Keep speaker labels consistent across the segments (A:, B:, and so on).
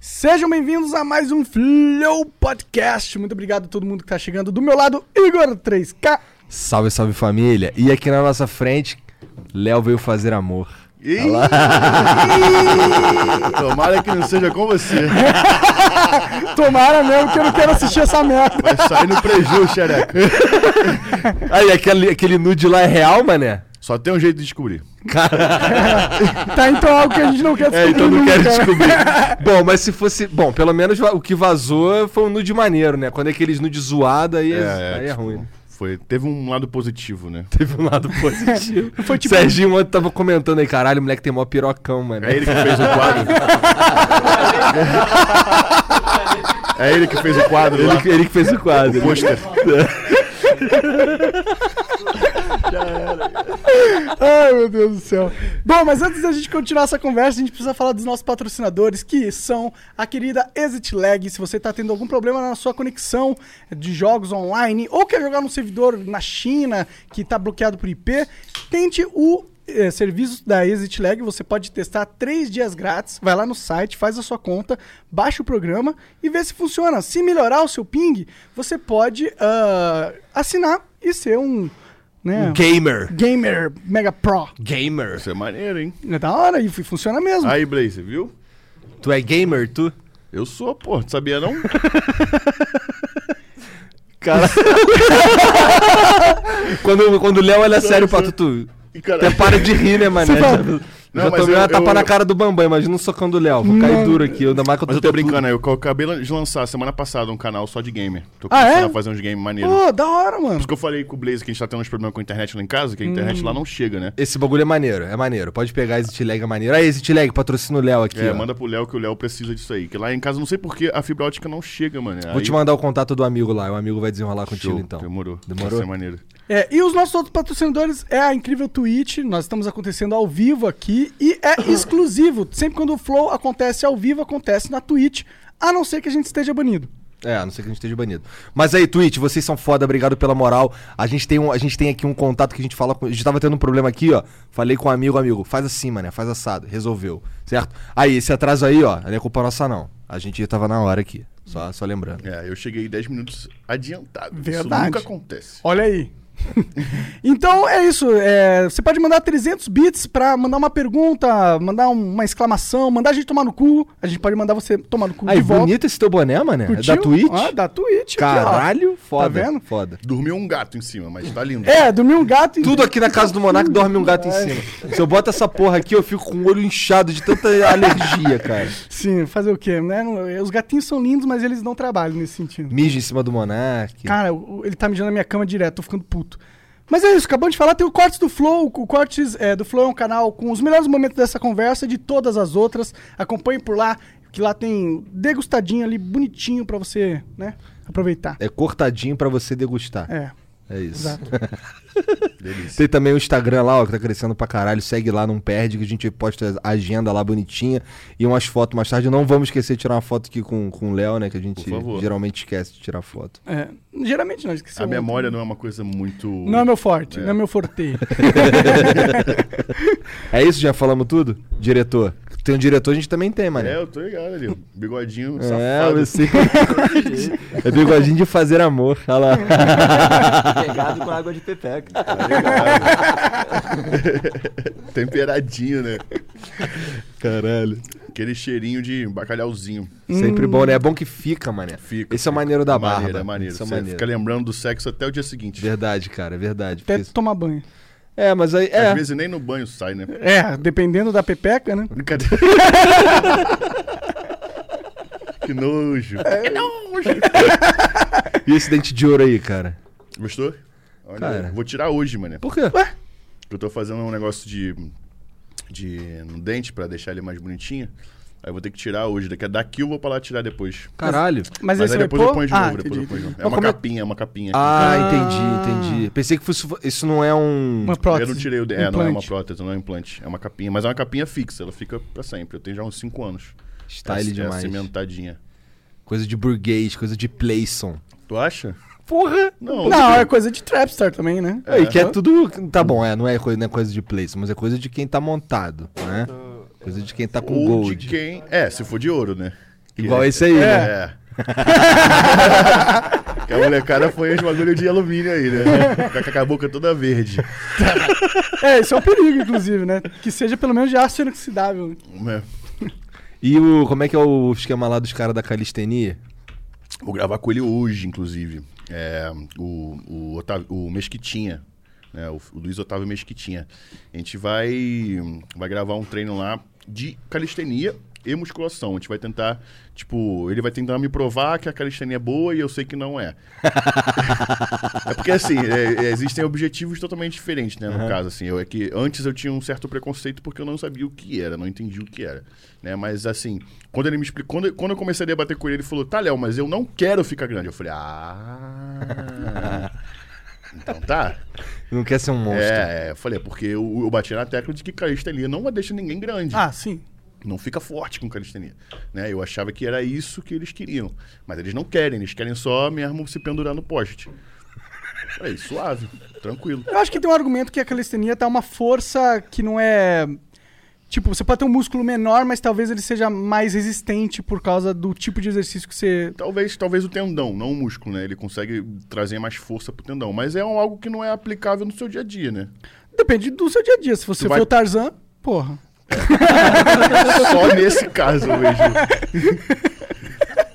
A: Sejam bem-vindos a mais um Flow Podcast. Muito obrigado a todo mundo que tá chegando. Do meu lado, Igor 3K.
B: Salve, salve família! E aqui na nossa frente, Léo veio fazer amor.
C: Ih! Tomara que não seja com você.
A: Tomara mesmo que eu não quero assistir essa merda.
C: Vai sair É no preju, xereca.
B: Aí, aquele, aquele nude lá é real, mané?
C: Só tem um jeito de descobrir.
A: Tá então algo que a gente não quer
B: É, então não
A: nunca,
B: quero
A: né?
B: descobrir. Bom, mas se fosse. Bom, pelo menos va- o que vazou foi um nude maneiro, né? Quando é aqueles nude zoado, aí é,
C: É, é,
B: aí é
C: tipo,
B: ruim. né?
C: Foi, teve um lado positivo, né?
B: Teve um lado positivo.
A: Foi tipo-
B: Serginho ontem tava comentando aí, caralho, o moleque tem mó pirocão, mano.
C: É ele que fez o quadro. É ele que fez o quadro lá.
B: Ele, que- ele que fez o quadro.
C: O pôster.
A: Ai, meu Deus do céu. Bom, mas antes da gente continuar essa conversa, a gente precisa falar dos nossos patrocinadores, que são a querida Exit Lag. Se você está tendo algum problema na sua conexão de jogos online ou quer jogar num servidor na China que está bloqueado por IP, tente o eh, serviço da Exit Lag. Você pode testar três dias grátis. Vai lá no site, faz a sua conta, baixa o programa e vê se funciona. Se melhorar o seu ping, você pode ah, assinar e ser um. Né,
B: Gamer.
A: Gamer Mega Pro.
B: Gamer.
C: Isso é maneiro, hein?
A: É da hora e fu- funciona mesmo.
C: Aí, Blaze, viu?
B: Tu é gamer, tu?
C: Eu sou, pô. Tu sabia não?
B: Cara. quando, quando o Léo olha sério pra tu, tu
C: E, cara,
B: até para de rir, né, mané?
A: Você fala-
B: Já-
C: Não,
B: já
C: mas
B: tomei
C: eu-
B: uma tapa
C: eu-
B: na cara do Bambam, imagina um socão do Léo. Vou cair duro aqui, ainda mais que eu
C: Mas eu
B: tetudo.
C: tô brincando aí. Eu acabei de lançar semana passada um canal só de gamer. Tô
A: Ah,
C: começando
A: é?
C: a fazer uns games maneiros.
B: né?
A: Pô, da hora,
C: Por
A: mano.
C: isso que eu falei com o Blaze que a gente tá tendo uns problemas com a internet lá em casa, que a internet
A: Hum.
C: lá não chega, né?
B: Esse bagulho é maneiro, é maneiro. Pode pegar Exit Lag, é maneiro. Aí, Exit Lag, patrocina o Léo aqui.
C: É,
B: ó.
C: manda pro Léo que o Léo precisa disso aí. Que lá em casa, não sei porquê, a fibra ótica não chega, mano.
B: Vou te mandar o contato do amigo lá, o amigo vai desenrolar contigo então.
C: Demorou.
B: Demorou?
C: Vai ser maneiro.
A: É, e os nossos outros patrocinadores é a incrível Twitch. Nós estamos acontecendo ao vivo aqui e é exclusivo. Sempre quando o Flow acontece ao vivo, acontece na Twitch, a não ser que a gente esteja banido.
B: É, a não ser que a gente esteja banido. Mas aí, Twitch, vocês são foda, obrigado pela moral. A gente tem, um, a gente tem aqui um contato que a gente fala com. A gente tava tendo um problema aqui, ó. Falei com um amigo, amigo, faz assim, mané, faz assado. Resolveu, certo? Aí, esse atraso aí, ó, não é culpa nossa, não. A gente já tava na hora aqui. Só, só lembrando.
C: É, eu cheguei 10 minutos adiantado.
A: Verdade.
C: Isso nunca acontece.
A: Olha aí. então é isso. é, você pode mandar 300 bits pra mandar uma pergunta, mandar um- uma exclamação, mandar a gente tomar no cu. A gente pode mandar você tomar no cu
B: Aí,
A: de volta.
B: bonito esse teu boné, mané. É da
A: Curtiu?
B: Twitch?
A: Ah, da Twitch. aqui, ó.
B: Caralho, foda.
A: Tá vendo?
B: Foda.
C: Dormiu um gato em cima, mas tá lindo.
A: É, dormiu um gato e.
B: Tudo aqui na casa do Monark dorme um gato em cima. Se eu boto essa porra aqui, eu fico com o olho inchado de tanta alergia, cara.
A: Sim, fazer o quê, né? Não- Os gatinhos são lindos, mas eles não trabalham nesse sentido.
B: Mija em cima do Monark.
A: Cara, o- o- ele tá mijando na minha cama direto, tô ficando puto. Mas é isso, acabamos de falar, tem o Cortes do Flow. O Cortes é, do Flow é um canal com os melhores momentos dessa conversa e de todas as outras. Acompanhe por lá, que lá tem degustadinho ali, bonitinho pra você, né? Aproveitar.
B: É cortadinho pra você degustar.
A: É.
B: É isso.
A: Exato.
C: Delícia.
B: Tem também o Instagram lá, ó, que tá crescendo pra caralho. Segue lá, não perde, que a gente posta a agenda lá bonitinha e umas fotos mais tarde. Não vamos esquecer de tirar uma foto aqui com, com o Léo, né? Que a gente
C: Por favor.
B: geralmente esquece de tirar foto.
A: É, geralmente não, esqueci.
C: A memória não é uma coisa muito.
A: Não é meu forte,
C: É.
A: não é meu forte.
B: É isso, já falamos tudo? Diretor. Tem um diretor, a gente também tem, mano.
C: É, eu tô ligado ali. Bigodinho
B: É,
C: safado.
B: você. é bigodinho de fazer amor. Olha lá.
D: Pegado com água de pepeca.
C: tá ligado? Temperadinho, né?
B: Caralho.
C: Aquele cheirinho de bacalhauzinho.
B: Sempre bom, né? É bom que fica, mané.
C: Hum. Fica,
B: Esse é o
C: fica.
B: maneiro da barba.
C: maneira, É maneiro.
B: Esse é o
C: Você
B: maneiro.
C: fica lembrando do sexo até o dia seguinte.
B: Verdade, cara, verdade.
A: Até
B: Porque-
A: tomar banho.
B: É, mas aí.
C: Às
B: É.
C: vezes nem no banho sai, né?
A: É, dependendo da pepeca, né?
C: Brincadeira. que nojo.
B: É. E esse dente de ouro aí, cara?
C: Gostou? Olha,
B: Cara.
C: vou tirar hoje, mano.
B: Por quê?
A: Ué?
C: Eu tô fazendo um negócio de. de. no dente pra deixar ele mais bonitinho. Aí eu vou ter que tirar hoje. Daqui, daqui eu vou pra lá tirar depois.
B: Caralho.
A: Mas,
C: Mas
A: esse
C: aí
A: vai
C: depois
A: pôr?
C: eu ponho de novo.
A: Ah,
C: depois eu
A: entendi,
C: ponho de novo. É
B: Mas
C: uma
B: como é-
C: capinha, é uma capinha.
B: Ah,
A: Ah.
B: entendi, entendi. Pensei que fosse, isso não é um.
A: Uma
C: Eu
A: prótese.
C: não tirei o. de- É, não é uma
A: implante.
C: prótese, não é um implante. É uma capinha. Mas é uma capinha fixa, ela fica pra sempre. Eu tenho já uns 5 anos.
B: Style
C: é, É
B: Tá demais.
C: cimentadinha.
B: Coisa de burguês, coisa de playson.
C: Tu acha?
B: Porra!
C: Não.
A: Não, é coisa de trapstar também, né?
B: É, e que é tudo. Tá bom, é, não é coisa, não é coisa de playson, mas é coisa de quem tá montado, né? Coisa de quem tá com
C: Ou
B: gold.
C: de quem. É, se for de ouro, né?
B: Igual esse aí, né?
C: É. que a molecada foi os bagulho de alumínio aí, né? Com a- Com a boca toda verde.
A: É, isso é um perigo, inclusive, né? Que seja pelo menos de aço inoxidável. né?
C: É.
B: E o, como é que é o esquema lá dos caras da calistenia?
C: Vou gravar com ele hoje, inclusive. É, o, o, Otávio- o Mesquitinha, né? o, o Luiz Otávio Mesquitinha. A gente vai, vai gravar um treino lá de calistenia e musculação. A gente vai tentar, tipo, ele vai tentar me provar que a calistenia é boa e eu sei que não é. É porque, assim, é- é- existem objetivos totalmente diferentes, né? No caso, assim, eu, é que antes eu tinha um certo preconceito porque eu não sabia o que era, não entendi o que era, né? Mas, assim, quando ele me explicou, quando, quando eu comecei a debater com ele, ele falou, tá, Léo, mas eu não quero ficar grande. Eu falei, ah... Então tá.
B: Não quer ser um monstro.
C: É, eu falei, porque eu, eu bati na tecla de que calistenia não deixa ninguém grande
A: Ah, sim.
C: não fica forte com calistenia. Né? Eu achava que era isso que eles queriam. Mas eles não querem, eles querem só mesmo se pendurar no poste. Aí, suave, tranquilo.
A: Eu acho que tem um argumento que a calistenia tá uma força que não é. Tipo, você pode ter um músculo menor, mas talvez ele seja mais resistente por causa do tipo de exercício que você.
C: Talvez, talvez o tendão, não o músculo, né? Ele consegue trazer mais força pro tendão. Mas é um- algo que não é aplicável no seu dia a dia, né?
A: Depende do seu dia a dia. Se você
C: Tu
A: for
C: vai-
A: o Tarzan, porra.
C: Só nesse caso mesmo.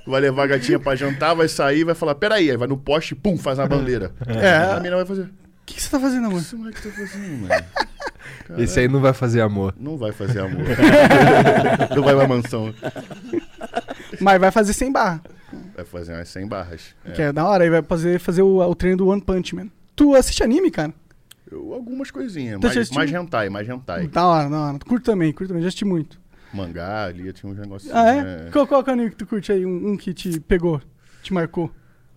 C: Vai levar a gatinha pra jantar, vai sair, vai falar, peraí, aí vai no poste, pum, faz uma bandeira. É. A menina vai fazer. O
A: O que, que você tá fazendo, mano?
C: que esse moleque tá fazendo, mano?
B: Esse aí não vai fazer amor.
C: Não vai fazer amor. não vai pra mansão.
A: Mas vai fazer sem barra.
C: Vai É, fazer umas 100 barras. É.
A: Que é da hora. E vai fazer, fazer o, o treino do One Punch Man. Tu assiste anime, cara?
C: Eu- algumas coisinhas.
A: Tá
C: Mais,
A: assistindo?
C: mais hentai, mais hentai.
A: Da hora, da hora. Curto também, curto também. Já assisti muito.
C: Mangá ali, tinha uns negocinhos.
A: Ah, é?
C: né?
A: Qual, qual que é o anime que tu curte aí? Um, um que te pegou, te marcou?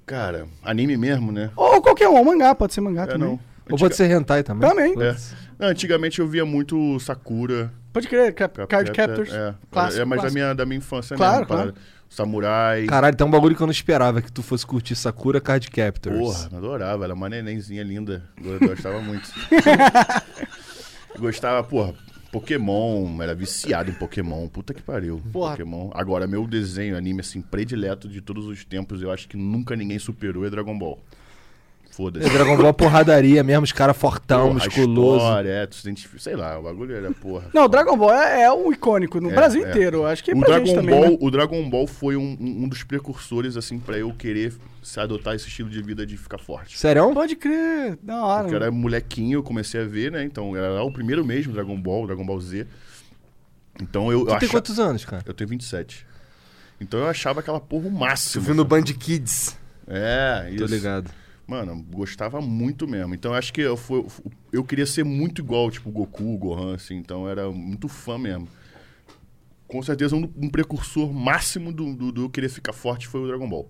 C: Cara, anime mesmo, né?
A: Ou qualquer um, um mangá, pode ser mangá
C: É,
A: também.
C: não.
B: Ou pode ser hentai também.
A: Também.
C: É. Não, antigamente eu via muito Sakura.
A: Pode crer, cap-
C: Cap-
A: Card
C: Cap-
A: Captors.
C: É,
A: Clássico,
C: é mais da
A: clássico.
C: minha, da minha infância
A: Claro,
C: mesmo. parada. Samurai.
B: Caralho, tem um bagulho que eu não esperava que tu fosse curtir Sakura Card Captors.
C: Porra, eu adorava. Era uma nenenzinha linda. Eu gostava muito. gostava, porra. Pokémon, era viciado em Pokémon. Puta que pariu.
A: Porra.
C: Pokémon. Agora, meu desenho, anime, assim, predileto de todos os tempos, eu acho que nunca ninguém superou é Dragon Ball.
B: É,
C: Foda-se.
B: Dragon Ball é porradaria mesmo, os caras
A: tá
B: fortão,
C: Porra, a
B: musculoso.
C: História, é, tu se identifica- sei lá, o bagulho era porra.
A: Não, o Dragon Ball é, é um icônico no
C: É,
A: Brasil
C: é.
A: inteiro. Acho que é
C: o
A: pra gente
C: Dragon,
A: também.
C: Ball,
A: né?
C: o Dragon Ball foi um, um- um dos precursores, assim, pra eu querer se adotar esse estilo de vida de ficar forte.
B: Sério? é um?
A: Pode crer, da hora.
C: Porque eu
A: mano.
C: era molequinho, eu comecei a ver, né? Então, era o primeiro mesmo, Dragon Ball, Dragon Ball Z. Então, eu, eu
B: Tu tem
C: acha-
B: quantos anos, cara?
C: Eu tenho 27. Então, eu achava aquela porra o máximo.
B: no Band Kids.
C: É,
B: Tô
C: isso.
B: ligado.
C: Mano, gostava muito mesmo. Então, eu acho que eu, fui, eu queria ser muito igual, tipo, Goku, Gohan, assim. Então, eu era muito fã mesmo. Com certeza, um, um precursor máximo do, do, do eu querer ficar forte foi o Dragon Ball.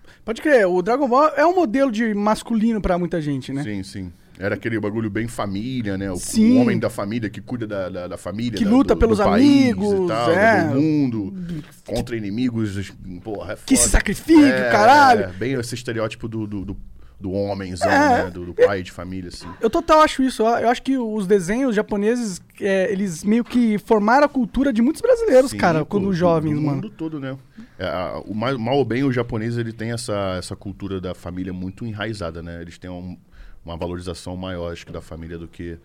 C: é-
A: Pode crer, o Dragon Ball é um modelo de masculino pra muita gente, né?
C: Sim, sim. Era aquele bagulho bem família, né? O,
A: Sim.
C: o homem da família que cuida da, da, da família.
A: Que
C: da-
A: luta
C: do-
A: pelos
C: do país
A: amigos,
C: e tal, né?
A: é.
C: do mundo, contra inimigos. Porra, é foda.
A: Que se sacrifica, caralho.
C: É, bem esse estereótipo do, do, do, do homenzão,
A: É.
C: né? Do, do pai de família, assim.
A: Eu total acho isso. ó. Eu acho que os desenhos japoneses, é, eles meio que formaram a cultura de muitos brasileiros,
C: Sim,
A: cara,
C: pô,
A: quando
C: do-
A: jovens,
C: do
A: mano.
C: mundo todo, né? É, a- o mal, mal ou bem, o japonês ele tem essa, essa cultura da família muito enraizada, né? Eles têm um- uma valorização maior, acho que, da família do que...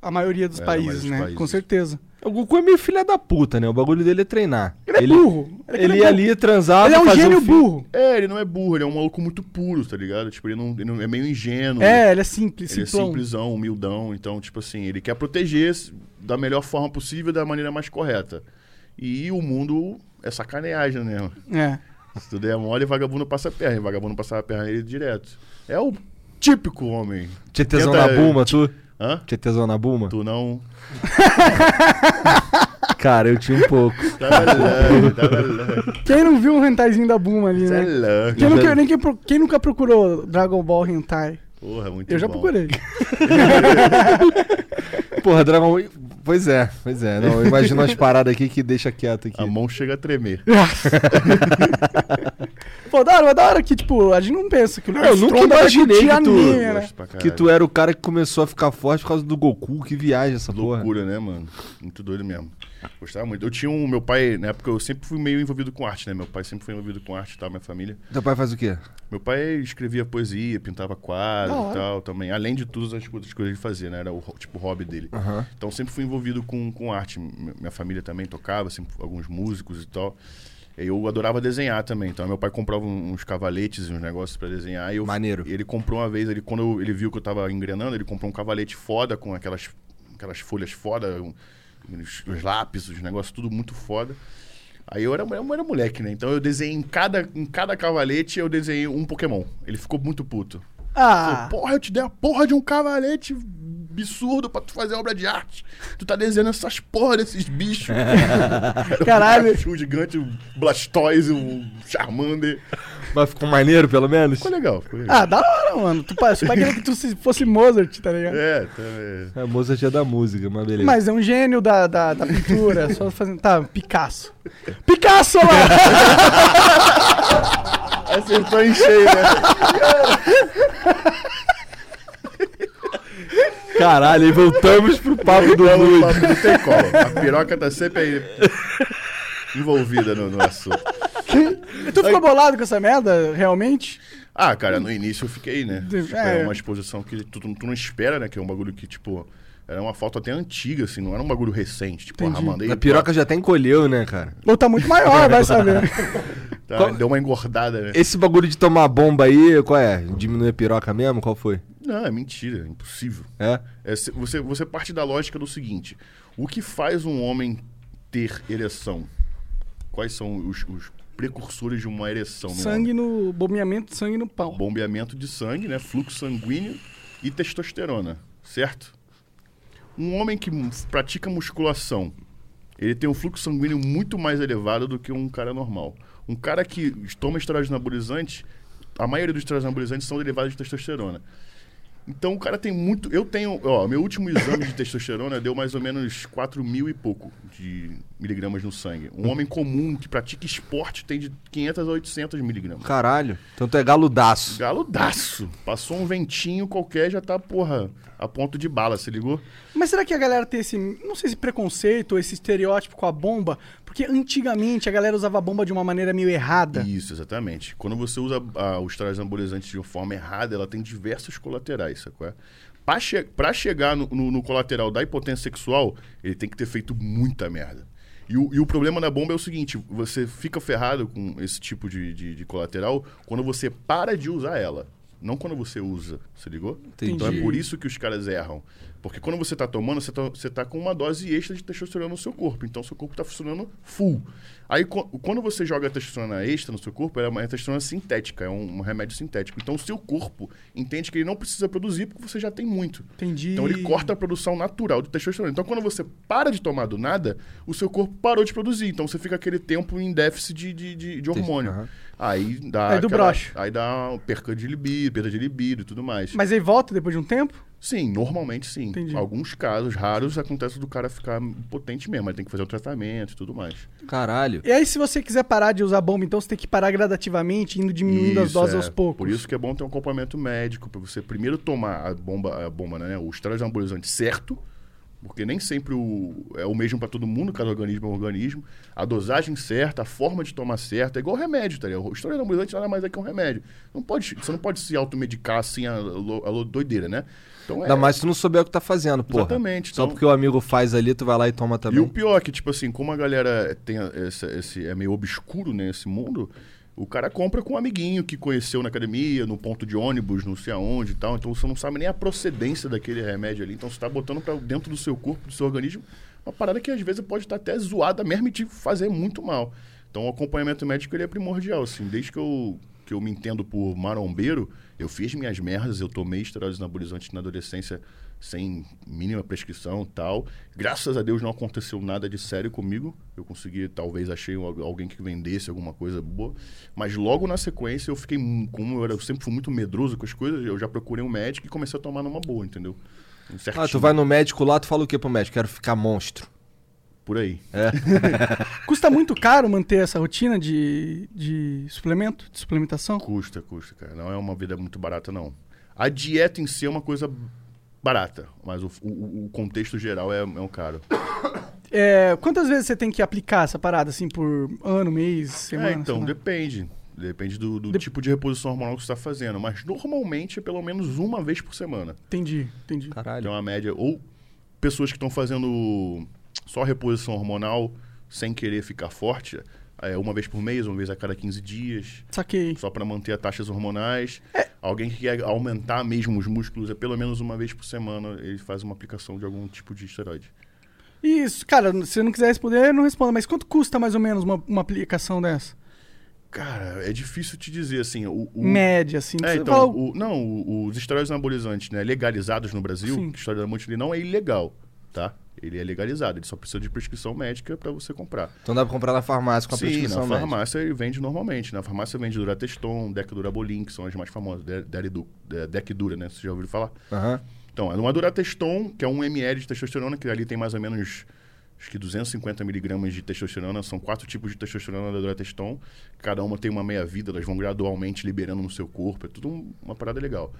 A: A maioria dos
C: É, a maioria
A: países,
C: dos
A: né?
C: países.
A: Com certeza.
B: O Goku é meio filha da puta, né? O bagulho dele é treinar.
A: Ele é burro.
B: Ele,
A: aquele
B: ia
A: burro.
B: ali transar.
A: Ele é um
B: fazer
A: gênio
B: fi-
A: burro.
C: É, ele não é burro, ele é um maluco muito puro, tá ligado? Tipo, ele não, ele não- é meio ingênuo.
A: É, ele é simples,
C: Ele é
A: simplão.
C: simplesão, humildão, então, tipo assim, ele quer proteger s- da melhor forma possível, da maneira mais correta. E o mundo é sacaneagem, né?
A: É.
C: Se tu der mole, vagabundo passa a perna. E vagabundo passava a perna nele direto. É o típico homem.
B: Tinha tesão
C: Tenta-
B: na Buma, tu?
C: Hã?
B: Tinha tesão na Buma?
C: Tu não.
B: Cara, eu tinha um pouco.
C: Tá Taralã, taralã,
A: Quem não viu um hentaizinho da Buma ali, né?
C: taralã.
A: Quem nunca, nem quem, pro- quem nunca procurou Dragon Ball Hentai?
C: Porra, é muito
A: Eu já
C: bom.
A: procurei.
B: Porra, Dragon Ball. Pois é, pois é. Não, eu imagino umas paradas aqui que deixa quieto aqui.
C: A mão chega a tremer.
A: Pô, da hora, mas da hora que, tipo, a gente não pensa que o
B: Eu nunca
A: Stronda vai
B: imaginei
A: curtir
B: que
A: a
B: tu-
A: minha, né?
C: Gosto pra
B: Que
C: caralho.
B: tu era o cara que começou a ficar forte por causa do Goku, que viaja essa porra.
C: Loucura, né, mano? Muito doido mesmo. Gostava muito. Eu tinha um. Meu pai, na época, eu sempre fui meio envolvido com arte, né? Meu pai sempre foi envolvido com arte e tal, minha família.
B: Teu pai faz o quê?
C: Meu pai escrevia poesia, pintava
A: Da
C: quadro
A: hora.
C: e tal também. Além de todas as outras coisas que ele fazia, né? Era o, ho- tipo o hobby dele. Então sempre fui envolvido com, com arte. Mi- Minha família também tocava, sempre fui- alguns músicos e tal. Eu adorava desenhar também. Então meu pai comprava um- uns cavaletes e uns negócios pra desenhar. E eu,
B: Maneiro.
C: Ele comprou uma vez, ele, quando eu- ele viu que eu tava engrenando, ele comprou um cavalete foda com aquelas, aquelas folhas foda, um- os, os lápis, os negócios, tudo muito foda. Aí eu era, eu era moleque, né? Então eu desenhei em cada, em cada cavalete, eu desenhei um Pokémon. Ele ficou muito puto.
A: Ah,
C: Porra, eu te dei a porra de um cavalete absurdo pra tu fazer obra de arte. Tu tá desenhando essas porra desses bichos.
A: Caralho.
C: Um gigante, um Blastoise, um Charmander.
B: Mas ficou maneiro, pelo menos?
C: Ficou legal, ficou legal.
A: ah, da hora, mano. Tu parece pai queria que tu se- fosse Mozart, tá ligado?
C: É, tá, é.
B: A moça já da música, mas beleza.
A: Mas é um gênio da, da, da pintura, só fazendo. Tá, Picasso. Picasso, mano!
C: Acertou em cheio, né?
B: Caralho, e voltamos pro papo do
C: Não,
B: Lula.
C: não tem como. A piroca tá sempre aí envolvida no, no assunto.
A: tu ficou bolado com essa merda, realmente?
C: Ah, cara, no início eu fiquei, né?
A: De-
C: Tipo,
A: é.
C: é uma exposição que tu, tu não espera, né? Que é um bagulho que, tipo, era uma foto até antiga, assim, não era um bagulho recente. Tipo, ah, mandei.
B: A piroca já até encolheu, né, cara?
A: Ou tá muito maior, vai saber.
C: tá,
B: qual-
C: Deu uma engordada, né?
B: Esse bagulho de tomar bomba aí, qual é? Diminuir a piroca mesmo? Qual foi?
C: Não, é mentira, é impossível.
B: É?
C: É, se- você, você parte da lógica do seguinte: o que faz um homem ter ereção? Quais são os, os precursores de uma ereção? no
A: sangue no. Bombeamento de sangue no pau.
C: bombeamento de sangue, né? Fluxo sanguíneo e testosterona, certo? Um homem que mu- pratica musculação, ele tem um fluxo sanguíneo muito mais elevado do que um cara normal. Um cara que toma esteroide anabolizante, a maioria dos esteroides anabolizantes são derivados de testosterona. Então o cara tem muito. Eu tenho. Ó, meu último exame de testosterona deu mais ou menos 4 mil e pouco de miligramas no sangue. Um homem comum que pratica esporte tem de 500 a 800 miligramas.
B: Caralho. Então tu é galudaço.
C: Galudaço. Passou um ventinho qualquer, já tá, porra, a ponto de bala, se ligou?
A: Mas será que a galera tem esse, não sei se preconceito ou esse estereótipo com a bomba? Porque antigamente a galera usava a bomba de uma maneira meio errada.
C: Isso, exatamente. Quando você usa ah, os trajes anabolizantes de uma forma errada, ela tem diversos colaterais, sacou? É? Pra, che pra chegar no, no- no colateral da impotência sexual, ele tem que ter feito muita merda. E o, e o problema da bomba é o seguinte: você fica ferrado com esse tipo de, de- de colateral quando você para de usar ela. Não quando você usa, se ligou?
B: Entendi.
C: Então é por isso que os caras erram. Porque quando você tá tomando, você tá, você tá com uma dose extra de testosterona no seu corpo. Então seu corpo tá funcionando full. Aí co- quando você joga testosterona extra no seu corpo, ela é uma testosterona sintética, é um, um remédio sintético. Então o seu corpo entende que ele não precisa produzir porque você já tem muito.
A: Entendi.
C: Então ele corta a produção natural de testosterona. Então quando você para de tomar do nada, o seu corpo parou de produzir. Então você fica aquele tempo em déficit de, de, de- de hormônio.
B: Aham.
C: Aí dá.
A: Aí do
C: aquela-
A: broche.
C: Aí dá uma perca de libido, perda de libido e tudo mais.
A: Mas aí volta depois de um tempo?
C: Sim, normalmente sim.
A: Entendi.
C: Alguns casos raros acontece do cara ficar potente mesmo, ele tem que fazer o tratamento e tudo mais.
B: Caralho.
C: É.
A: E aí, se você quiser parar de usar bomba, então você tem que parar gradativamente, indo diminuindo as
C: Isso,
A: doses
C: é.
A: aos poucos.
C: Por isso que é bom ter um acompanhamento médico, pra você primeiro tomar a bomba, a bomba né, o esteroide anabolizante certo, porque nem sempre o, é o mesmo pra todo mundo, cada organismo é um organismo. A dosagem certa, a forma de tomar certa, é igual remédio, tá ligado? O esteroide anabolizante nada mais é que um remédio. Não pode, você não pode se automedicar assim, a, lo- a lo- doideira, né? Então,
B: Ainda mais se tu não souber o que tá fazendo, porra.
C: Exatamente,
B: Só
C: então-
B: porque o amigo faz ali, tu vai lá e toma
C: E
B: também.
C: o pior é que, tipo assim, como a galera tem a- essa, esse, é meio obscuro, né, esse mundo, o cara compra com um amiguinho que conheceu na academia, no ponto de ônibus, não sei aonde e tal. Então você não sabe nem a procedência daquele remédio ali. Então você tá botando pra dentro do seu corpo, do seu organismo, uma parada que às vezes pode estar até zoada mesmo e te fazer muito mal. Então o acompanhamento médico ele é primordial, assim. Desde que eu, que eu me entendo por marombeiro, eu fiz minhas merdas, eu tomei esteroides anabolizantes na adolescência sem mínima prescrição e tal. Graças a Deus não aconteceu nada de sério comigo. Eu consegui, talvez, achei al- alguém que vendesse alguma coisa boa. Mas logo na sequência eu fiquei, mu- como eu, era, eu sempre fui muito medroso com as coisas, eu já procurei um médico e comecei a tomar numa boa, entendeu? certinho.
B: Ah, tu vai no médico lá, tu fala o que pro médico? Quero ficar monstro.
C: Por aí. É,
A: Custa muito caro manter essa rotina de, de suplemento, de suplementação?
C: Custa, custa, cara. Não é uma vida muito barata, não. A dieta em si é uma coisa barata, mas o, o- o contexto geral é, é um caro.
A: É, quantas vezes você tem que aplicar essa parada, assim, por ano, mês, semana?
C: é, então,
A: sei lá?
C: depende. Depende do, do
A: Dep-
C: tipo de reposição hormonal que você está fazendo. Mas normalmente é pelo menos uma vez por semana.
A: Entendi, entendi.
C: Tem
B: Caralho.
C: uma média. Ou pessoas que estão fazendo só reposição hormonal sem querer ficar forte, é, uma vez por mês, uma vez a cada 15 dias,
A: Saquei.
C: só para manter as taxas hormonais. Alguém que quer aumentar mesmo os músculos, é pelo menos uma vez por semana, ele faz uma aplicação de algum tipo de esteroide.
A: Isso, cara, se não quiser responder, não responda. Mas quanto custa mais ou menos uma, uma aplicação dessa?
C: Cara, é difícil te dizer assim. O, o-
A: Média, assim.
C: É,
A: precisa
C: então,
A: falar o-
C: o- não, o- os esteroides anabolizantes né, legalizados no Brasil,
A: Sim.
C: o esteroide anabolizante ele não é ilegal, tá? Ele é legalizado, ele só precisa de prescrição médica para você comprar.
B: Então dá pra comprar na farmácia com a
C: Sim,
B: prescrição
C: na
B: médica.
C: farmácia ele vende normalmente. Na farmácia vende Durateston, Decadurabolin, que são as mais famosas, De- Deridu- De- Decdura, né? Você já ouviu falar?
B: Aham.
C: Então, é uma Durateston, que é 1 ml de testosterona, que ali tem mais ou menos acho que 250 miligramas de testosterona. São quatro tipos de testosterona da Durateston. Cada uma tem uma meia-vida, elas vão gradualmente liberando no seu corpo. É tudo um- uma parada legal.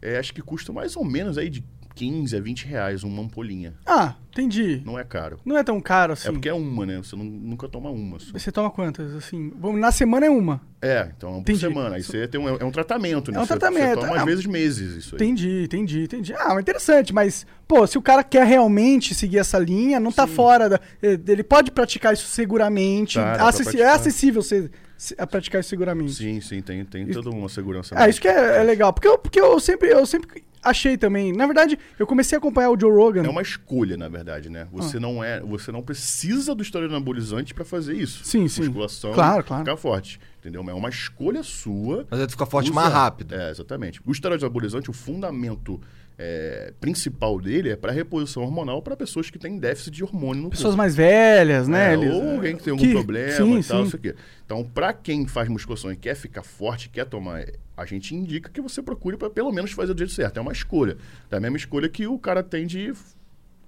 C: É, acho que custa mais ou menos aí de 15 a 20 reais uma ampolinha.
A: Ah, entendi.
C: Não é caro.
A: Não é tão caro assim.
C: É porque é uma, né? Você nu- nunca toma uma só.
A: Você toma quantas, assim? Bom, Na semana é uma.
C: É, então é uma por
A: Entendi.
C: semana. Aí você tem um, é um tratamento, né?
A: É um
C: Você-
A: tratamento,
C: Você toma
A: é.
C: às vezes meses isso aí.
A: Entendi, entendi, entendi. Ah, mas interessante, mas, pô, se o cara quer realmente seguir essa linha, não tá fora da. eh, Ele pode praticar isso seguramente.
C: Tá, dá pra
A: acessi- É
C: praticar.
A: acessível você se- a praticar isso seguramente.
C: Sim, sim, tem, tem toda uma segurança.
A: Ah, isso que é, é legal. Porque eu, porque eu sempre eu sempre achei também. Na verdade, eu comecei a acompanhar o Joe Rogan.
C: É uma escolha, na verdade, né? Você
A: Ah.
C: não é, você não precisa do esteroide anabolizante pra fazer isso.
A: Sim, sim.
C: Musculação,
A: Claro, claro.
C: ficar forte, entendeu? Mas É uma escolha sua.
B: Mas aí tu fica forte
C: Usa-
B: mais rápido.
C: É, exatamente. O esteroide anabolizante, o fundamento é, principal dele é pra reposição hormonal pra pessoas que têm déficit de hormônio no
A: Pessoas
C: corpo.
A: mais velhas, né?
C: É,
A: eles-
C: ou alguém que tem algum problema
A: sim,
C: e tal,
A: sim.
C: isso aqui. Então, pra quem faz musculação e quer ficar forte, quer tomar, a gente indica que você procure pra pelo menos fazer do jeito certo. É uma escolha. Da mesma escolha que o cara tem de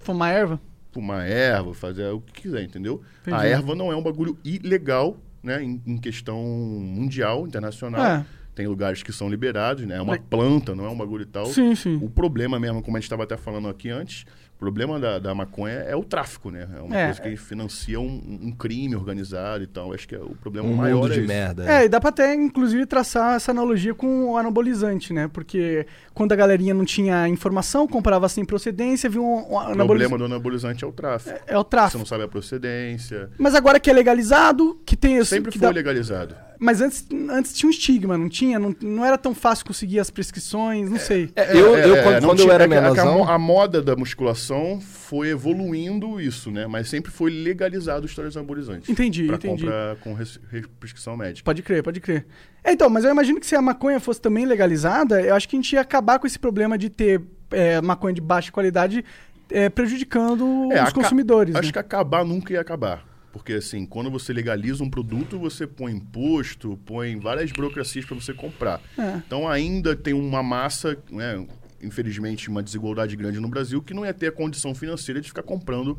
A: Fumar erva?
C: fumar erva, fazer o que quiser, entendeu? A
A: Entendi.
C: erva não é um bagulho ilegal, né? Em, em questão mundial, internacional.
A: É.
C: Tem lugares que são liberados, né? É uma
A: Le-
C: planta, não é um bagulho e tal.
A: Sim, sim.
C: O problema mesmo, como a gente estava até falando aqui antes, o problema da, da maconha é o tráfico, né? É uma
A: É.
C: coisa que financia um, um crime organizado e tal. Acho que é o problema
B: Um
C: maior
B: mundo
C: é
B: de
C: esse.
B: merda.
A: É, e dá pra até, inclusive, traçar essa analogia com o anabolizante, né? Porque quando a galerinha não tinha informação, comprava sem procedência, viu um, um
C: O
A: anabolizante.
C: problema do anabolizante é o tráfico.
A: É o
C: Você
A: tráfico.
C: não sabe a procedência.
A: Mas agora que é legalizado, que tem esse-
C: Sempre
A: que
C: foi
A: dá-
C: legalizado.
A: Mas antes, antes tinha um estigma, não tinha? Não, não era tão fácil conseguir as prescrições, não sei.
B: É, eu, eu,
C: é,
B: quando,
C: não
B: quando eu
C: tinha-
B: era
C: é que- é que a mo-
B: menorzão...
C: A, moda da musculação foi evoluindo isso, né? Mas sempre foi legalizado os esteroides anabolizantes.
A: Entendi,
C: pra
A: entendi.
C: compra com res- res- prescrição médica.
A: Pode crer, pode crer. É, então, mas eu imagino que se a maconha fosse também legalizada, eu acho que a gente ia acabar com esse problema de ter é, maconha de baixa qualidade é, prejudicando
C: É,
A: os
C: aca-
A: consumidores.
C: Acho
A: né?
C: que acabar nunca ia acabar. Porque, assim, quando você legaliza um produto, você põe imposto, põe várias burocracias para você comprar.
A: É.
C: Então, ainda tem uma massa, né, infelizmente, uma desigualdade grande no Brasil, que não ia ter a condição financeira de ficar comprando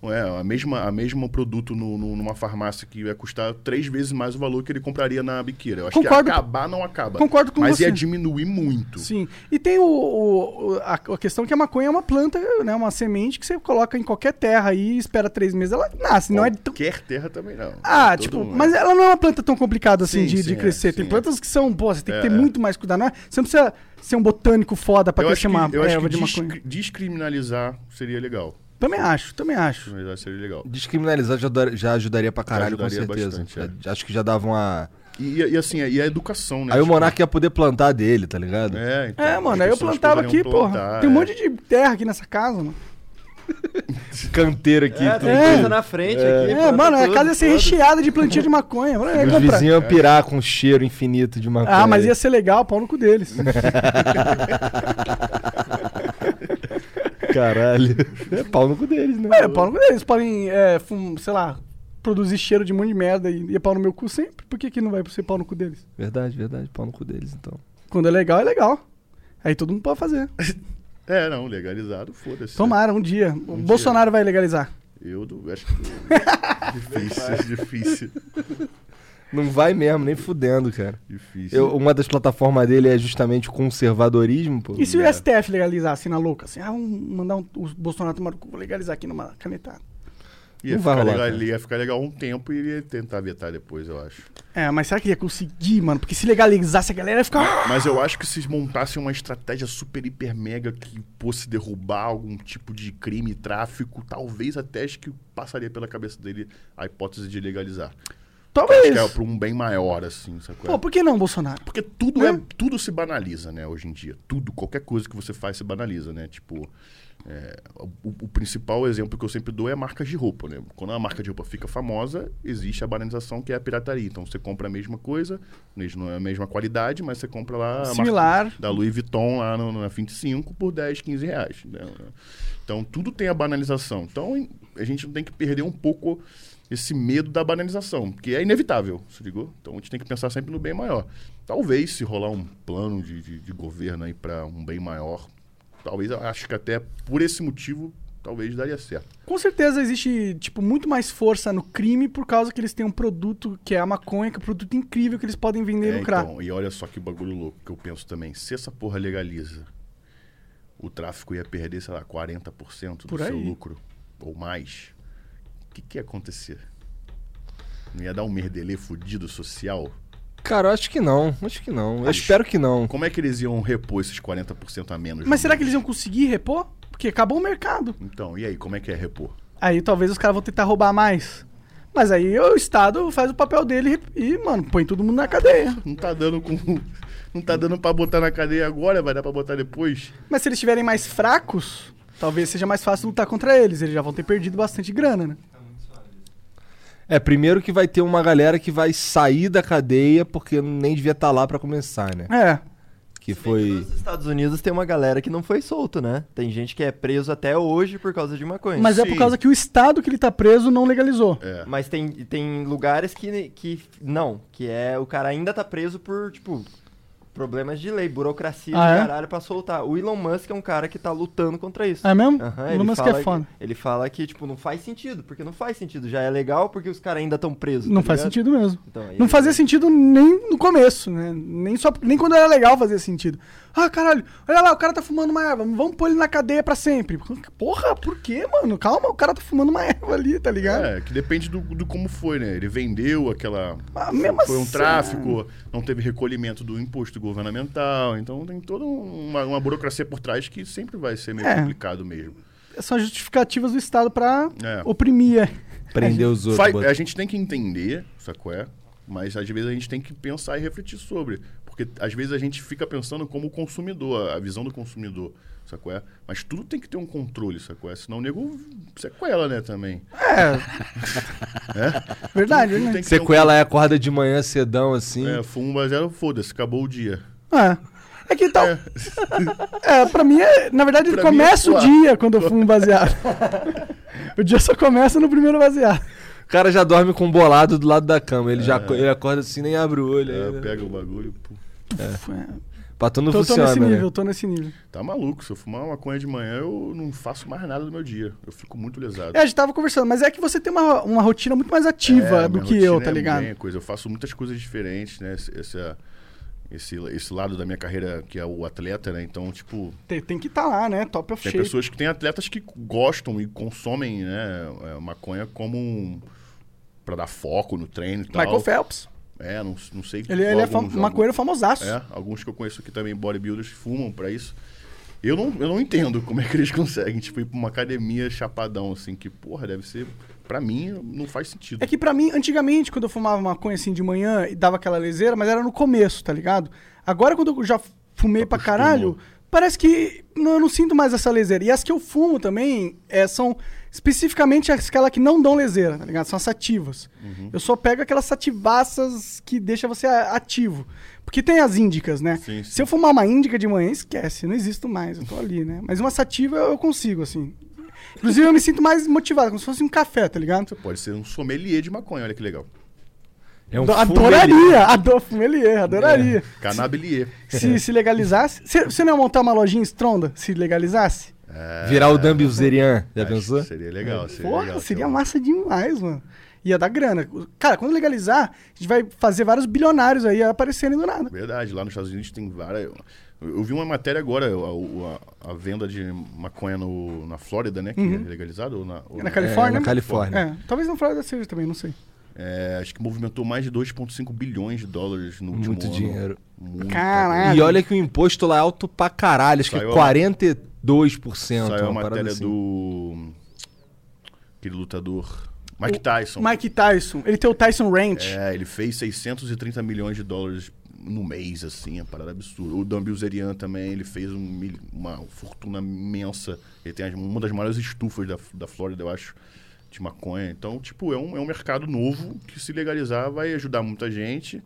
C: não é, a mesma a mesmo produto no- no- numa farmácia que ia custar três vezes mais o valor que ele compraria na biqueira. Eu acho
A: Concordo-
C: que acabar não acaba.
A: concordo com
C: Mas
A: você.
C: ia diminuir muito.
A: Sim. E tem o, o- o- a, a questão que a maconha é uma planta, né? Uma semente que você coloca em qualquer terra aí, espera três meses, ela nasce. Não é tão...
C: Qualquer terra também não.
A: Ah,
C: Todo
A: tipo,
C: mundo.
A: mas ela não é uma planta tão complicada assim
C: Sim,
A: de,
C: sim,
A: de
C: é,
A: crescer. tem
C: sim,
A: plantas que são, pô, você tem que
C: É,
A: ter
C: é.
A: muito mais cuidado. Não é- você não precisa ser um botânico foda pra
C: eu acho
A: crescer
C: que,
A: uma
C: eu acho
A: erva
C: que
A: de
C: descri-
A: maconha.
C: descriminalizar seria legal.
A: Também acho, também acho.
C: Descriminalizar seria legal.
B: Descriminalizar já, dar- já ajudaria pra caralho,
C: um- ajudaria
B: com certeza.
C: bastante, é.
B: Já- Acho que já dava uma...
C: E, e assim, e a educação, né?
B: Aí o
C: Tipo,
B: Monark ia poder plantar dele, tá ligado?
C: É, então,
A: É,
C: as
A: mano, aí eu
C: pessoas
A: plantava
C: poderiam
A: aqui, porra.
C: plantar,
A: Tem um
C: é.
A: monte de terra aqui nessa casa, mano.
B: Canteiro aqui.
D: É,
B: tudo.
D: tem coisa na frente aqui.
A: É,
D: planta
A: mano, a
D: tudo,
A: casa ia ser
D: foda-se.
A: recheada de plantinha de maconha. Mano, eu ia
B: Os
A: comprar.
B: vizinhos
C: É.
B: iam pirar com o cheiro infinito de maconha.
A: Ah, mas ia ser legal, pau no cu deles.
B: Caralho. É pau no cu deles, né?
A: É, pau no cu deles. Podem, é, fum- sei lá, produzir cheiro de um monte de merda e, e é pau no meu cu sempre. Por que, que não vai ser pau no cu deles?
B: Verdade, verdade. Pau no cu deles, então.
A: Quando é legal, é legal. Aí todo mundo pode fazer.
C: É, não, legalizado, foda-se.
A: Tomara, um dia. o Bolsonaro vai legalizar.
C: Eu do- acho que. difícil, difícil,
B: Não vai mesmo, nem fudendo, cara.
C: difícil.
B: Eu- uma das plataformas dele é justamente o conservadorismo, pô.
A: E se o STF legalizar assim na louca? Assim, ah, vamos mandar um- o Bolsonaro tomar no cu, vou legalizar aqui numa canetada.
C: Ia,
B: Não vai
C: ficar
B: rolar,
C: legal,
B: cara.
C: ele ia ficar legal um tempo e ele ia tentar vetar depois, eu acho.
A: É, mas será que ia conseguir, mano? Porque se legalizasse a galera ia ficar.
C: Mas eu acho que se montassem uma estratégia super, hiper, mega que fosse derrubar algum tipo de crime, tráfico, talvez até acho que passaria pela cabeça dele a hipótese de legalizar. Acho que é
A: Talvez.
C: pra um bem maior, assim, sacou?
A: Pô, por que não, Bolsonaro?
C: Porque tudo, é.
A: É.
C: tudo se banaliza, né, hoje em dia. Tudo, qualquer coisa que você faz se banaliza, né? Tipo, é, o, o principal exemplo que eu sempre dou é a marca de roupa, né? Quando a marca de roupa fica famosa, existe a banalização que é a pirataria. Então você compra a mesma coisa, mesmo- não é a mesma qualidade, mas você compra lá a
A: Similar.
C: marca da Louis Vuitton lá no, na 25 por 10, 15 reais. né? Então tudo tem a banalização. Então em- a gente não tem que perder um pouco esse medo da banalização, que é inevitável, se ligou? Então a gente tem que pensar sempre no bem maior. Talvez se rolar um plano de, de, de governo aí para um bem maior, talvez eu acho que até por esse motivo talvez daria certo.
A: Com certeza existe, tipo, muito mais força no crime por causa que eles têm um produto que é a maconha, que é um produto incrível que eles podem vender e
C: É,
A: lucrar.
C: então, e olha só que bagulho louco que eu penso também. Se essa porra legaliza, o tráfico ia perder, sei lá, 40% do
A: Por
C: seu
A: aí.
C: lucro ou mais. O que, que ia acontecer? Não ia dar um merdelê fudido social?
B: Cara, eu acho que não. Acho que não. Eu
C: Acho.
B: espero que não.
C: Como é que eles iam repor esses 40% a menos?
A: Mas será que eles iam conseguir repor? Porque acabou o mercado.
C: Então, e aí, como é que é repor?
A: Aí talvez os caras vão tentar roubar mais. Mas aí o Estado faz o papel dele e, mano, põe todo mundo na cadeia.
C: Não tá dando com. Não tá dando pra botar na cadeia agora, vai dar pra botar depois?
A: Mas se eles estiverem mais fracos, talvez seja mais fácil lutar contra eles. Eles já vão ter perdido bastante grana, né?
B: É, primeiro que vai ter uma galera que vai sair da cadeia porque nem devia estar lá pra começar, né?
A: É.
B: Que
D: Bem que
B: foi.
D: Nos Estados Unidos tem uma galera que não foi solto, né? Tem gente que é preso até hoje por causa de maconha.
A: Mas é
C: Sim.
A: por causa que o Estado que ele tá preso não legalizou.
C: É.
D: Mas tem, tem lugares que, que não, que é o cara ainda tá preso por, tipo, problemas de lei, burocracia
A: Ah,
D: do
A: é?
D: caralho pra soltar. O Elon Musk é um cara que tá lutando contra isso.
A: É mesmo?
D: Aham,
A: O
D: ele
A: Elon Musk
D: fala
A: é foda.
D: Que, ele fala que, tipo, não faz sentido, porque não faz sentido. Já é legal porque os caras ainda estão
C: É,
D: presos.
A: Não
D: tá
A: faz
D: ligado?
A: sentido mesmo.
D: Então, aí-
A: Não
C: né?
A: fazia sentido nem no começo, né? Nem, só, nem quando era legal fazia sentido. Ah, caralho, olha lá, o cara tá fumando uma erva, vamos pôr ele na cadeia pra sempre. Porra, por quê, mano? Calma, o cara tá fumando uma erva ali, tá ligado?
C: É, que depende do, do como foi, né? Ele vendeu aquela.
A: Mas mesmo
C: foi um
A: assim-
C: tráfico, não teve recolhimento do imposto governamental. Então tem toda uma, uma burocracia por trás que sempre vai ser meio
A: É.
C: complicado mesmo.
A: São as justificativas do Estado pra
C: É.
A: oprimir.
B: Prender os outros.
C: Faz-
B: bota-
C: a gente tem que entender, sacou? É? Mas às vezes a gente tem que pensar e refletir sobre. Porque às vezes a gente fica pensando como consumidor, a visão do consumidor, sacou? É? Mas tudo tem que ter um controle, sacou? É? Senão o nego sequela, né, também.
A: Verdade,
C: Tudo
A: né?
C: tem que ter um-
B: Sequela é acorda de manhã cedão, assim.
C: É, fuma zero, foda-se, acabou o dia.
A: É. É que tal. É, pra mim, é, na verdade, ele
C: Pra mim é
A: começa o
C: suave.
A: dia quando eu fumo baseado. o dia só começa no primeiro baseado.
B: O cara já dorme com um bolado do lado da cama. Ele já ele acorda assim, nem abre o olho.
C: É,
B: aí, né?
C: pega o bagulho. pô.
B: Pra tu não
A: é. Tô, tô
B: funciona,
A: nesse
B: né?
A: nível, tô nesse nível.
C: Tá maluco, se eu fumar uma maconha de manhã, eu não faço mais nada do meu dia. Eu fico muito lesado.
A: É, a gente tava conversando, mas é que você tem uma, uma rotina muito mais ativa
C: É,
A: do
C: minha
A: que eu,
C: rotina
A: tá
C: é
A: ligado?
C: bem coisa. Eu faço muitas coisas diferentes, né? Esse, esse, esse, esse lado da minha carreira que é o atleta, né? Então, tipo,
A: Tem, tem que estar lá, né? Top of
C: tem
A: shape.
C: pessoas que têm atletas que gostam e consomem né, é, maconha como um. Pra dar foco no treino e tal.
A: Michael Phelps.
C: É, não, não sei.
A: Ele, ele é
C: alguns-
A: fam
C: alguns-
A: maconheiro famosaço.
C: É, alguns que eu conheço aqui também, bodybuilders, fumam pra isso. Eu não, eu não entendo como é que eles conseguem, tipo, ir pra uma academia chapadão, assim, que, porra, deve ser. Pra mim, não faz sentido.
A: É que pra mim, antigamente, quando eu fumava maconha assim de manhã e dava aquela leseira, mas era no começo, tá ligado? Agora, quando eu já fumei pra
C: Acostumou.
A: caralho, parece que não, eu não sinto mais essa leseira. E as que eu fumo também é, são especificamente aquelas que não dão leseira, tá ligado? São as sativas.
C: Uhum.
A: Eu só pego aquelas sativaças que deixa você a- ativo. Porque tem as índicas, né?
C: Sim, sim.
A: Se eu fumar uma índica de manhã, esquece, não existo mais, eu tô ali, né? Mas uma sativa eu consigo, assim. Inclusive, eu me sinto mais motivado, como se fosse um café, tá ligado?
C: Pode ser um sommelier de maconha, olha que legal.
B: É um fumelier.
A: adoraria, ado fumelier, adoraria.
C: Canabilier.
A: Se, se legalizasse. Você- Você não ia montar uma lojinha estronda se legalizasse?
B: Virar o Dambuzerian, já
C: Acho que
B: pensou?
C: Seria legal. Seria
A: É. Porra,
C: legal, um-
A: seria
C: sei lá.
A: massa demais, mano. Ia dar grana. Cara, quando legalizar, a gente vai fazer vários bilionários aí aparecendo do nada.
C: Verdade, lá nos Estados Unidos tem várias. Eu, eu vi uma matéria agora, a, a- a venda de maconha no- na Flórida, né? Que é legalizado? Ou na, ou
A: Uhum. Na
C: na-
A: Califórnia?
B: É, na Califórnia.
C: né?
A: É, talvez não Flórida seja também, não sei.
C: É, acho que movimentou mais de 2,5 bilhões de dólares no último
B: Muito
C: ano.
B: dinheiro.
C: Muito.
A: Caralho.
B: E olha que o imposto lá é alto pra caralho, acho que é
C: Saiu a-
B: 42%.
C: Saiu a
B: uma parada
C: matéria
B: assim.
C: do. Aquele lutador. Mike
A: O
C: Tyson.
A: Mike Tyson. Ele tem o Tyson Ranch.
C: É, ele fez 630 milhões de dólares no mês, assim, é uma parada absurda. O Dan Bilzerian também, ele fez um mil- uma fortuna imensa. Ele tem as- uma das maiores estufas da, da Flórida, eu acho, de maconha. Então, tipo, é um, é um mercado novo que se legalizar vai ajudar muita gente.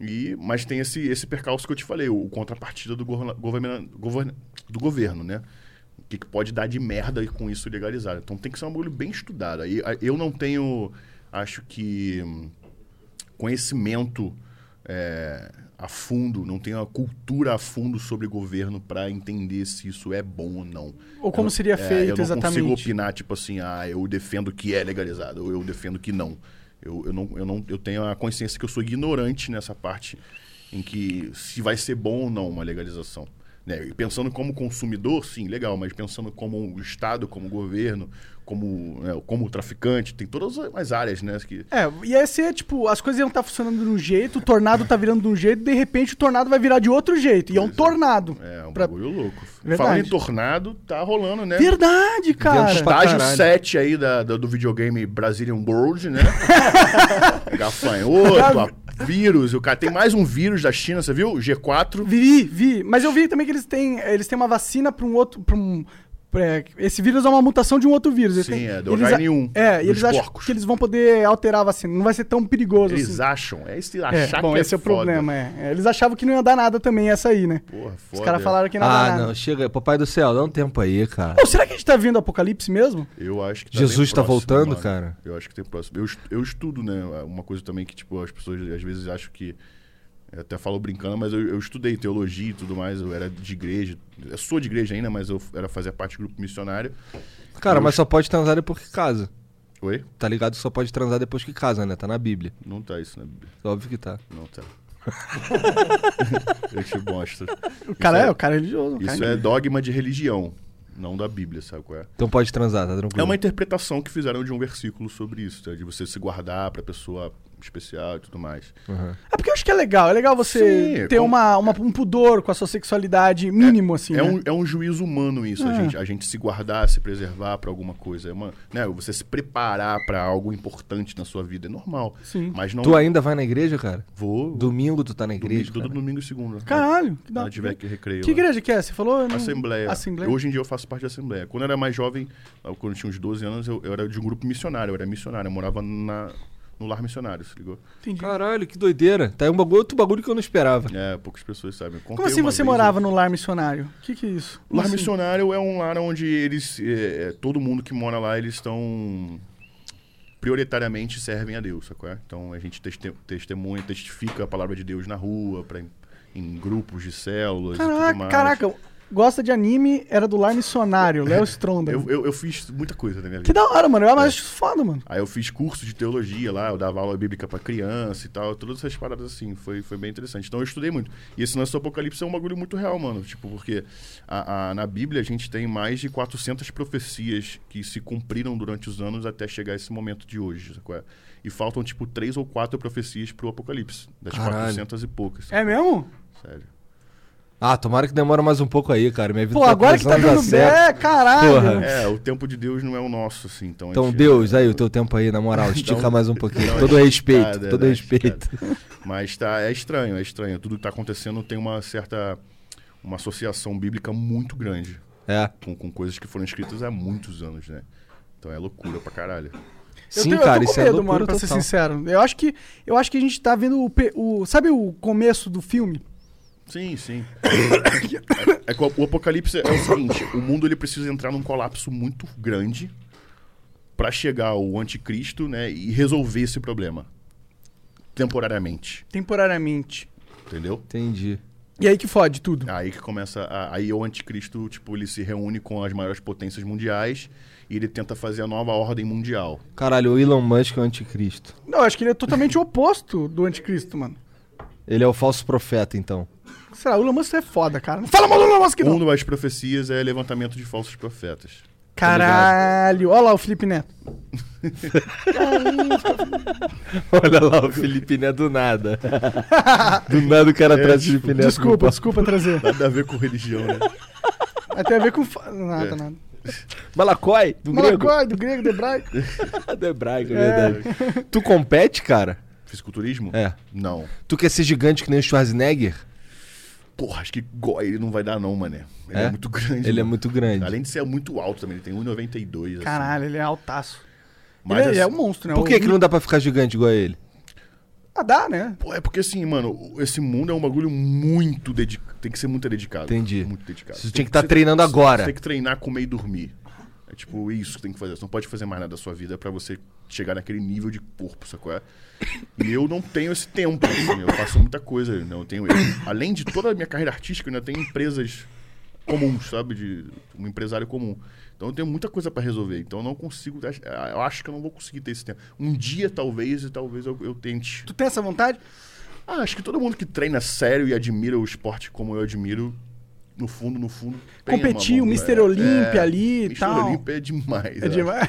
C: E, mas tem esse, esse percalço que eu te falei, o, contrapartida do, governa- governa- govern- do governo, né? O que, que pode dar de merda e com isso legalizar. Então tem que ser um bagulho bem estudado. Aí, a- eu não tenho, acho que, hum, conhecimento é, a fundo, não tenho a cultura a fundo sobre governo para entender se isso é bom ou não.
A: Ou como
C: Eu não- é,
A: seria feito
C: Eu não consigo
A: exatamente.
C: opinar, tipo assim, ah, eu defendo que é legalizado, ou eu defendo que não. Eu, eu, não, eu, não, eu tenho a consciência que eu sou ignorante nessa parte em que se vai ser bom ou não uma legalização. Né? E pensando como consumidor, sim, legal, mas pensando como Estado, como governo, como, né, como traficante, tem todas as áreas, né? Que,
A: É, ia ser tipo, as coisas iam estar funcionando de um jeito, o tornado tá virando de um jeito, de repente o tornado vai virar de outro jeito. E é um tornado.
C: É, um
A: Pra-
C: bagulho louco.
A: Verdade.
C: Falando em tornado, tá rolando, né?
A: Verdade,
B: Dentro
A: cara.
B: pra
C: Estágio
B: caralho.
C: 7 aí da, da- do videogame Brazilian World, né? Gafanhoto, a- vírus. O cara tem mais um vírus da China, você viu? O G4.
A: Vi, vi. Mas eu vi também que eles têm, eles têm uma vacina pra um outro. Pra um, pra- esse vírus é uma mutação de um outro vírus. Eles
C: Sim,
A: têm-
C: é, do
A: eles a-
C: HN1,
A: É, e
C: dos
A: eles acham
C: porcos.
A: que eles vão poder alterar a vacina. Não vai ser tão perigoso
C: Eles
A: assim.
C: acham. É esse
A: É,
C: achar
A: bom,
C: que
A: esse é o
C: foda.
A: problema, é. É, Eles achavam que não ia dar nada também essa aí, né?
C: Porra, foda.
A: Os caras falaram que não ia dar
B: Ah,
A: nada.
B: não, chega. Papai do céu, dá um tempo aí, cara.
A: Pô, será que a gente tá vendo o apocalipse mesmo?
C: Eu acho que
B: Jesus
C: bem
B: tá
C: próximo,
B: voltando,
C: mano.
B: cara?
C: Eu acho que tem próximo. Eu, est- eu estudo, né? Uma coisa também que, tipo, as pessoas às vezes acham que. Eu até falo brincando, mas eu, eu estudei teologia e tudo mais. Eu era de igreja. Eu sou de igreja ainda, mas eu era fazer parte do grupo missionário.
B: Cara, mas só pode transar depois que casa.
C: Oi?
B: Tá ligado que só pode transar depois que casa, né? Tá na Bíblia.
C: Não tá isso na Bíblia.
B: Óbvio que tá.
C: Não tá. eu te mostro.
A: O cara
C: Isso
A: é,
C: é-
A: o cara é religioso. o
C: Isso
A: cara
C: é dogma de religião, não da Bíblia, sabe qual é?
B: Então pode transar, tá
C: É
A: Hum.
B: tranquilo.
C: uma interpretação que fizeram de um versículo sobre isso, tá? de você se guardar pra pessoa especial e tudo mais.
B: Uhum.
A: É porque eu acho que é legal. É legal você
C: Sim,
A: ter
C: com-
A: uma, uma- um pudor com a sua sexualidade mínimo, assim.
C: É
A: né?
C: um, é um juízo humano isso, a,
A: É.
C: gente, a gente se guardar, se preservar pra alguma coisa. É uma, né, você se preparar pra algo importante na sua vida, é normal.
A: Sim.
C: Mas não
B: Tu ainda vai na igreja, cara?
C: vou
B: Domingo tu tá na
C: domingo,
B: igreja?
C: todo
B: cara?
C: domingo e segunda.
A: Caralho, que
C: Quando
A: da
C: eu tiver que recreio.
A: Que
C: lá.
A: igreja que é? Você falou? Eu não-
C: Assembleia.
A: Assembleia.
C: Hoje em dia eu faço parte da Assembleia. Quando eu era mais jovem, quando eu tinha uns 12 anos, eu, eu era de um grupo missionário. Eu era missionário. Eu morava na, no lar missionário, se ligou?
A: Entendi.
B: Caralho, que doideira. Tá aí um bagulho, outro bagulho que eu não esperava.
C: É, poucas pessoas sabem. Eu contei
A: Como assim
C: uma
A: você
C: vez, um
A: morava no lar missionário? O que, que é isso?
C: O lar
A: Como assim?
C: missionário é um lar onde eles. é, é, todo mundo que mora lá, eles estão. Prioritariamente servem a Deus, sacou? é? Então a gente teste- testemunha, testifica a palavra de Deus na rua, pra, em- em grupos de células e tudo
A: Caraca,
C: mais.
A: caraca, gosta de anime, era do lar missionário, Léo Stronda.
C: Eu, É. eu, eu fiz muita coisa na minha vida.
A: Que da hora, mano. Eu acho isso foda, mano.
C: Aí eu fiz curso de teologia lá, eu dava aula bíblica pra criança e tal, todas essas paradas assim, foi, foi bem interessante. Então eu estudei muito. E esse lance do Apocalipse é um bagulho muito real, mano. Tipo, porque a- a- na Bíblia a gente tem mais de 400 profecias que se cumpriram durante os anos até chegar esse momento de hoje, sacou? é? E faltam, tipo, três ou quatro profecias pro Apocalipse, das
B: Caralho.
C: 400 e poucas.
A: É mesmo?
C: Sério.
B: Ah, tomara que demora mais um pouco aí, cara. Minha vida
A: Pô,
B: tá
A: agora que tá
B: precisando dar
A: dando
B: certo.
A: pé, caralho.
B: Porra.
C: É, o tempo de Deus não é o nosso, assim, então... a
B: Então,
C: gente-
B: Deus, aí o teu tempo aí, na moral, estica
C: Então-
B: mais um pouquinho.
C: Então,
B: todo
C: é
B: respeito,
C: esticada,
B: todo
C: né,
B: respeito.
C: esticada. Mas tá, é estranho, é estranho. Tudo que tá acontecendo tem uma certa. uma associação bíblica muito grande
B: É.
C: com, com coisas que foram escritas há muitos anos, né? Então é loucura pra caralho.
A: Eu
B: Sim,
A: tenho-
B: cara,
A: eu tô
B: isso
A: com
B: é
A: medo,
B: loucura
A: mano, pra ser
B: total.
A: sincero. Eu acho que, eu acho que a gente tá vendo o, pe- o- Sabe o começo do filme?
C: Sim, sim. É que o- o apocalipse é o seguinte: o mundo ele precisa entrar num colapso muito grande pra chegar o anticristo, né, e resolver esse problema. temporariamente,
A: temporariamente.
C: entendeu?
B: Entendi.
A: E aí que fode tudo.
C: Aí que começa. a- aí o anticristo, tipo, ele se reúne com as maiores potências mundiais e ele tenta fazer a nova ordem mundial.
B: Caralho, o Elon Musk é o anticristo.
A: Não, eu acho que ele é totalmente o oposto do anticristo, mano.
B: Ele é o falso profeta, então.
A: Será? O Elon Musk é foda, cara. Não fala mal do Elon Musk, não.
C: Uma Um das profecias é levantamento de falsos profetas. tá
A: Caralho. Olha lá o Felipe Neto.
B: Olha lá o Felipe Neto do nada. do nada o cara
C: É,
B: atrás do
C: tipo,
B: Felipe Neto.
A: Desculpa, desculpa trazer.
C: Nada a ver com religião, né?
A: Mas tem a ver com... fa- Nada,
C: É. Um
A: nada.
B: Malacói, do grego.
A: Malacói, do grego, do hebraico.
B: Do hebraico, é verdade. Tu compete, cara?
C: Fisiculturismo?
B: É.
C: Não.
B: Tu quer ser gigante que nem o Schwarzenegger?
C: Porra, acho que goi ele não vai dar, não, mané. Ele é,
B: É?
C: muito
B: Ele
C: grande.
B: é
C: mano.
B: muito grande.
C: Além de ser muito alto também, ele tem 1,92. assim.
A: Caralho, ele é altaço.
C: Mas
A: ele, é- ele é um
C: assim,
A: monstro, né?
B: Por que, que não dá pra ficar gigante igual a ele?
A: Ah, dá, né?
C: pô, é porque assim, mano, o- esse mundo é um bagulho muito dedicado. Tem que ser muito dedicado.
B: Entendi.
C: Muito dedicado.
B: Você
C: Tem
B: tinha que estar
C: ser-
B: treinando agora.
C: Você tem que treinar, comer e dormir. É tipo isso que tem que fazer. Você não pode fazer mais nada da sua vida pra você chegar naquele nível de corpo, sacou? É? E eu não tenho esse tempo, assim, eu faço muita coisa. Não tenho... Além de toda a minha carreira artística, eu ainda tenho empresas comuns, sabe? De um empresário comum. Então eu tenho muita coisa pra resolver. Então eu não consigo. Eu acho que eu não vou conseguir ter esse tempo. Um dia, talvez, e talvez eu, eu tente.
A: Tu tem essa vontade?
C: Ah, acho que todo mundo que treina sério e admira o esporte como eu admiro, no fundo, no fundo. tem
A: Competir,
C: uma
A: o
C: mão,
A: Mr.
C: é.
A: Olímpia
C: É,
A: ali e
C: Mr.
A: tal.
C: Olímpia é demais.
A: É
C: eu acho.
A: demais.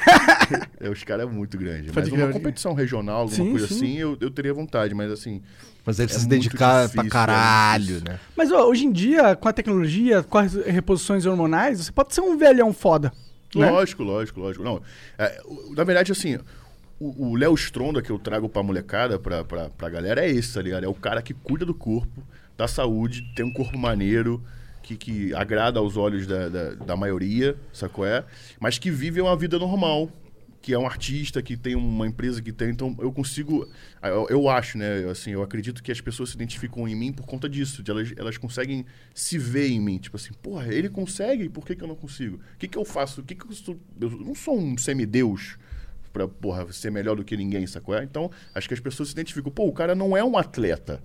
C: É, os caras é muito grande.
A: Pode
C: Mas
A: crer,
C: uma
A: pode crer.
C: competição regional, alguma
A: Sim,
C: coisa
A: sim.
C: assim, eu, eu teria vontade, mas assim.
B: Mas aí precisa se
C: É muito
B: dedicar pra
C: difícil, é
B: caralho,
C: muito
B: né?
A: Mas ó, hoje em dia, com a tecnologia, com as reposições hormonais, você pode ser um velhão foda. Né?
C: Lógico, lógico, lógico. Não, é, o- na verdade, assim, o o Léo Stronda que eu trago pra molecada, pra, pra, pra galera, é esse, tá ligado? É o cara que cuida do corpo, da saúde, tem um corpo maneiro, que, que agrada aos olhos da, da, da maioria, sacou é? Mas que vive uma vida normal. Que é um artista, que tem uma empresa que tem, então eu consigo. Eu, eu acho, né? eu, Assim, eu acredito que as pessoas se identificam em mim por conta disso. De elas, elas conseguem se ver em mim. Tipo assim, porra, ele consegue, por que, que eu não consigo? O que, que eu faço? O que, que eu sou. Eu não sou um semideus pra, porra, ser melhor do que ninguém, sacou? É? Então, acho que as pessoas se identificam. Pô, o cara não é um atleta,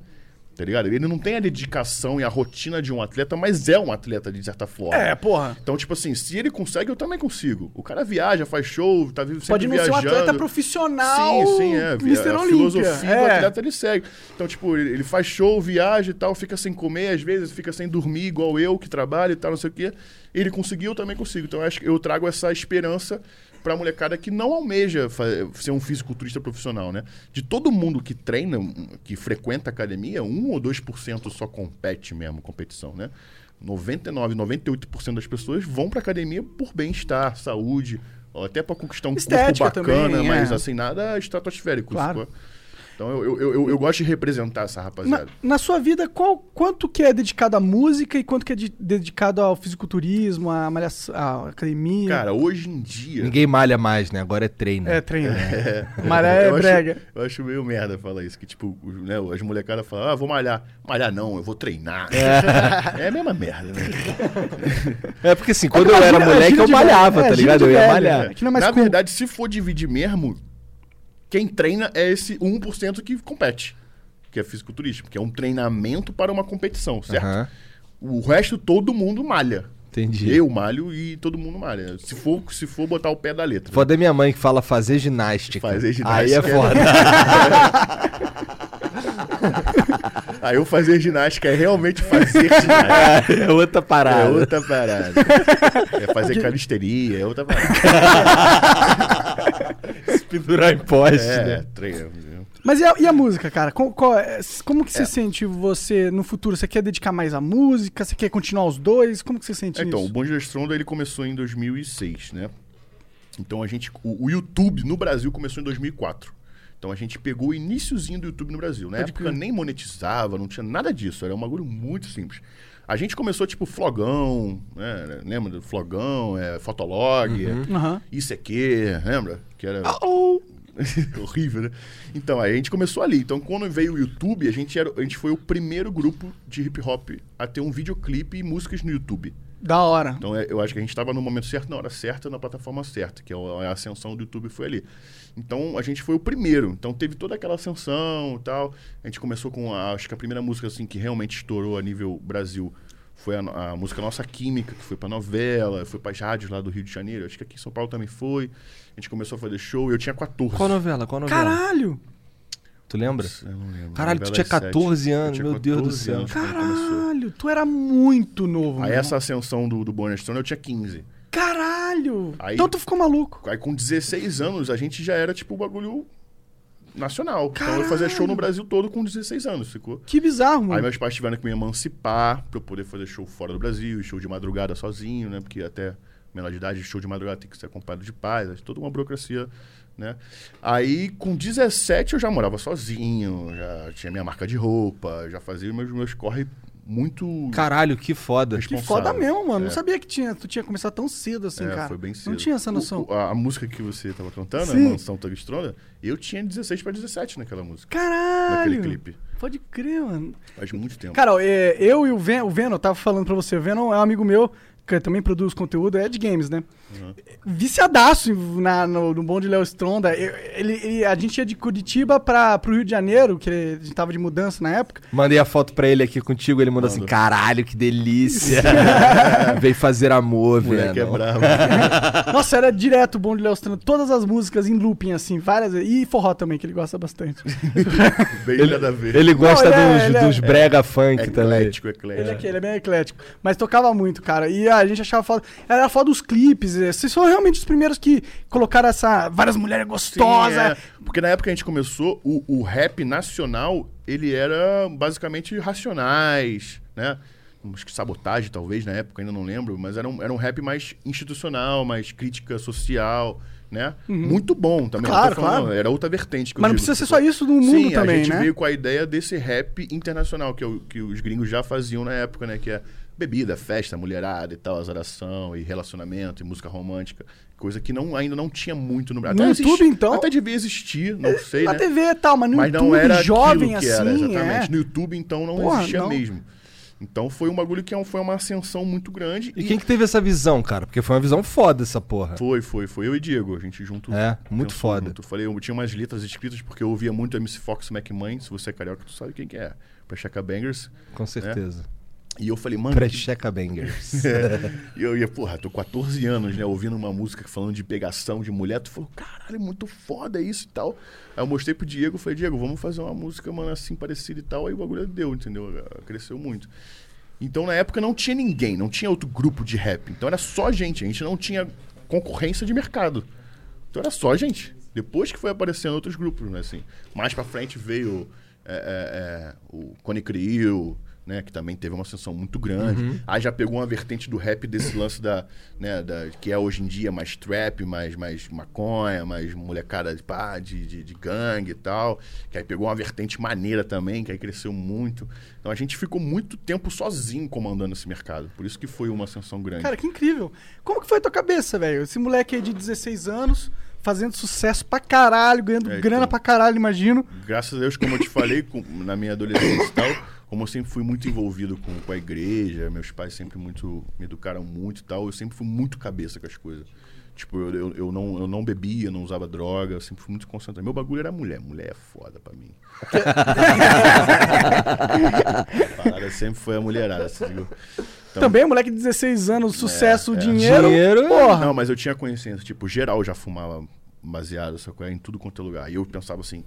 C: tá ligado? Ele não tem a dedicação e a rotina de um atleta, mas é um atleta, de certa forma.
A: É, porra.
C: Então, tipo assim, se ele consegue, eu também consigo. O cara viaja, faz show, tá vivo sempre
A: Pode não
C: viajando.
A: ser um atleta profissional.
C: Sim, sim, é.
A: Mr.
C: A, a
A: Olímpia.
C: filosofia
A: é.
C: do atleta ele segue. Então, tipo, ele, ele faz show, viaja e tal, fica sem comer às vezes, fica sem dormir, igual eu que trabalho e tal, não sei o quê. Ele conseguiu, eu também consigo. Então, eu acho que eu trago essa esperança pra molecada que não almeja fa- ser um fisiculturista profissional, né? De todo mundo que treina, um, que frequenta a academia, 1 ou 2% só compete mesmo, competição, né? 99, 98% das pessoas vão pra academia por bem-estar, saúde, ou até pra conquistar um
A: Estética
C: corpo bacana,
A: também,
C: mas
A: é.
C: assim, nada estratosférico.
A: Claro.
C: sacou? Então eu, eu, eu, eu- eu gosto de representar essa
A: Na,
C: rapaziada.
A: na sua vida, qual, quanto que é dedicado à música e quanto que é de- dedicado ao fisiculturismo, à, malhação, à academia?
C: Cara, hoje em dia.
B: Ninguém malha mais, né? Agora é treino.
A: é, treino. Maré é
C: eu acho-
A: brega.
C: eu acho meio merda falar isso. Que tipo, os- né, as molecadas falam, ah, vou malhar. Malhar não, eu vou treinar. É, a mesma merda, né?
B: É porque assim, quando
A: É
B: eu
A: que
B: era
A: imagina-
B: moleque,
A: imagina
B: eu
A: de
B: malhava,
A: velho,
B: tá
A: é,
B: ligado?
A: imagina
B: Eu
A: de
B: ia
A: velho,
B: malhar.
A: Aqui não é mais
C: Na
A: cool.
C: verdade, se for dividir mesmo, quem treina é esse 1% que compete. Que é fisiculturismo, que é um treinamento para uma competição, certo?
B: é. Aham,
C: O resto, todo mundo malha.
B: entendi.
C: Eu malho e todo mundo malha. Se for, se for botar o pé da letra.
B: Foda é minha mãe que fala fazer ginástica.
C: Fazer
B: Aí é
C: ginástica.
B: foda.
C: Aí eu fazer ginástica é realmente fazer ginástica.
B: é outra
C: É
B: parada.
C: outra parada. É fazer calisteria, é outra parada.
B: Pendurar em poste,
C: É,
B: né?
C: treino. entendeu?
A: Mas e a, e a música, cara? Com- qual é- como que você sente você no futuro? Você quer dedicar mais à música? Você quer continuar os dois? Como que você sente
C: Então, o
A: isso?
C: Bonde da Stronda, ele começou em 2006, né? Então a gente... O, o YouTube no Brasil começou em 2004. Então a gente pegou o iniciozinho do YouTube no Brasil. Na
A: Pode
C: época
A: crer.
C: nem monetizava, não tinha nada disso. Era um bagulho muito simples. A gente começou tipo Flogão, né? Lembra do Flogão, é, Fotolog, é-
A: Aham.
C: Isso aqui, lembra? Que era...
A: Ou-
C: Horrível, né? Então, aí a gente começou ali. Então, quando veio o YouTube, a gente, era, a gente foi o primeiro grupo de hip hop a ter um videoclipe e músicas no YouTube.
A: Da hora.
C: Então é- eu acho que a gente estava no momento certo, na hora certa, na plataforma certa, que é o- a ascensão do YouTube foi ali. Então a gente foi o primeiro. Então teve toda aquela ascensão e tal. A gente começou com a, acho que a primeira música assim que realmente estourou a nível Brasil foi a, no- a música Nossa Química, que foi pra novela, foi pras rádios lá do Rio de Janeiro, acho que aqui em São Paulo também foi. A gente começou a fazer show, eu tinha 14.
B: Qual novela? Qual novela?
A: Caralho!
B: Tu lembra?
C: Eu não lembro.
B: Caralho, tu
C: Novela
B: tinha
C: às sete.
B: 14
C: Eu
B: anos,
C: tinha
B: meu Deus do
C: 14
B: céu.
C: anos quando começou.
A: Caralho, tu era muito novo,
C: Aí
A: meu
C: essa ascensão do, do Bonner Stone eu tinha 15.
A: irmão. Caralho!
C: Aí-
A: Então tu ficou maluco.
C: Aí com 16 anos a gente já era tipo o bagulho nacional. Então
A: Caralho! Uhum.
C: eu fazia show no Brasil todo com 16 anos, ficou?
A: Que bizarro, mano.
C: Aí meus pais tiveram que me emancipar pra eu poder fazer show fora do Brasil, show de madrugada sozinho, né? Porque até menor de idade, show de madrugada tem que ser acompanhado de pais, é toda uma burocracia, né? Aí com 17 eu já morava sozinho, já tinha minha marca de roupa, já fazia meus, meus corre muito.
B: Caralho, que foda.
A: Que
C: responsável.
A: foda mesmo, mano.
C: É.
A: Não sabia que tinha, tu tinha começado tão cedo assim,
C: É,
A: cara.
C: foi bem cedo.
A: Não tinha essa
C: O-
A: noção.
C: o- a, a música que você tava cantando,
A: Sim.
C: a Mansão Tugstrona, eu tinha 16 pra 17 naquela música.
A: Caralho!
C: Naquele clipe.
A: Pode crer, mano.
C: Faz muito tempo.
A: Cara, ó, é, eu e o, Ven o Venom, eu tava falando pra você, o Venom é um amigo meu, que também produz conteúdo, é de games, né?
C: Uhum.
A: Viciadaço em- na, no, no bom de Léo Stronda. Eu- ele, ele- a gente ia de Curitiba pra, pro Rio de Janeiro, que a gente tava de mudança na época.
B: Mandei a foto pra ele aqui contigo, ele mandou assim,
C: Mandou.
B: caralho, que delícia. Veio fazer amor,
C: O moleque é
B: velho.
C: brabo.
A: Nossa, era direto o bom de Léo Stronda, todas as músicas em looping, assim, várias vezes. E forró também, que ele gosta bastante.
C: Bem nada a ver.
B: Ele gosta
A: Não, ele é-
B: dos,
A: ele é-
B: dos brega funk
C: é
B: também.
C: eclético,
A: Ele é,
C: eclético.
A: que- ele é bem eclético. Mas tocava muito, cara. E a gente achava foda. Era foda os clipes. eh, Vocês foram realmente os primeiros que colocaram essa. Várias mulheres
C: Sim,
A: gostosas.
C: é. Porque na época que a gente começou, o, o rap nacional, ele era basicamente racionais, né? Acho que sabotagem, talvez, na época, ainda não lembro, mas era um, era um rap mais institucional, mais crítica social, né? Muito bom também. não tô
A: Uhum. Claro,
C: falando,
A: claro.
C: Era outra vertente que eu
A: Mas não
C: digo,
A: precisa ser
C: tipo,
A: só isso no mundo
C: Sim,
A: também,
C: a gente
A: né?
C: veio com a ideia desse rap internacional que, o- que os gringos já faziam na época, né? Que é bebida, festa, mulherada e tal, azaração e relacionamento e música romântica. Coisa que não, ainda não tinha muito no Brasil.
A: No
C: Até existe-
A: YouTube, então?
C: Até devia existir, não sei,
A: na
C: né?
A: TV e tal, mas no
C: Mas
A: YouTube,
C: não era
A: jovem
C: aquilo que
A: assim.
C: era,
A: é.
C: exatamente. No YouTube, então, não
A: Porra,
C: existia
A: não.
C: mesmo. Então foi um bagulho que é um- foi uma ascensão muito grande.
B: E quem que teve essa visão, cara? Porque foi uma visão foda essa porra.
C: Foi, foi, foi eu e Diego, a gente junto.
B: É, muito
C: pensou
B: foda.
C: junto. Falei, eu tinha umas letras escritas porque eu ouvia muito MC Fox McMahon, se você é carioca, tu sabe quem que é. Pra Checa Bangers.
B: Com certeza.
C: E eu falei, mano, que
B: Precheca Bangers.
C: E eu ia, porra, tô 14 anos, né? Ouvindo uma música falando de pegação de mulher. Tu falou, caralho, é muito foda isso e tal. Aí eu mostrei pro Diego, falei, Diego, vamos fazer uma música, mano, assim, parecida e tal. Aí o bagulho deu, entendeu? Cresceu muito. Então, na época, não tinha ninguém, não tinha outro grupo de rap. Então, era só gente. A gente não tinha concorrência de mercado. Então, era só gente. Depois que foi aparecendo outros grupos, né? Assim, mais pra frente veio é, é, é, o Cone Creil, né? Que também teve uma ascensão muito grande. Aí já pegou uma vertente do rap desse lance da, né, da- que é hoje em dia mais trap, mais, mais maconha, mais molecada de pá, de, de, de gangue e tal. Que aí pegou uma vertente maneira também, que aí cresceu muito. Então a gente ficou muito tempo sozinho comandando esse mercado. Por isso que foi uma ascensão grande.
A: Cara, que incrível. Como que foi tua cabeça, velho? Esse moleque aí de 16 anos, fazendo sucesso pra caralho, ganhando
C: É,
A: grana
C: então.
A: pra caralho, imagino.
C: graças a Deus, como eu te falei com- na minha adolescência e tal, como eu sempre fui muito envolvido com, com a igreja, meus pais sempre muito me educaram muito e tal, eu sempre fui muito cabeça com as coisas. Tipo, eu, eu, eu não, eu não bebia, não usava droga, eu sempre fui muito concentrado. Meu bagulho era mulher. Mulher é foda pra mim. Parada sempre foi a mulherada, você viu? Então-
A: Também, é um moleque de 16 anos, sucesso,
C: é.
A: dinheiro.
B: Dinheiro,
A: Porra.
C: Não, mas eu tinha consciência, tipo, geral já fumava baseado, só que em tudo quanto é lugar. E eu pensava assim,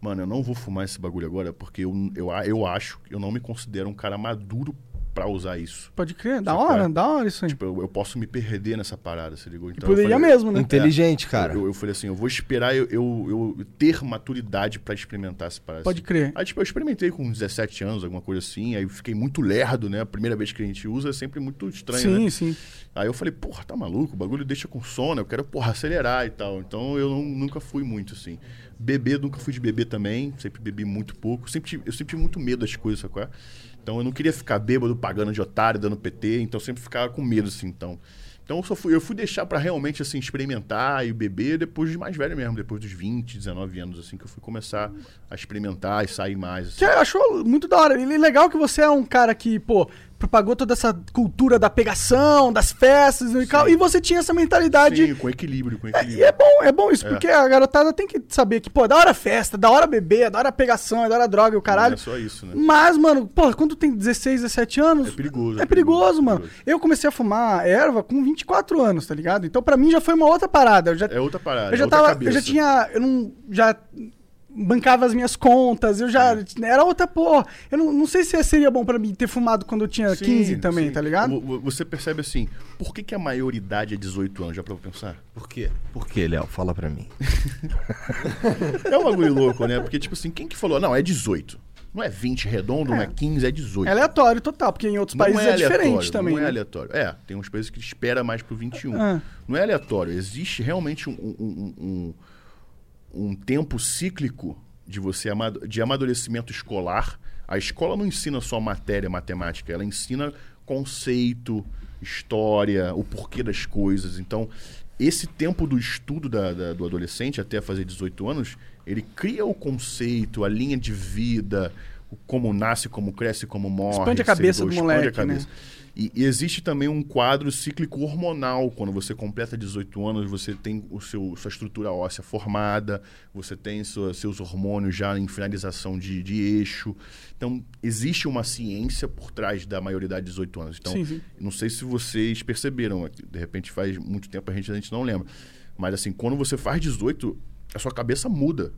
C: mano, eu não vou fumar esse bagulho agora, porque eu, eu, a- eu acho, eu não me considero um cara maduro pra usar isso.
A: Pode crer, da
C: Sabe qual
A: hora,
C: é?
A: da hora isso aí.
C: Tipo, eu, eu posso me perder nessa parada, você ligou?
A: e
C: Então, eu
A: poderia
C: falei-
A: mesmo, né?
B: Inteligente, cara.
C: Eu, eu falei assim, eu vou esperar eu, eu, eu ter maturidade pra experimentar essa parada.
A: Pode
C: assim.
A: crer.
C: Aí, tipo, eu experimentei com 17 anos, alguma coisa assim, aí fiquei muito lerdo, né? A primeira vez que a gente usa é sempre muito estranho, né?
A: sim, sim.
C: Aí eu falei, porra, tá maluco? O bagulho deixa com sono, eu quero, porra, acelerar e tal. Então eu não- nunca fui muito, assim. Beber, nunca fui de beber também, sempre bebi muito pouco. Sempre, tive- eu sempre tive muito medo das coisas, sabe? Então eu não queria ficar bêbado, pagando de otário, dando PT, então eu sempre ficava com medo, assim, então. Então eu só fui, eu fui deixar pra realmente, assim, experimentar e beber depois de mais velho mesmo, depois dos 20, 19 anos, assim, que eu fui começar a experimentar e sair mais, assim.
A: Que eu achou muito da hora. E legal que você é um cara que, pô, propagou toda essa cultura da pegação, das festas e tal, e você tinha essa mentalidade.
C: Sim, com equilíbrio, com
A: É,
C: equilíbrio.
A: e é bom, é bom isso, porque a garotada tem que saber que, pô, é da hora festa, da hora beber, é da hora pegação, é da hora droga e o caralho.
C: Não é só isso, né?
A: Mas, mano, porra, quando tem 16, 17 anos.
C: É perigoso,
A: É
C: é
A: perigoso,
C: perigoso,
A: mano.
C: perigoso.
A: Eu comecei a fumar erva com 24 anos, tá ligado? Então, pra mim, já foi uma outra parada. Eu já,
C: É outra parada,
A: eu já
C: é outra
A: tava.
C: cabeça.
A: Eu já tinha. Eu não. Já bancava as minhas contas, eu
C: É.
A: já. Era outra porra. Eu não, não sei se seria bom pra mim ter fumado quando eu tinha
C: Sim,
A: 15 também,
C: sim.
A: tá ligado?
C: Vo- vo- Você percebe assim, por que, que a maioridade é 18 anos? Já pra pensar?
B: Por quê? Por quê, Léo? Fala pra mim.
C: É um bagulho louco, né? Porque, tipo assim, quem que falou? Não, é 18. Não é 20 redondo, não é 15, é 18.
A: É aleatório total, porque em outros
C: Não
A: países é,
C: aleatório,
A: diferente também.
C: Não é
A: né?
C: aleatório. É, tem uns países que espera mais pro 21.
A: Ah.
C: Não é aleatório. Existe realmente um, um, um- um- um tempo cíclico de você amado- de amadurecimento escolar. A escola não ensina só matéria, matemática, ela ensina conceito, história, o porquê das coisas. Então, esse tempo do estudo da- da- do adolescente até fazer 18 anos, ele cria o conceito, a linha de vida, o como nasce, como cresce, como morre.
A: Expande a
C: se ele
A: cabeça
C: go-
A: do
C: expande a
A: moleque, né?
C: cabeça. E, e existe também um quadro cíclico hormonal. Quando você completa 18 anos, você tem o seu, sua estrutura óssea formada, você tem sua- seus hormônios já em finalização de, de eixo. Então, existe uma ciência por trás da maioridade de 18 anos. Então,
A: Sim, sim.
C: não sei se vocês perceberam, é de repente faz muito tempo, a gente, a gente não lembra. Mas, assim, quando você faz 18, a sua cabeça muda.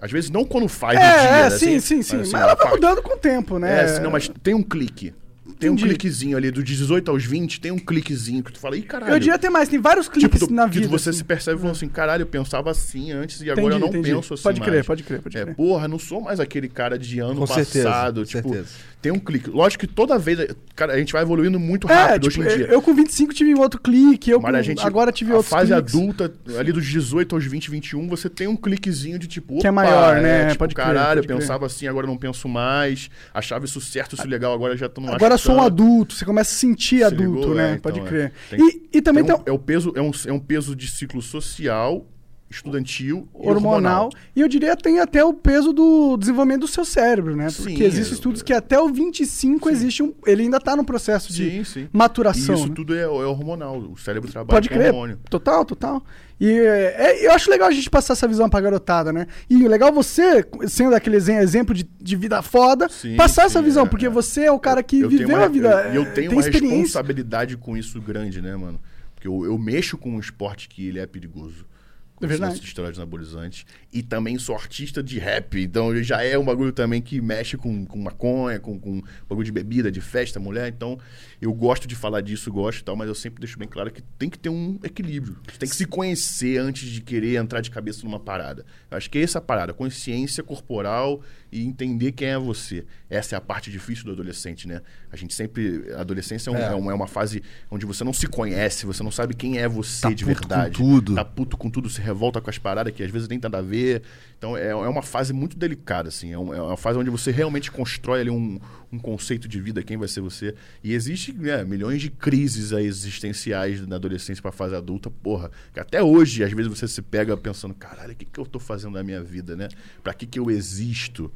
C: Às vezes, não quando faz no dia.
A: É, é,
C: né?
A: sim,
C: Assim,
A: sim, sim. Mas,
C: assim,
A: ela vai
C: faz.
A: mudando com o tempo, né?
C: É, assim, não, mas tem um clique. Tem
A: Entendi.
C: um cliquezinho ali, do 18 aos 20, tem um cliquezinho que tu fala, ih, caralho.
A: Eu diria ter mais, tem vários clipes
C: tu-
A: na
C: que
A: vida.
C: Tipo, você
A: assim.
C: se percebe falando assim, caralho, eu pensava assim antes e agora
A: Entendi,
C: eu não
A: entendi.
C: penso assim
A: Pode crer,
C: mais.
A: pode crer, pode
C: É,
A: crer.
C: porra, não sou mais aquele cara de ano
B: Com certeza,
C: passado.
B: com
C: tipo,
B: certeza.
C: tem um clique. Lógico que toda vez, cara, a gente vai evoluindo muito
A: É,
C: rápido
A: tipo,
C: hoje em dia.
A: eu com 25 tive um outro clique, eu com, agora tive
C: a
A: outro
C: fase
A: cliques.
C: adulta, ali dos 18 aos 20, 21, você tem um cliquezinho de tipo,
A: Que é maior, né?
C: tipo,
A: Pode crer,
C: caralho,
A: pode
C: eu
A: crer.
C: pensava assim, agora não penso mais, achava isso certo, isso legal, agora já tô não acho
A: Agora eu sou um
C: tanto.
A: adulto, você começa a sentir
C: Se
A: adulto,
C: ligou?
A: né?
C: É, então,
A: Pode
C: é.
A: crer.
C: Tem-
A: e, e também tem,
C: Então, é um peso, é um, é um peso de ciclo social, estudantil e
A: um hormonal. E eu diria tem até o peso do desenvolvimento do seu cérebro, né? Porque
C: Sim,
A: existem
C: eu-
A: estudos que até o 25 existe um. Ele ainda tá no processo de
C: Sim, sim. E
A: maturação.
C: isso
A: né?
C: tudo é, é hormonal. O cérebro trabalha
A: Pode
C: com
A: crer.
C: hormônio.
A: Total, total. E é, é, eu acho legal a gente passar essa visão pra garotada, né? E legal você, sendo aquele exe- exemplo de, de vida foda,
C: Sim,
A: passar
C: sim,
A: essa visão,
C: é,
A: porque
C: é.
A: você é o cara que
C: Eu tenho
A: viveu
C: uma-
A: a vida.
C: eu- E eu, tenho
A: tem
C: uma
A: experiência.
C: responsabilidade com isso grande, né, mano? Porque eu, eu mexo com um esporte que ele é perigoso. Com
A: É
C: esse
A: verdade.
C: lance de esteroides anabolizantes. E também sou artista de rap. Então ele já é um bagulho também que mexe com, com maconha, com, com bagulho de bebida, de festa, mulher. Então eu gosto de falar disso, gosto e tal, mas eu sempre deixo bem claro que tem que ter um equilíbrio. Você tem que se conhecer antes de querer entrar de cabeça numa parada. Eu acho que é essa a parada, consciência corporal e entender quem é você. Essa é a parte difícil do adolescente, né? A gente sempre. A adolescência é, um- é um- é uma fase onde você não se conhece, você não sabe quem é você
B: Tá puto
C: de
B: com
C: verdade.
B: tudo.
C: Tá puto com tudo, se revolta com as paradas que às vezes nem tem nada a ver. Então é, é uma fase muito delicada, assim. É, um- é uma fase onde você realmente constrói ali um, um conceito de vida, quem vai ser você. E existe né, milhões de crises aí existenciais da adolescência pra fase adulta, porra. Que até hoje, às vezes, você se pega pensando, caralho, o que, que eu tô fazendo da minha vida, né? Pra que, que eu existo?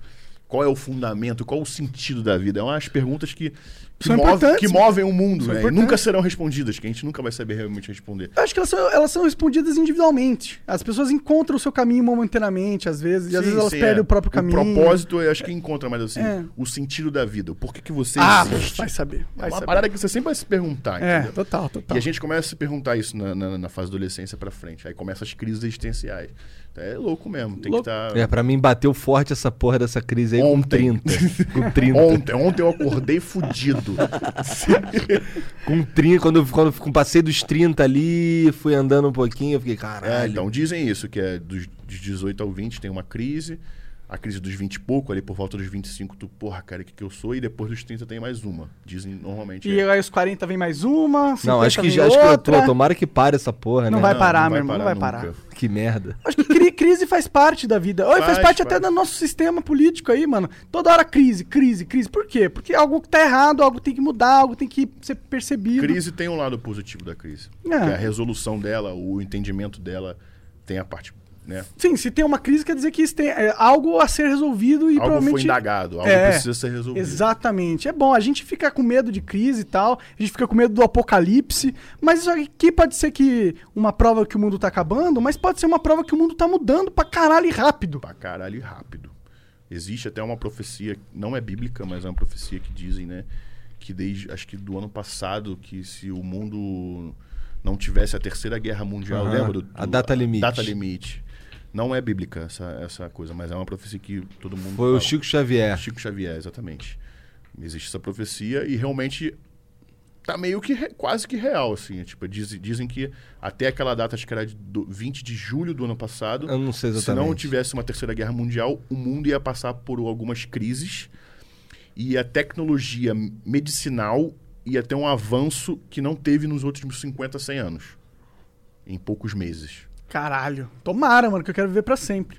C: Qual é o fundamento? Qual o sentido da vida? É umas perguntas que, que,
A: São
C: move-
A: importantes.
C: que movem o mundo,
A: São
C: né? E
A: importantes.
C: nunca serão respondidas, que a gente nunca vai saber realmente responder.
A: Eu acho que elas são, elas são respondidas individualmente. As pessoas encontram o seu caminho momentaneamente, às vezes, e às
C: Sim,
A: vezes elas
C: sim,
A: perdem
C: é.
A: o próprio caminho.
C: O propósito, eu acho que encontra, mas assim,
A: É.
C: o sentido da vida. Por que, que você
A: Ah,
C: existe?
A: vai saber.
C: É
A: Vai
C: uma
A: saber.
C: parada que você sempre vai se perguntar,
A: É,
C: entendeu?
A: total, total.
C: E a gente começa a se perguntar isso na, na, na fase da adolescência pra frente. Aí começam as crises existenciais. É louco mesmo, tem
A: Louco.
C: que tá estar...
B: É, pra mim bateu forte essa porra dessa crise aí
C: Ontem.
B: com 30. Com 30.
C: Ontem, ontem eu acordei fudido.
B: Com 30. Quando, eu- quando eu com- passei dos 30 ali, fui andando um pouquinho, eu fiquei,
C: É,
B: caralho.
C: então, dizem isso, que é dos, dos 18 ao 20 tem uma crise, a crise dos 20 e pouco, ali por volta dos 25, tu, porra, cara, o que, que eu sou? E depois dos 30 tem mais uma. Dizem normalmente.
A: E
C: é.
A: aí os 40 vem mais uma, 50
B: não, acho que
A: vem
B: já acho que eu
A: outra.
B: tô. Tomara que pare essa porra,
A: Não
B: né?
A: vai parar, meu irmão, não vai parar.
C: nunca.
B: Que merda.
A: Acho que cri- crise faz parte da vida. Ou faz,
C: Faz,
A: parte
C: faz.
A: até do nosso sistema político aí, mano. Toda hora crise, crise, crise. Por quê? Porque algo tá errado, algo tem que mudar, algo tem que ser percebido.
C: Crise tem um lado positivo da crise.
A: É.
C: Que a resolução dela, o entendimento dela tem a parte né?
A: Sim, se tem uma crise, quer dizer que tem é, algo a ser resolvido e
C: Algo foi
A: provavelmente.
C: indagado, algo
A: É.
C: precisa ser resolvido.
A: Exatamente. É bom, a gente fica com medo de crise e tal, a gente fica com medo do apocalipse, mas isso aqui pode ser que uma prova que o mundo tá acabando, mas pode ser uma prova que o mundo tá mudando pra caralho e rápido.
C: pra caralho e rápido. Existe até uma profecia, não é bíblica, mas é uma profecia que dizem, né? Que desde, acho que do ano passado, que se o mundo não tivesse a Terceira Guerra Mundial,
B: Aham,
C: lembra? do- do-
B: a data limite.
C: Data limite. Não é bíblica essa, essa coisa, mas é uma profecia que todo mundo
B: Foi o
C: fala.
B: Chico
A: É.
B: Xavier.
C: Chico Xavier, exatamente. Existe essa profecia e realmente tá meio que re- quase que real, assim. é Tipo, diz- dizem que até aquela data, acho que era de do- 20 de julho do ano passado,
B: Eu não sei
C: se
B: exatamente.
C: não tivesse uma terceira guerra mundial, o mundo ia passar por algumas crises e a tecnologia medicinal ia ter um avanço que não teve nos últimos 50, 100 anos. Em poucos meses.
A: Caralho. Tomara, mano, que eu quero viver pra sempre.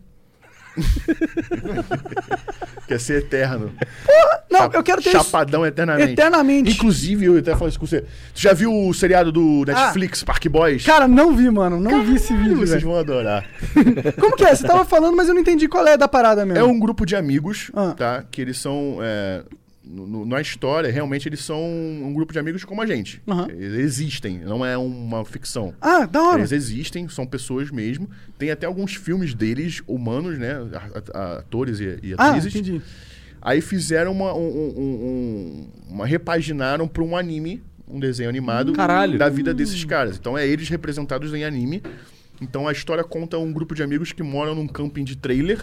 C: Quer ser eterno.
A: Não,
C: Chap-
A: eu quero ter isso
C: Chapadão eternamente.
A: eternamente.
C: Inclusive, eu até falei isso com você. Tu já viu o seriado do
A: Ah.
C: Netflix, Park Boys?
A: Cara, não vi, mano, não vi esse vídeo,
C: vocês
A: velho.
C: vão adorar.
A: Como que é? Você tava falando, mas eu não entendi qual é da parada mesmo.
C: É um grupo de amigos,
A: Ah.
C: tá? Que eles são. é, no- no- na história, realmente, eles são um grupo de amigos como a gente.
A: Aham.
C: Eles existem, não é uma ficção.
A: Ah, da hora.
C: Eles existem, são pessoas mesmo. Tem até alguns filmes deles, humanos, né? a- a- Atores e, e
A: Ah,
C: atrizes.
A: entendi.
C: Aí fizeram uma. Um, um- um- uma repaginaram para um anime, um desenho animado
B: Caralho.
C: da vida desses caras. Então é eles representados em anime. Então a história conta um grupo de amigos que moram num camping de trailer.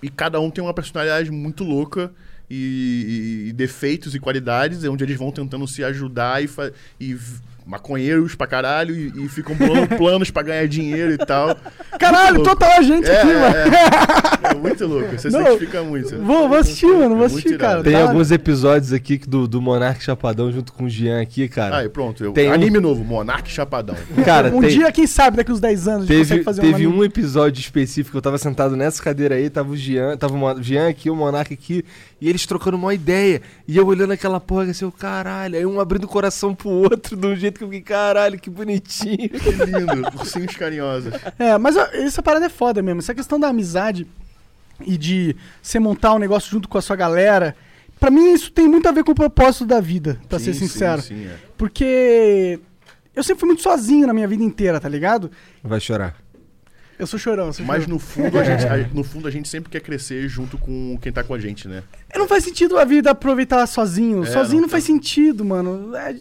C: E cada um tem uma personalidade muito louca. E, e- e defeitos e qualidades, é onde eles vão tentando se ajudar e, fa- e v- maconheiros pra caralho e, e ficam bolando planos pra ganhar dinheiro e tal.
A: Caralho,
C: é Muito louco.
A: total a gente
C: É,
A: aqui, mano.
C: é, é. É muito louco, você se
A: Não,
C: identifica muito.
A: Vou, vou assistir, mano, vou
C: Muito
A: assistir,
C: irado.
A: cara.
B: Tem
A: Da hora.
B: alguns episódios aqui que do, do Monark Chapadão junto com o Jean aqui, cara.
C: Aí, pronto. Eu,
B: Tem um-
C: anime novo, Monarque Chapadão.
B: cara,
A: um
B: tem-
A: dia, quem sabe, daqui uns 10 anos, a gente
B: Teve,
A: consegue fazer
B: teve
A: anime.
B: um episódio específico, eu tava sentado nessa cadeira aí, tava o Jean, tava o Mon- Jean aqui, o Monarca aqui, e eles trocando uma ideia. E eu olhando aquela porra assim, eu, caralho, aí um abrindo o coração pro outro de um jeito que eu fiquei, caralho, que bonitinho.
C: que lindo, ursinhos carinhosos.
A: É, mas ó, essa parada é foda mesmo. Essa questão da amizade e de você montar um negócio junto com a sua galera, pra mim isso tem muito a ver com o propósito da vida, pra ser
C: Sim,
A: sincero.
C: Sim, sim, é.
A: Porque eu sempre fui muito sozinho na minha vida inteira, tá ligado?
B: Vai chorar.
A: Eu sou chorão, eu sou
C: Mas
A: chorão.
C: no fundo, a gente, a- no fundo, a gente sempre quer crescer junto com quem tá com a gente, né?
A: Não faz sentido a vida aproveitar sozinho.
C: É,
A: sozinho não,
C: não
A: faz sentido, mano. É,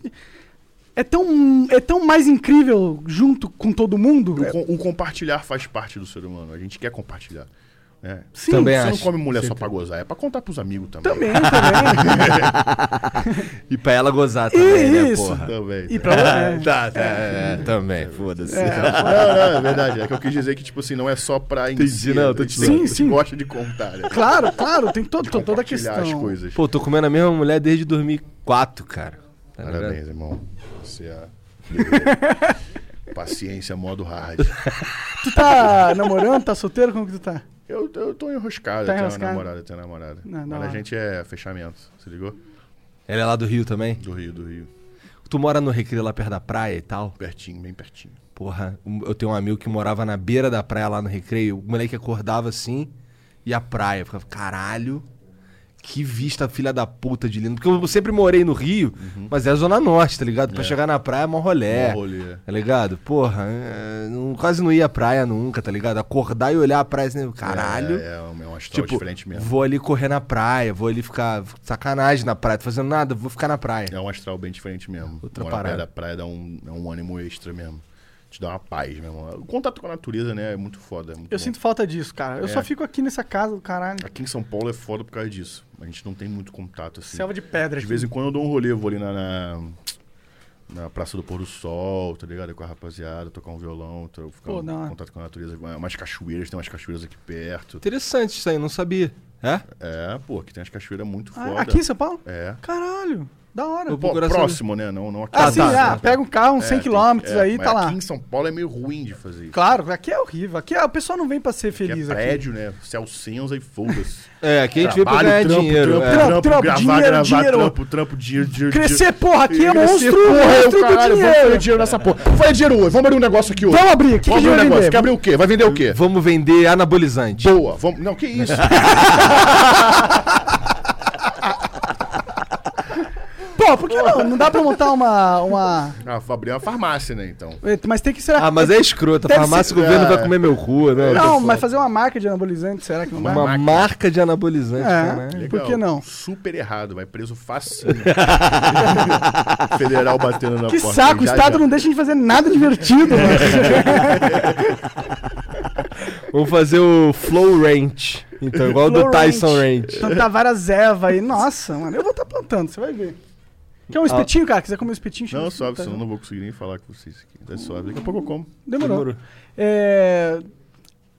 A: é tão, é tão mais incrível junto com todo mundo.
B: É.
C: O, com- o compartilhar faz parte do ser humano. A gente quer compartilhar. né?
A: Sim,
B: Também
C: Você não
B: acho.
C: come mulher só pra gozar, é pra contar pros amigos também.
A: Também, também.
B: E pra ela gozar também, né,
A: Isso.
B: porra?
C: Também.
A: e pra lá, é.
B: Tá, tá, é, também, foda-se.
C: Não, não, é verdade. É que eu quis dizer que, tipo assim, não é só pra
B: Entendi, não, eu tô te
C: te
A: zoando.
C: Sim,
A: Sim, sim.
C: gosta de contar, né?
A: Claro, claro, tem todo,
C: De
A: toda a
C: compartilhar
A: questão.
C: as coisas.
B: Pô, tô comendo a mesma mulher desde 2004, cara. Tá ligado?
C: Parabéns, irmão. Você é... Paciência modo hard.
A: Tu tá namorando, tá solteiro? Como que tu tá?
C: Eu, eu tô enroscado,
A: Tá
C: eu tenho
A: enroscado?
C: uma namorada, eu tenho uma namorada.
A: Não, da
C: Mas a
A: hora.
C: gente é fechamento, se ligou?
B: Ela é lá do Rio também?
C: Do Rio, do Rio.
B: Tu mora no Recreio lá perto da praia e tal?
C: Pertinho, bem pertinho.
B: Porra, um- eu tenho um amigo que morava na beira da praia lá no recreio. O moleque acordava assim e a praia. Eu Ficava, caralho, que vista filha da puta de lindo. Porque eu sempre morei no Rio, mas é a Zona Norte, tá ligado? Pra chegar na praia é mó rolé.
C: Uhum. Mó rolê.
B: Tá ligado? Porra, é, não- quase não ia à praia nunca, tá ligado? Acordar e olhar a praia assim, caralho.
C: É, é, é um é um astral
B: Tipo,
C: diferente mesmo.
B: vou ali correr na praia, vou ali ficar sacanagem na praia, tô fazendo nada, vou ficar na praia.
C: É um astral bem diferente mesmo.
B: Outra
C: Morar perto
B: parada.
C: da praia dá um, dá um ânimo extra mesmo. Te dá uma paz mesmo. O contato com a natureza, né, é muito foda. é muito
A: Eu
C: bom.
A: sinto falta disso, cara. Eu
C: É.
A: só fico aqui nessa casa do caralho.
C: Aqui em São Paulo é foda por causa disso. A gente não tem muito contato, assim.
A: Selva de pedra.
C: De vez em quando eu dou um rolê, eu vou ali na, na, na Praça do Pôr do Sol, tá ligado? Com a rapaziada, tocar um violão, tô, ficar
A: Pô,
C: em
A: da hora.
C: É contato com a natureza. Umas cachoeiras, tem umas cachoeiras aqui perto.
B: Interessante isso aí, não sabia. É?
C: É, pô, aqui tem as cachoeiras muito
A: Ah,
C: foda.
A: aqui em São Paulo?
C: É.
A: Caralho, da hora.
B: Eu-
C: Pô,
B: Procura
C: próximo, né? Não, não aqui.
A: Ah,
B: Ah,
A: sim,
B: tá,
A: ah,
B: tá, tá.
A: pega um carro, uns 100 km
C: é,
A: aí,
C: mas
A: tá lá.
C: Aqui em São Paulo é meio ruim de fazer isso.
A: Claro, aqui é horrível. Aqui é- o pessoal não vem pra ser
C: Aqui
A: feliz
C: é
A: aqui.
C: prédio, né? Céu cinza e foda-se.
B: É, aqui a gente veio pra
C: Trabalho,
B: ganhar
C: trampo,
B: dinheiro.
C: trampo,
B: é.
A: Trampo,
C: trampo,
A: trampo,
C: gravar,
A: dinheiro,
C: gravar,
A: dinheiro.
C: trampo, trampo, dinheiro, dinheiro,
A: Crescer, porra, aqui é
C: dinheiro. Crescer,
A: monstro,
C: porra, eu,
A: monstro do
C: caralho, Vamos fazer
A: dinheiro.
C: dinheiro nessa porra. Vamos fazer dinheiro hoje, vamos abrir um negócio aqui hoje.
A: Vamos abrir, o que é que
C: Vamos
A: a gente
C: abrir um
A: vai
C: negócio.
A: vender?
C: Quer abrir o quê? Vai vender o quê?
B: Vamos vender anabolizante.
C: Boa, vamos. Não, que isso?
A: Pô, por que não? Não dá pra montar uma. uma...
C: ah, vou abrir uma farmácia, né, então.
A: Mas tem que ser.
B: Ah, mas é escroto. A
A: Deve ser-
B: farmácia e o governo
C: É.
B: vai comer meu cu, né?
A: Não, mas fazer uma marca de anabolizante, será que não dá?
B: Uma
C: Uma
B: marca de anabolizante, né?
A: É,
B: caralho.
A: por que não?
C: Super errado, vai preso facinho. Federal batendo na
A: Que
C: porta.
A: saco, o
C: Já,
A: Estado
C: já.
A: não deixa a gente fazer nada divertido, mano.
B: Vamos fazer o Flow Ranch. Então, igual o do
A: Flow
B: Tyson
A: Ranch.
B: Ranch.
A: Plantar Então tá várias ervas aí. Nossa, mano, eu vou estar plantando, você vai ver. Quer um espetinho, cara? Quiser comer um espetinho? chama
C: Ah. Não,
A: o
C: sobe,
A: espetinho,
C: senão eu não vou conseguir nem falar com vocês aqui. Então, sobe. Daqui a pouco eu como.
A: tá? Demorou.
B: Demorou.
A: É...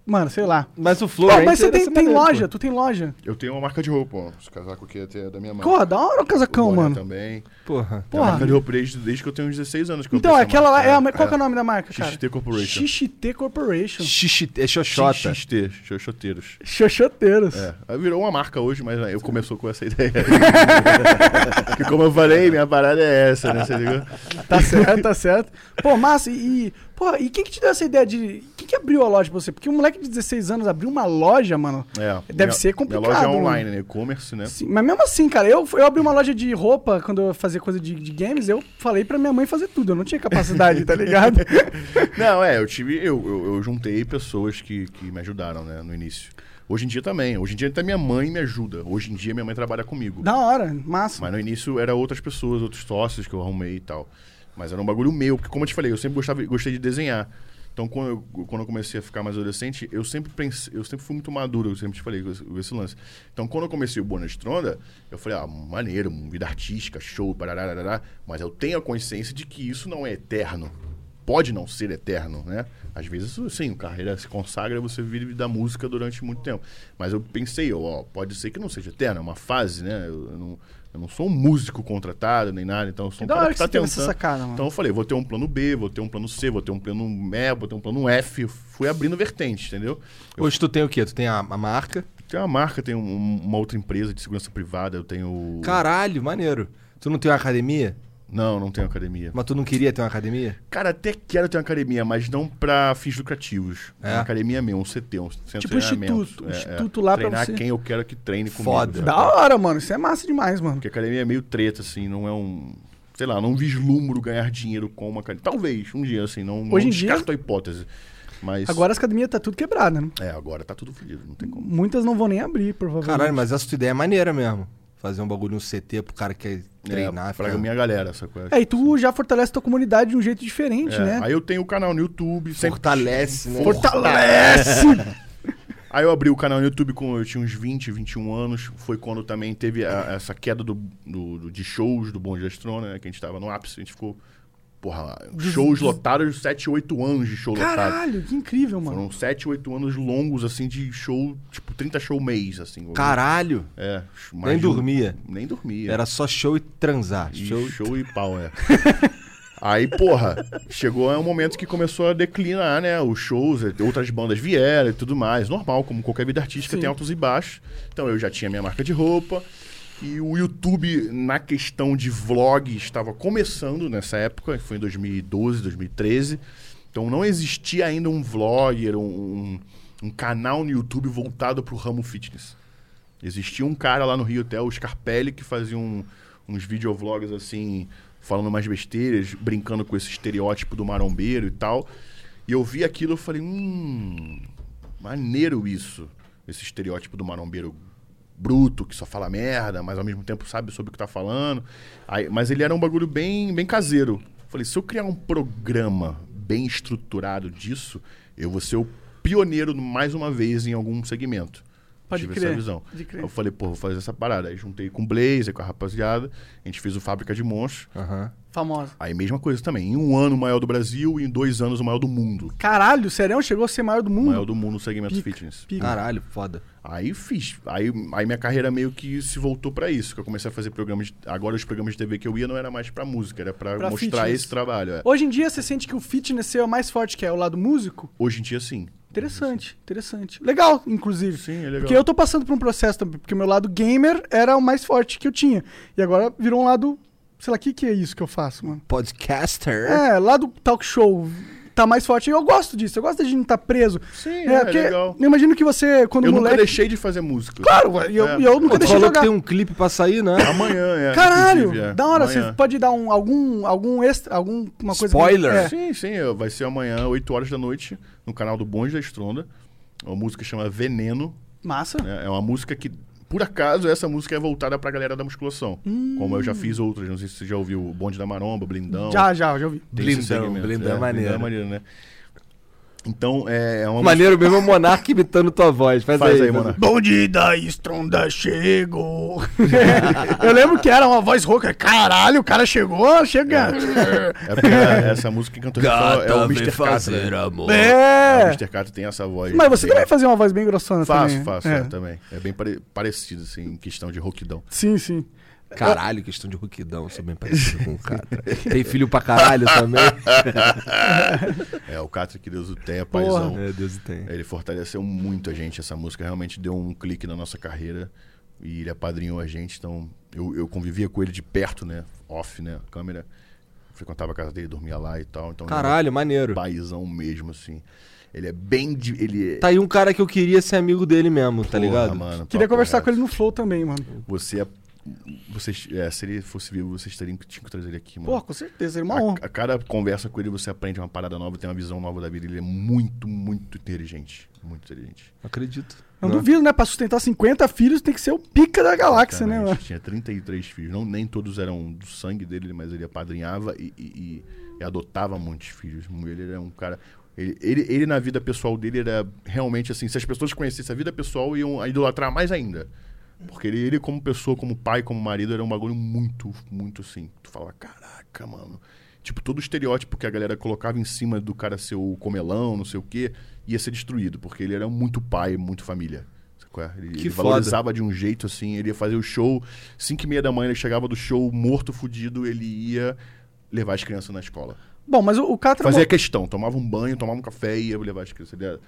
A: Mano, sei lá.
B: Mas o Flow
A: Pô,
B: Ranch.
A: mas você
C: é
B: era
A: tem,
B: essa
A: tem
B: maneira,
A: loja,
B: pô.
A: tu tem loja.
C: Eu tenho uma marca de roupa, ó. Esse casaco aqui é até da minha mãe.
A: Porra, da hora o
C: O
A: casacão,
C: boné
A: mano.
C: Também.
B: Porra.
C: Tem uma
A: Porra.
C: marca de roupa desde, desde que eu tenho uns 16 anos. Que eu
A: Então,
C: tenho essa
A: aquela lá.
C: marca.
A: É a, qual que é o nome da marca, cara?
C: XXT Corporation.
A: XXT Corporation.
B: Xixi, é xoxota.
C: XXT, Xoxoteiros.
A: Xoxoteiros.
C: É, aí virou uma marca hoje, mas aí eu começou com essa ideia. Porque como eu falei, minha parada é essa, né? Você ligou?
A: Tá certo, tá certo. Pô, massa, e. e- Pô, e quem que te deu essa ideia de. Quem que abriu a loja pra você? Porque um moleque de 16 anos abriu uma loja, mano.
C: É,
A: Deve
C: minha-
A: ser complicado.
C: Minha loja é
A: mano.
C: online, né? E-commerce, né?
A: Sim, mas mesmo assim, cara, eu, eu abri uma loja de roupa quando eu fazia coisa de, de games, eu falei pra minha mãe fazer tudo, eu não tinha capacidade, tá ligado?
C: Não, é, eu tive. Eu, eu, eu juntei pessoas que, que me ajudaram, né, no início. Hoje em dia também. Hoje em dia até minha mãe me ajuda. Hoje em dia minha mãe trabalha comigo.
A: da hora, massa.
C: Mas no início era outras pessoas, outros sócios que eu arrumei e tal. Mas era um bagulho meu, porque como eu te falei, eu sempre gostava, gostei de desenhar. Então quando eu, quando eu comecei a ficar mais adolescente, eu sempre pensei, eu sempre fui muito maduro, eu sempre te falei com esse, com esse lance. Então quando eu comecei o Bona Stronda, eu falei, ah, maneiro, vida artística, show, parará, mas eu tenho a consciência de que isso não é eterno pode não ser eterno, né? Às vezes, sim, carreira se consagra, você vive da música durante muito tempo. Mas eu pensei, ó, ó, pode ser que não seja eterno, é uma fase, né? Eu, eu não, eu não sou um músico contratado nem nada, então eu sou
A: Que
C: um
A: da
C: cara
A: hora que
C: que, tá
A: você teve essa
C: tentando.
A: sacada, mano.
C: Então eu falei, vou ter um plano B, vou ter um plano C, vou ter um plano E, vou ter um plano F. Eu fui abrindo vertente, entendeu?
B: Hoje tu tem o quê? Tu tem a, a marca.
C: Tem uma marca, tem um- uma outra empresa de segurança privada, eu tenho.
B: Caralho, maneiro. Tu não tem uma academia?
C: Não, não tenho academia.
B: Mas tu não queria ter uma academia?
C: Cara, até quero ter uma academia, mas não pra fins lucrativos.
B: É.
C: Uma academia mesmo, um CT, um centro
A: Tipo
C: de treinamento. É,
A: instituto, um instituto lá pra
C: Treinar
A: você.
C: quem eu quero que treine comigo.
B: Foda.
A: Da hora, mano, isso é massa demais, mano.
C: Porque academia é meio treta, assim, não é um... Sei lá, não vislumbro ganhar dinheiro com uma academia. Talvez, um dia, assim, não,
A: Hoje
C: não
A: em dia-
C: descarto a hipótese. Mas...
A: Agora as academias tá tudo quebrada, né?
C: É, agora tá tudo fodido, não tem como.
A: Muitas não vão nem abrir, provavelmente.
B: Caralho, mas essa tua ideia é maneira mesmo. Fazer um bagulho, um CT pro cara que quer treinar.
C: é, pra
B: ficar-
C: minha galera, essa coisa.
A: É, e tu já fortalece tua comunidade de um jeito diferente,
C: É,
A: né?
C: Aí eu tenho o canal no YouTube. sempre-
B: Fortalece, né?
A: Fortalece!
C: Aí eu abri o canal no YouTube com eu tinha uns 20, 21 anos. Foi quando também teve a- essa queda do, do- do- de shows do Bom Dia Astrona, né? Que a gente tava no ápice, a gente ficou. Porra, shows lotados, 7, 8 anos de show lotado.
A: Caralho, que incrível, mano.
C: Foram 7, 8 anos longos, assim, de show, tipo, 30 show mês, assim.
B: Caralho.
C: É, mais
B: Nem
C: de um-
B: dormia.
C: Nem dormia.
B: Era só show e transar.
C: E
B: show...
C: show, e pau, é. Aí, porra, chegou um momento que começou a declinar, né? Os shows, outras bandas vieram e tudo mais. Normal, como qualquer vida artística, tem altos e baixos. Então eu já tinha minha marca de roupa. E o YouTube, na questão de vlog, estava começando nessa época, foi em 2012, 2013. Então não existia ainda um vlogger, um- um, um canal no YouTube voltado para o ramo fitness. Existia um cara lá no Rio até, o Scarpelli, que fazia um- uns videovlogs assim, falando umas besteiras, brincando com esse estereótipo do marombeiro e tal. E eu vi aquilo e falei, hum, maneiro isso. Esse estereótipo do marombeiro bruto, que só fala merda, mas ao mesmo tempo sabe sobre o que tá falando. Aí- mas ele era um bagulho bem, bem caseiro. Falei, se eu criar um programa bem estruturado disso, eu vou ser o pioneiro mais uma vez em algum segmento
A: Pode
C: tive
A: crer,
C: essa visão.
A: pode crer.
C: Eu falei, pô, vou fazer essa parada. Aí juntei com o Blazer, com a rapaziada, a gente fez o Fábrica de Monstros.
B: Aham.
A: Famosa.
C: Aí mesma coisa também, em um ano o maior do Brasil e em dois anos o maior do mundo.
A: Caralho, o Serão chegou a ser maior do
C: O
A: mundo.
C: maior do mundo no segmento
A: Hum. Pica,
C: fitness.
A: pica.
B: Caralho, foda.
C: Aí fiz. Aí, aí minha carreira meio que se voltou pra isso, que eu comecei a fazer programas. de- agora os programas de TV que eu ia não era mais pra música, era pra,
A: Pra
C: mostrar
A: fitness.
C: esse trabalho. é.
A: Hoje em dia você sente que o fitness seu é mais forte que é o lado músico?
C: Hoje em dia sim.
A: Interessante, interessante. Legal, inclusive.
C: Sim, é legal.
A: Porque eu tô passando por um processo também, porque o meu lado gamer era o mais forte que eu tinha. E agora virou um lado, sei lá, o que, que é isso que eu faço, mano?
B: Podcaster.
A: É, lado talk show tá mais forte. E eu gosto disso, eu gosto da gente estar tá preso.
C: Sim, é,
A: porque
C: legal.
A: Eu imagino que você, quando
C: Eu nunca
A: moleque...
C: deixei de fazer música.
A: Claro, e eu,
C: É.
A: e eu nunca
B: Tu
A: deixei
B: falou que
A: jogar.
B: tem um clipe pra sair, né?
C: Amanhã, é.
A: Caralho,
C: inclusive, é.
A: da hora. Você
C: Amanhã.
A: pode dar um, algum, algum extra, alguma coisa...
B: Spoiler.
A: É.
C: Sim, sim. eu- Vai ser amanhã, 8 horas da noite, no canal do Bonde da Estronda. Uma música que chama Veneno.
A: Massa.
C: né? É uma música que, por acaso, essa música é voltada pra galera da musculação.
A: Hum.
C: Como eu já fiz outras. Não sei se você já ouviu o Bonde da Maromba, Blindão.
A: Já, já, já ouvi.
C: Tem esse
B: Blindão,
C: segmento,
B: Blindão é maneiro.
C: né? Então, é, é uma
B: Maneiro mesmo é o Monark imitando tua voz. Faz,
C: Faz
B: aí,
C: aí, Monark.
A: Bom dia, da estronda chegou. eu lembro que era uma voz rouca. Caralho, o cara chegou, chega.
C: música... É porque a- essa música que cantou é o Mr. Catra. né?
B: amor.
A: É.
C: O Mr. Catra tem essa voz.
A: Mas você
C: bem-
A: também fazia uma voz bem grossona
C: Faço,
A: também.
C: faço,
A: É.
C: é, também. É bem pare- parecido, assim, em questão de rouquidão.
A: Sim, sim.
B: Caralho, questão de ruquidão. Sou bem parecido com o cara. Tem filho pra caralho também.
C: É, o Catra, que Deus o tenha,
A: Porra.
C: paizão.
B: É, Deus tem.
C: Ele fortaleceu muito a gente. Essa música realmente deu um clique na nossa carreira e ele apadrinhou a gente. Então, eu, eu convivia com ele de perto, né? Off, né? Câmera. Frequentava a casa dele, dormia lá e tal. Então, ele era
B: Caralho,
C: um
B: maneiro.
C: paizão mesmo, assim. Ele é bem. De, ele é.
B: Tá aí um cara que eu queria ser amigo dele mesmo, tá
C: Porra,
B: ligado?
C: mano,
A: Queria
C: papo
A: conversar
C: reto.
A: com ele no Flow também, mano.
C: Você é. Vocês, é, se ele fosse vivo, vocês teriam que, tinham que trazer ele aqui, mano.
A: Pô, com certeza, seria uma
C: A-
A: honra.
C: A, cada conversa com ele, você aprende uma parada nova, tem uma visão nova da vida. Ele é muito, muito inteligente. Muito inteligente.
B: Acredito.
A: Não
B: Né?
A: duvido, né? Pra sustentar 50 filhos tem que ser o pica da galáxia, né,
C: Exatamente.
A: mano?
C: Tinha 33 filhos. Não, nem todos eram do sangue dele, mas ele apadrinhava e, e- e- e adotava muitos filhos. Ele era um cara. Ele, ele, ele, na vida pessoal dele, era realmente assim. Se as pessoas conhecessem a vida pessoal, iam idolatrar mais ainda. Porque ele, ele, como pessoa, como pai, como marido, era um bagulho muito, muito assim. Tu falava, caraca, mano. Tipo, todo o estereótipo que a galera colocava em cima do cara ser o comelão, não sei o quê, ia ser destruído, porque ele era muito pai, muito família. Sabe qual é? Ele,
B: Que
C: ele
B: foda.
C: valorizava de um jeito assim, ele ia fazer o show, 5 e meia da manhã ele chegava do show morto, fudido, ele ia levar as crianças na escola.
A: Bom, mas o, o Catra.
C: Fazia questão, tomava um banho, tomava um café e ia levar as crianças. Ele era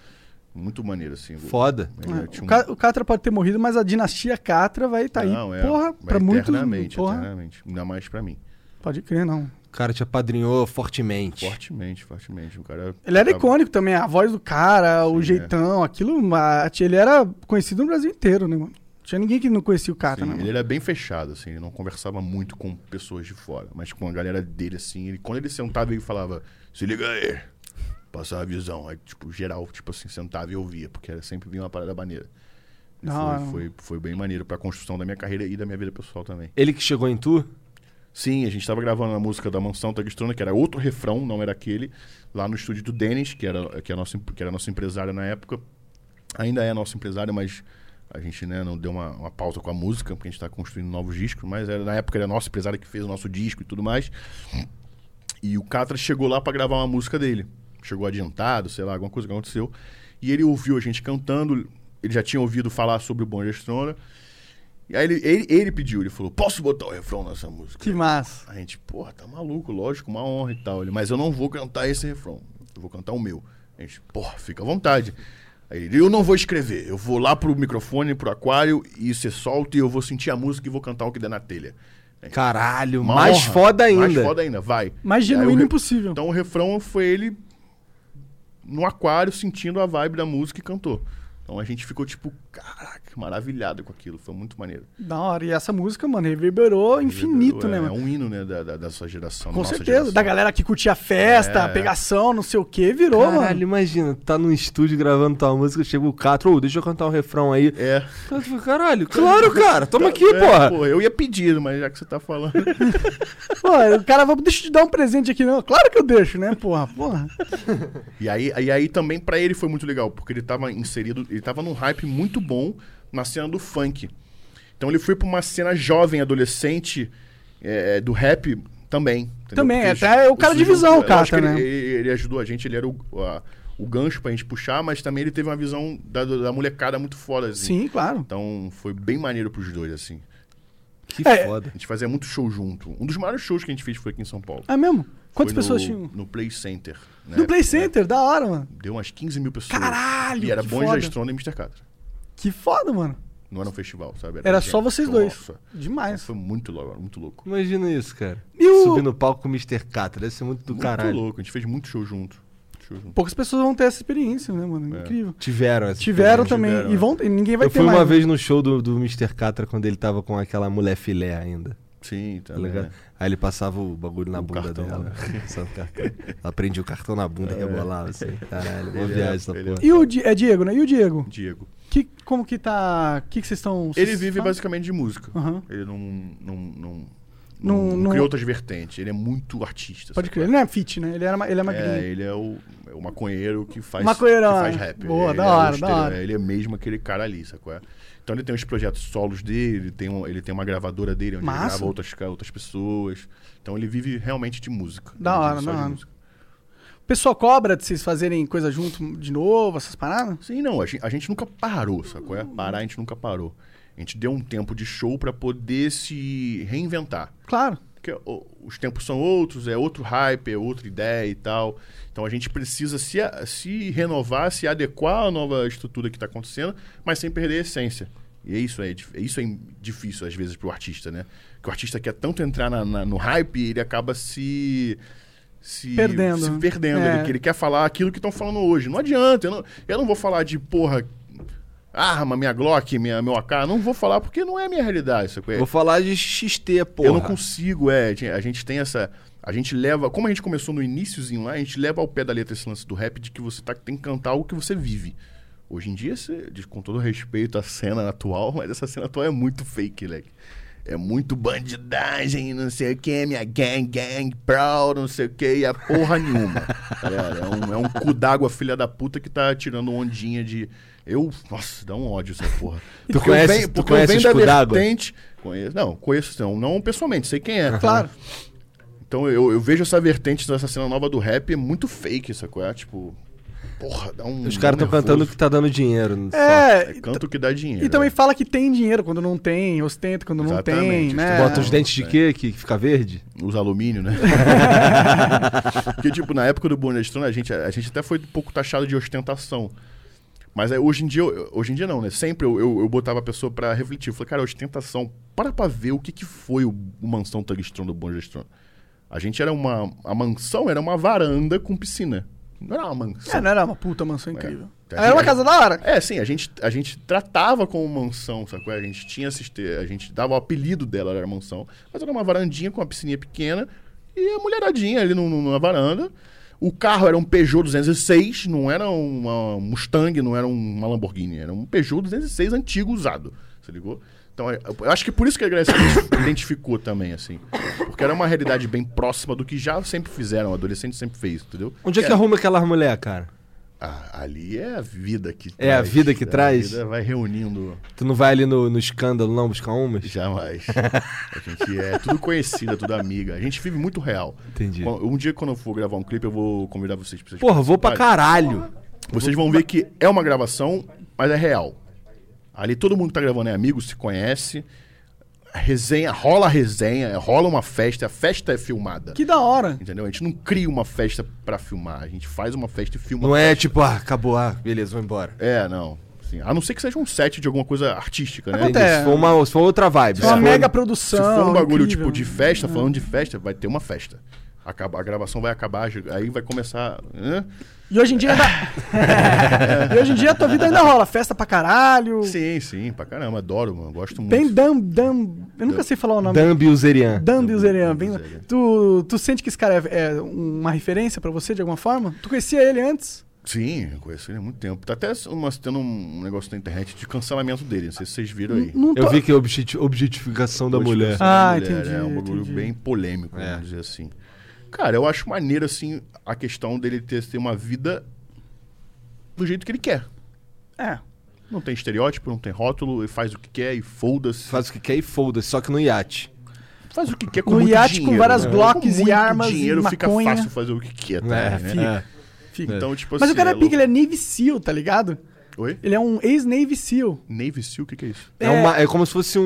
C: muito maneiro, assim.
B: Foda.
C: Ele
A: É,
C: tinha
A: o,
C: um-
A: Ca- o Catra pode ter morrido, mas a dinastia Catra vai estar tá aí.
C: Não, é,
A: porra,
C: vai
A: pra muitos.
C: Eternamente,
A: Porra,
C: eternamente. Ainda mais pra mim.
A: pode crer, não.
B: O cara te apadrinhou fortemente.
C: Fortemente, fortemente. O cara.
A: Ele era
C: tava-
A: icônico também, a voz do cara, o
C: Tá Sim, é.
A: jeitão, aquilo. mate. Ele era conhecido no Brasil inteiro, né, mano? Tinha ninguém que não conhecia o cara,
C: Sim,
A: né?
C: ele
A: mano?
C: era bem fechado, assim, ele não conversava muito com pessoas de fora, mas com a galera dele, assim, ele, quando ele sentava, ele falava, se liga aí, passar a visão. Aí, tipo, geral, tipo assim, sentava e ouvia, porque era sempre vinha uma parada maneira. E
A: Não,
C: foi,
A: é um-
C: foi, foi bem maneiro pra construção da minha carreira e da minha vida pessoal também.
B: Ele que chegou em tu?
C: Sim, a gente tava gravando a música da Mansão Tagustrona, que era outro refrão, não era aquele, lá no estúdio do Denis, que era, que, é era nosso, que era nosso empresário na época. Ainda é nosso empresário, mas a gente né, não deu uma, uma pausa com a música, porque a gente tá construindo novos discos, mas era, na época era nosso empresário que fez o nosso disco e tudo mais. E o Catra chegou lá pra gravar uma música dele. Chegou adiantado, sei lá, alguma coisa que aconteceu. E ele ouviu a gente cantando, ele já tinha ouvido falar sobre o Bom Gestrona. E aí ele, ele, ele pediu, ele falou, posso botar o refrão nessa música?
A: Que massa.
C: A gente, porra, tá maluco, lógico, uma honra e tal. Ele, mas eu não vou cantar esse refrão. Eu vou cantar o meu. A gente, porra, fica à vontade. Aí ele, eu não vou escrever. Eu vou lá pro microfone, pro aquário, e você solta e eu vou sentir a música e vou cantar o que der na telha.
B: Caralho,
C: Uma
B: mais
C: honra,
B: foda ainda.
C: Mais foda ainda, vai.
A: Mais
C: E aí o
A: genuíno
C: re-
A: impossível.
C: Então o refrão foi ele no aquário, sentindo a vibe da música e cantou. Então a gente ficou tipo, caraca, maravilhado com aquilo. Foi muito maneiro.
A: Da hora. E essa música, mano, reverberou infinito,
C: é,
A: né,
C: É
A: mano?
C: um hino, né, da, da, da sua geração. da
A: Com
C: nossa
A: certeza.
C: geração.
A: Da galera que curtia a festa,
C: É.
A: pegação, não sei o que, virou,
B: Caralho,
A: mano.
B: imagina, tá num estúdio gravando tua música, chega o Catro, ô, deixa eu cantar um refrão aí.
C: É.
B: Cara, tu fala, Caralho, Tá claro, cara, toma aqui,
C: É,
B: porra.
C: pô, eu ia pedir, mas já que você tá falando.
A: Pô, o cara vai, deixa eu te dar um presente aqui, não. Claro que eu deixo, né, porra, porra.
C: e, aí, e aí também pra ele foi muito legal, porque ele tava inserido, ele Ele tava num hype muito bom na cena do funk. Então ele foi pra uma cena jovem, adolescente, é, do rap também. entendeu?
A: Também,
C: Porque
A: até o cara de
C: Silvio-
A: visão,
C: eu
A: cara,
C: acho que
A: né?
C: ele, ele- ele ajudou a gente, ele era o, a- o gancho pra gente puxar, mas também ele teve uma visão da, da molecada muito foda, assim.
A: Sim, claro.
C: Então foi bem maneiro pros dois, assim.
B: Que
A: É.
B: foda.
C: A gente fazia muito show junto. Um dos maiores shows que a gente fez foi aqui em São Paulo.
A: É mesmo? Quantas
C: Foi
A: pessoas
C: no,
A: tinham?
C: No Play Center. né?
A: No Play Center, da hora, mano.
C: Deu umas 15 mil pessoas.
A: Caralho,
C: E era
A: que
C: bom
A: foda.
C: Strona e Mr. Catra.
A: Que foda, mano.
C: Não era um festival, sabe?
A: Era
C: gente,
A: só vocês dois.
C: nossa.
A: Demais.
C: Foi muito louco, muito louco.
B: Imagina isso, cara.
A: E o-
B: Subir no palco com o Mr. Catra. Deve ser muito do
C: muito
B: caralho.
C: louco, a gente fez muito show junto. Show junto.
A: Poucas pessoas vão ter essa experiência, né, mano? Incrível.
B: Tiveram essa
A: Tiveram
B: experiência.
A: também.
C: É. tiveram,
A: e
C: né?
A: vão ter- ninguém vai
B: Eu
A: ter
B: fui
A: mais.
B: uma
A: né?
B: vez no show do, do Mr. Catra quando ele tava com aquela mulher filé ainda.
C: Sim, tá
B: Tá ligado?
C: ligado?
B: Aí ele passava o bagulho na bunda
C: cartão, né? É.
B: dela. Só o cartão. Ela prendia o cartão na bunda, rebolava assim. Caralho, uma
C: Ele é-
B: viagem essa
C: ele é-
B: porra.
A: E o Di- é Diego, né? E o Diego?
C: Diego.
A: Que, como que tá. O que que vocês estão.
C: Ele
A: vocês
C: vive
A: falam?
C: basicamente de música.
A: Aham.
C: Ele não. não, não
A: Não-
C: não,
A: não-
C: criou outras vertentes. Ele é muito artista.
A: Pode
C: sabe?
A: crer. Ele não é fit, né? Ele, era, ma- ele é magrinho.
C: É, ele é o, é o maconheiro que faz,
A: Maconheirão,
C: que faz
A: é.
C: rap.
A: Boa,
C: ele
A: da
C: é o
A: hora, da
C: estereo-
A: hora.
C: Ele é mesmo aquele cara ali, sacou? É? Então ele tem os projetos solos dele, ele tem, um- ele tem uma gravadora dele, onde
A: Massa.
C: ele grava outras, ca- outras pessoas. Então ele vive realmente de música.
A: Da
C: Ele
A: hora,
C: vive só
A: da
C: de
A: hora.
C: música.
A: O pessoal cobra de vocês fazerem coisa junto de novo, essas paradas?
C: Sim, não, a gen- a gente, nunca parou, sacou? É? Parar a gente nunca parou. A gente deu um tempo de show pra poder se reinventar.
A: Claro.
C: Porque ó, os tempos são outros, é outro hype, é outra ideia e tal. Então a gente precisa se, a- se renovar, se adequar à nova estrutura que está acontecendo, mas sem perder a essência. E é isso é, dif- é isso é im- difícil às vezes para o artista, né? Que o artista quer tanto entrar na- na- no hype, ele acaba se se
A: Perdendo,
C: se
A: né?
C: perdendo.
A: É.
C: Ele, ele quer falar aquilo que estão falando hoje. Não adianta, eu não, eu não vou falar de porra arma, minha Glock, minha meu AK, não vou falar porque não é a minha realidade, sacou? É-
B: Vou falar de XT, porra.
C: eu não consigo, é. a gente- A gente tem essa. A gente leva. Como a gente começou no iníciozinho lá, a gente leva ao pé da letra esse lance do rap de que você tá, tem que cantar algo que você vive. Hoje em dia, você- de- com todo respeito à cena atual, mas essa cena atual é muito fake, leque. É muito bandidagem, não sei o que, minha gang, gang, proud, não sei o que, e a porra nenhuma. tá ligado? é, um, é um cu d'água, filha da puta, que tá tirando ondinha de. Eu. Nossa, dá um ódio essa porra.
B: Tu
C: Porque eu
B: conhece-
C: venho-
B: tu
C: porque
B: conhece
C: eu venho
B: os
C: da
B: cu d'água?
C: vertente- Conheço, não, conheço não, não pessoalmente, sei quem é.
A: Claro.
C: Então eu, eu vejo essa vertente dessa cena nova do rap é muito fake, sacou? É tipo. Porra, dá um.
B: Os caras
C: dá
B: tão
C: um
B: cantando que
C: nervoso.
B: tá dando dinheiro. não só.
A: É.
C: É
A: e-
C: canto que dá dinheiro.
A: E também
C: né?
A: fala que tem dinheiro quando não tem, ostenta quando não tem,
C: Exatamente.
A: né?
C: Tu
B: Bota os dentes de quê que fica verde?
C: Os alumínio, né? Porque, tipo, na época do Bonestron, a gente, a gente até foi um pouco taxado de ostentação. Mas aí, hoje em dia, eu- hoje em dia não, né? Sempre eu, eu, eu botava a pessoa pra refletir. Eu falei, cara, ostentação, para pra ver o que, que foi o, o mansão Tugstron do Bonestron. A gente era uma. A mansão era uma varanda com piscina. Não era uma mansão.
A: É, não era uma puta mansão incrível.
C: É.
A: Era uma casa da hora.
C: É, sim, a gente, a gente tratava como mansão, sacou? A gente tinha assiste, a gente dava o apelido dela, era mansão, mas era uma varandinha com uma piscininha pequena e a mulheradinha ali no, no- na varanda. O carro era um Peugeot 206, não era uma Mustang, não era uma Lamborghini, era um Peugeot 206 antigo usado, você ligou? Então, eu eu acho que por isso que a Grécia se identificou também, assim. Porque era uma realidade bem próxima do que já sempre fizeram, o adolescente sempre fez, entendeu?
B: Onde é que arruma aquelas mulher, cara?
C: Ah, ali é a vida que
B: É a vida que
C: né?
B: traz.
C: A vida vai reunindo
B: Tu não vai ali no, no escândalo não buscar umas?
C: jamais. a gente é tudo conhecida, tudo amiga. A gente vive muito real.
B: Entendi.
C: Quan- Um dia, quando eu for gravar um clipe, eu vou convidar vocês pra vocês.
B: Porra, vou pra
C: participarem.
B: caralho.
C: Vocês vão ver que é uma gravação, mas é real. Ali todo mundo que tá gravando é amigo, se conhece. A Resenha, rola a resenha, rola uma festa, a festa é filmada.
A: Que da hora.
C: Entendeu? A gente não cria uma festa pra filmar, a gente faz uma festa e filma.
B: Não é tipo, ah, acabou, ah, beleza, vou embora.
C: É, não. Sim. A não ser que seja um set de alguma coisa artística, né?
A: Acontece.
B: Entendi. Se for, uma, se for outra vibe.
A: É
B: se
A: uma
B: for-
A: mega
C: Se
A: produção.
C: for um bagulho
A: incrível. né? É.
C: tipo de festa, falando de festa, vai ter uma festa. Acaba, a gravação vai acabar, aí vai começar. né? hã?
A: E hoje em dia ainda. e hoje em dia a tua vida ainda rola. Festa pra caralho.
C: Sim, sim, pra caramba, adoro, mano, gosto muito.
A: Uh. Tem Dan. Dan. Eu nunca sei falar o nome.
B: Dambi Uzerian.
A: Dan Bilzerian. Bem...
C: Bilzerian.
A: Tu, tu sente que esse cara é, é uma referência pra você de alguma forma? Tu conhecia ele antes?
C: Sim, eu conheço ele há muito tempo. Tá até uma, tendo um negócio na internet de cancelamento dele, não sei se vocês viram aí.
A: Não
B: Eu
A: tô-
B: vi que é objeti- objetificação da mulher.
C: Objetificação da
A: Ah,
C: mulher,
A: entendi,
C: É um bagulho
A: entendi.
C: bem polêmico,
B: É.
C: vamos dizer assim. Cara, eu acho maneiro, assim, a questão dele ter, ter uma vida do jeito que ele quer.
A: É.
C: Não tem estereótipo, não tem rótulo, e faz o que quer e foda-se.
B: Faz o que quer e foda-se, só que no iate.
C: Faz o que quer com
A: No
C: muito
A: iate, com
C: dinheiro. né?
A: várias Glocks e
C: com muito
A: armas e
C: dinheiro fica
A: maconha.
C: fácil fazer o que quer, tá?
B: É,
C: né?
A: fica.
C: Fica. Então, tipo
A: Mas
C: assim,
A: o cara é
C: louco.
A: pica, ele é Navy SEAL, tá ligado?
C: Oi?
A: Ele é um ex-Navy SEAL.
C: Navy Seal, o que que é isso?
B: É, uma- é como se fosse um-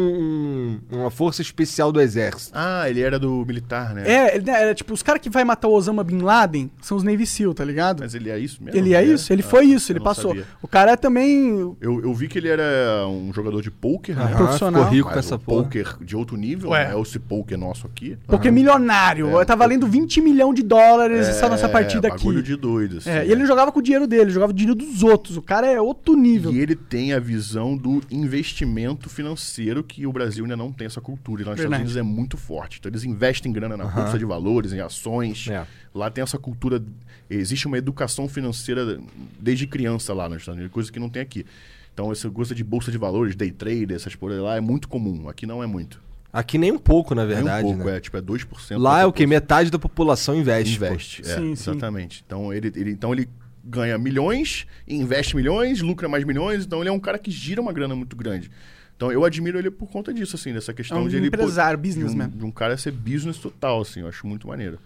B: um- uma força especial do exército.
C: Ah, ele era do militar, né?
A: É, ele, né, é tipo, os caras que vai matar o Osama Bin Laden são os Navy SEAL, tá ligado?
C: Mas ele é isso mesmo?
A: ele é isso, ele foi isso,
C: eu
A: ele
C: não
A: passou.
C: sabia.
A: O cara é também.
C: Eu, eu vi que ele era um jogador de pôquer, né?
B: Aham,
A: Profissional.
B: Ficou rico
C: Mas
B: com essa
C: um
B: porra.
C: poker de outro nível,
A: Ué.
C: né? É esse poker nosso aqui.
A: Porque é milionário. tá valendo 20 milhões de dólares essa nossa partida
C: Ah, é, bagulho
A: aqui.
C: de doido, assim,
A: É, e ele não
C: né?
A: jogava com o dinheiro dele, jogava o dinheiro dos outros. O cara é outro nível.
C: E ele tem a visão do investimento financeiro que o Brasil ainda não tem essa cultura. E lá nos
A: Verdade.
C: Estados Unidos é muito forte. Então eles investem grana na bolsa de valores, em ações.
B: É.
C: Lá tem essa cultura. Existe uma educação financeira desde criança lá nos Estados Unidos, coisa que não tem aqui. Então essa coisa de bolsa de valores, day trade, essas coisas lá é muito comum. Aqui não é muito.
B: Aqui nem um pouco, na
C: Nem
B: verdade,
C: um pouco,
B: né?
C: é tipo é 2%.
B: Lá
C: da
B: é o que? Metade da população investe. pô.
C: investe. É,
A: Sim, sim.
C: exatamente. Então ele, ele- então ele ganha milhões, investe milhões, lucra mais milhões, então ele é um cara que gira uma grana muito grande. Então eu admiro ele por conta disso, assim, dessa questão
A: É um
C: de ele. pô,
A: empresário,
C: de um-
A: businessman.
C: De um cara ser business total, assim, eu acho muito maneiro.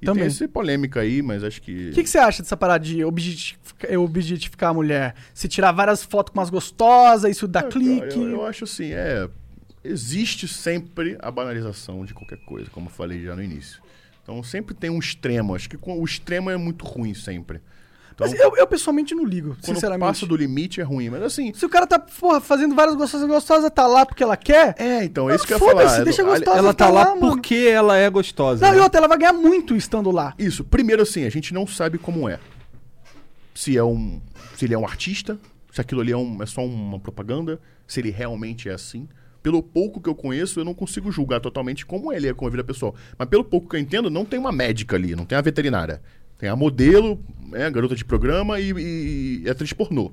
C: E
A: Também.
C: tem essa polêmica aí, mas acho que.
A: O que, que você acha dessa parada de objetifica- objetificar, a mulher? Se tirar várias fotos com umas gostosas, isso dá
C: É, eu,
A: clique.
C: Eu, eu acho assim, é. Existe sempre a banalização de qualquer coisa, como eu falei já no início. Então sempre tem um extremo. Acho que com- o extremo é muito ruim sempre. Então,
A: Mas eu, eu pessoalmente não ligo,
C: quando
A: sinceramente.
C: passa do limite é ruim, mas assim,
A: Se o cara tá, porra, fazendo várias gostosas, gostosas, tá lá porque ela quer.
C: É, então, é
A: Ah,
C: isso que eu ia
A: foda-se,
C: falar.
A: deixa
C: Ali-
A: gostosa.
B: Ela tá
A: tá
B: lá
A: lá, mano.
B: porque ela é gostosa.
A: Não,
B: né?
A: e outra, ela vai ganhar muito estando lá.
C: Isso, primeiro assim, a gente não sabe como é. Se é um. Se ele é um artista, se aquilo ali é, um- é só uma propaganda, se ele realmente é assim. Pelo pouco que eu conheço, eu não consigo julgar totalmente como ele é com a vida pessoal. Mas pelo pouco que eu entendo, não tem uma médica ali, não tem a veterinária. Tem a modelo, é, a garota de programa e, e, e atriz pornô